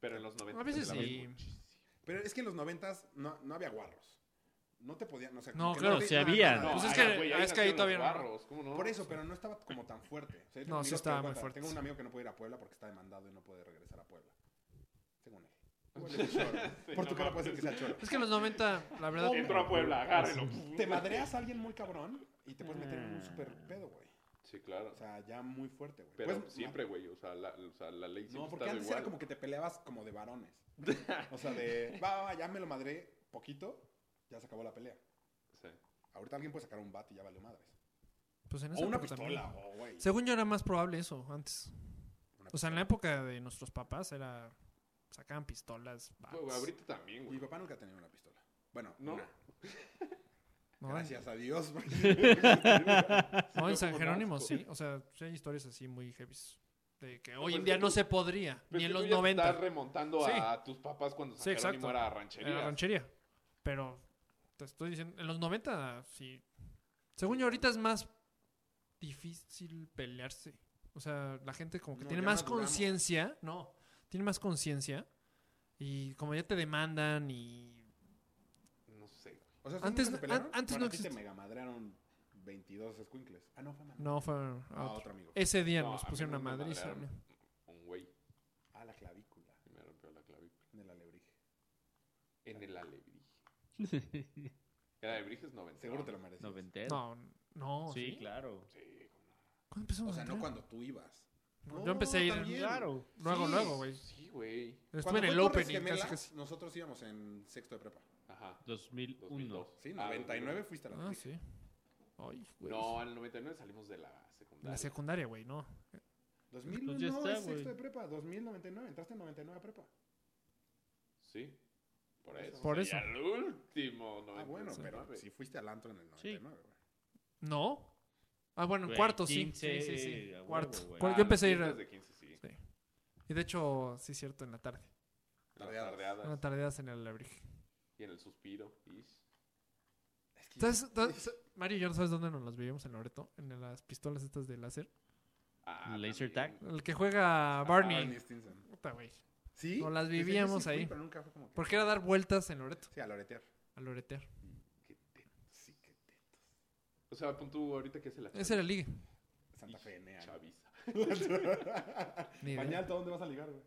Speaker 5: Pero en los 90.
Speaker 3: A veces
Speaker 5: la
Speaker 4: sí.
Speaker 5: ves muchísimo.
Speaker 4: Pero es que en los noventas no, no había guarros. No te podían, o sea,
Speaker 3: No,
Speaker 4: como que
Speaker 3: claro,
Speaker 4: te-
Speaker 2: sí había.
Speaker 5: No,
Speaker 3: Pues es
Speaker 5: ay,
Speaker 3: que-
Speaker 5: güey,
Speaker 3: es que ahí
Speaker 5: nacieron
Speaker 3: todavía
Speaker 5: los
Speaker 3: no.
Speaker 5: barros, ¿cómo no?
Speaker 4: Por eso, pero no estaba como tan fuerte. O sea, yo tengo
Speaker 3: No, sí
Speaker 4: amigos que
Speaker 3: estaba muy
Speaker 4: cuentan-
Speaker 3: fuerte.
Speaker 4: Tengo un amigo que no puede ir a Puebla porque está demandado y no puede regresar a Puebla. Según él. Igual es choro.
Speaker 5: Sí,
Speaker 4: Por
Speaker 5: no
Speaker 4: tu cara
Speaker 5: mames.
Speaker 4: puede ser que sea choro.
Speaker 3: Es que en los 90, la verdad.
Speaker 5: Entró a Puebla, agárrenlo.
Speaker 4: Te madreas a alguien muy cabrón y te puedes meter en un super
Speaker 3: Mm.
Speaker 4: pedo, güey.
Speaker 5: Sí, claro.
Speaker 4: O sea, ya muy fuerte, güey.
Speaker 5: Pero
Speaker 4: Puedes-
Speaker 5: siempre, güey. O, sea, la- o sea, la ley siempre
Speaker 4: No, porque
Speaker 5: estaba
Speaker 4: antes
Speaker 5: igual.
Speaker 4: era como que te peleabas como de varones. O sea, de, va, va, va, ya me lo madré poquito, ya se acabó la pelea.
Speaker 5: Sí.
Speaker 4: Ahorita alguien puede sacar un bat y ya valió madres.
Speaker 3: Pues en esa
Speaker 4: O una
Speaker 3: época
Speaker 4: pistola,
Speaker 3: también.
Speaker 4: o güey.
Speaker 3: Según yo era más probable eso antes.
Speaker 4: Una
Speaker 3: O sea, en la
Speaker 4: pistola.
Speaker 3: época de nuestros papás era. Sacaban pistolas.
Speaker 5: Güey,
Speaker 3: bats.
Speaker 5: ahorita también,
Speaker 4: Mi
Speaker 5: güey.
Speaker 4: papá nunca ha tenido una pistola. Bueno,
Speaker 5: ¿No?
Speaker 4: una.
Speaker 3: No, en-
Speaker 4: Gracias a Dios.
Speaker 3: no, en San
Speaker 5: como
Speaker 3: Jerónimo
Speaker 5: asco.
Speaker 3: sí. O sea, sí hay historias así muy heavy. De que hoy
Speaker 5: Pues
Speaker 3: en día
Speaker 5: que
Speaker 3: no
Speaker 5: tú-
Speaker 3: se podría.
Speaker 5: Pero
Speaker 3: Ni
Speaker 5: es
Speaker 3: en
Speaker 5: que tú
Speaker 3: los
Speaker 5: ya te Estás
Speaker 3: 90.
Speaker 5: remontando
Speaker 3: Sí.
Speaker 5: a tus papás cuando San
Speaker 3: Sí,
Speaker 5: Jerónimo
Speaker 3: exacto.
Speaker 5: era
Speaker 3: En la
Speaker 5: ranchería.
Speaker 3: ranchería. Pero te estoy diciendo, en los 90 sí. Según yo ahorita es más difícil pelearse. O sea, la gente como que
Speaker 4: No,
Speaker 3: tiene
Speaker 4: ya
Speaker 3: más
Speaker 4: maduramos.
Speaker 3: conciencia, no, tiene más conciencia y como ya te demandan y
Speaker 5: No sé, güey.
Speaker 4: O sea, ¿ustedes nunca
Speaker 3: Antes
Speaker 4: se
Speaker 3: no-
Speaker 4: pelearon?
Speaker 3: an- antes
Speaker 4: Bueno,
Speaker 3: no
Speaker 4: a ti te
Speaker 3: exist-
Speaker 4: mega madrearon 22 escuincles. Ah, no, fue mamá.
Speaker 3: no Eh. fue a
Speaker 4: Ah,
Speaker 3: otro.
Speaker 4: otro amigo.
Speaker 3: Ese día
Speaker 5: No,
Speaker 3: nos
Speaker 5: a mí
Speaker 3: pusieron
Speaker 5: no
Speaker 3: a
Speaker 5: me
Speaker 3: Madrid.
Speaker 5: madrearon. Un güey
Speaker 4: Ah, la clavícula.
Speaker 5: que me rompió la clavícula.
Speaker 4: En el alebrije.
Speaker 5: En el alebrije. El alebrije es 90.
Speaker 4: Seguro te lo mereces.
Speaker 2: Noventero.
Speaker 3: No, no.
Speaker 2: ¿Eh? sí, claro.
Speaker 5: Sí, cómo no.
Speaker 3: ¿Cuándo empezamos
Speaker 4: O sea,
Speaker 3: a
Speaker 4: no
Speaker 3: entrar?
Speaker 4: cuando tú ibas.
Speaker 3: No,
Speaker 4: No,
Speaker 3: Yo empecé a ir
Speaker 4: también.
Speaker 2: Claro.
Speaker 3: luego,
Speaker 4: Sí.
Speaker 3: luego, güey.
Speaker 5: Sí, güey.
Speaker 3: Estuve
Speaker 4: Cuando
Speaker 3: en
Speaker 4: fue
Speaker 3: el
Speaker 4: Torres
Speaker 3: opening casi
Speaker 4: Gemelas,
Speaker 3: casi.
Speaker 4: Nosotros íbamos en sexto de prepa.
Speaker 5: Ajá.
Speaker 2: 2001.
Speaker 5: 2002.
Speaker 4: Sí,
Speaker 5: Ah,
Speaker 4: 99 fuiste a la
Speaker 3: Ah,
Speaker 4: alebrije.
Speaker 3: sí. Ay, güey.
Speaker 5: No, en el 99 salimos de la secundaria.
Speaker 3: la secundaria, güey, no.
Speaker 4: 2000
Speaker 2: Pues ya
Speaker 4: no
Speaker 2: está,
Speaker 4: es sexto
Speaker 2: güey.
Speaker 4: de prepa. 2099. Entraste en 99 a prepa. Ah,
Speaker 5: Sí. Por eso.
Speaker 3: Por
Speaker 5: Y
Speaker 3: eso.
Speaker 5: al último. 99.
Speaker 4: Ah, bueno, pero
Speaker 5: güey.
Speaker 4: si fuiste al antro en el
Speaker 2: Sí.
Speaker 4: 99, güey.
Speaker 3: No. Ah, bueno, en
Speaker 2: Güey,
Speaker 3: cuarto, sí.
Speaker 2: 15
Speaker 3: sí. Sí, sí,
Speaker 2: a huevo,
Speaker 3: Cuarto.
Speaker 2: güey.
Speaker 3: Cuar-
Speaker 5: Ah,
Speaker 3: Pues Yo empecé a
Speaker 5: las
Speaker 3: ir.
Speaker 5: fiestas
Speaker 3: a-
Speaker 5: de 15, sí.
Speaker 3: Sí. Y de hecho, sí, es cierto, en la tarde.
Speaker 5: Las
Speaker 4: Tardeadas.
Speaker 5: tardeadas.
Speaker 3: Una tardeadas en el alebrije.
Speaker 5: Y en el suspiro. Ish.
Speaker 4: Es que-
Speaker 3: ¿Sabes, sabes- Mario y yo, ¿sabes dónde nos las vivimos en Loreto? En las pistolas estas de láser.
Speaker 5: Ah,
Speaker 2: Laser
Speaker 5: también.
Speaker 3: El que juega Barney.
Speaker 4: Barney Stinson.
Speaker 3: Puta, güey.
Speaker 4: ¿Sí?
Speaker 3: No, las
Speaker 4: Desde yo
Speaker 3: vivíamos
Speaker 4: sí fui,
Speaker 3: ahí.
Speaker 4: pero nunca fue como que-
Speaker 3: Porque era dar vueltas en Loreto,
Speaker 4: Sí, a loretear.
Speaker 3: a loretear.
Speaker 5: Qué tetos, sí, qué tetos. O sea, pon tú ahorita que es la
Speaker 3: Esa era la liga.
Speaker 4: Santa Fe, Nea.
Speaker 5: chaviza.
Speaker 3: Ni idea.
Speaker 4: Pañal, ¿tú ¿a dónde vas a ligar, güey?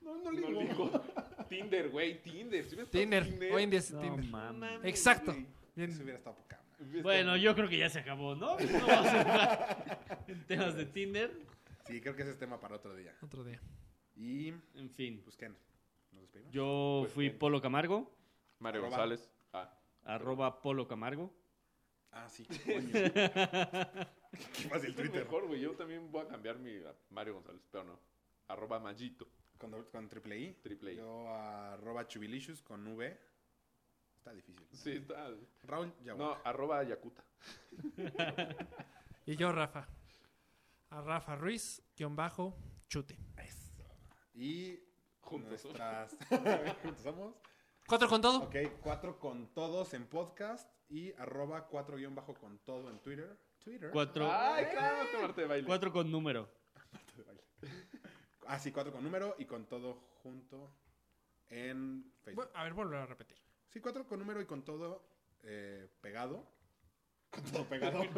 Speaker 4: No, no ligo.
Speaker 5: No digo. Tinder, güey, Tinder. Si hubiera estado
Speaker 3: Tinder. Hoy en día es
Speaker 2: No
Speaker 3: Tinder.
Speaker 2: mames.
Speaker 5: güey.
Speaker 3: Exacto.
Speaker 4: Eso
Speaker 3: Bien.
Speaker 4: hubiera estado poca madre.
Speaker 5: Hubiera
Speaker 2: Bueno,
Speaker 5: estado-
Speaker 2: yo creo que ya se acabó, ¿no? No vamos a entrar en temas de Tinder.
Speaker 4: Sí, creo que ese es tema para otro día.
Speaker 3: Otro día.
Speaker 4: Y,
Speaker 2: En fin.
Speaker 4: pues, ¿qué? ¿Nos despedimos?
Speaker 2: Yo
Speaker 5: Pues,
Speaker 2: fui
Speaker 5: ven.
Speaker 2: Polo Camargo,
Speaker 5: Mario
Speaker 4: Arroba.
Speaker 5: González. Ah.
Speaker 2: arroba Polo Camargo.
Speaker 4: Ah, sí, coño. ¿Qué pasa el
Speaker 5: Es
Speaker 4: Twitter?
Speaker 5: mejor, güey. Yo también voy a cambiar mi a Mario González, pero no. Arroba Mayito,
Speaker 4: Con, con triple I.
Speaker 5: triple I.
Speaker 4: Yo arroba chubilicious con V. Está difícil.
Speaker 5: Sí, está.
Speaker 4: Raúl Yaguac.
Speaker 5: No, arroba Yakuta.
Speaker 3: Y yo, Rafa. A Rafa Ruiz, guión bajo, chute.
Speaker 4: Eso. Y
Speaker 5: Juntos.
Speaker 4: nuestras... ¿Juntos somos?
Speaker 3: ¿Cuatro con todo?
Speaker 4: Ok, cuatro con todos en podcast y arroba cuatro guión bajo con todo en Twitter. Twitter.
Speaker 2: Cuatro,
Speaker 5: Ay, claro, que Marte de baile.
Speaker 2: cuatro con número.
Speaker 4: Ah, sí, cuatro con número y con todo junto en Facebook.
Speaker 3: Bu- A ver, volver a repetir.
Speaker 4: Sí, cuatro con número y con todo eh, pegado. Con todo pegado.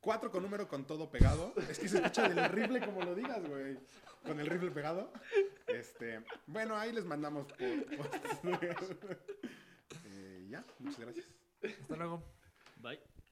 Speaker 4: cuatro con número con todo pegado. Es que se escucha del rifle como lo digas, güey. Con el rifle pegado. Este, bueno, ahí les mandamos por- por- Eh, ya, muchas gracias.
Speaker 3: Hasta luego.
Speaker 2: Bye.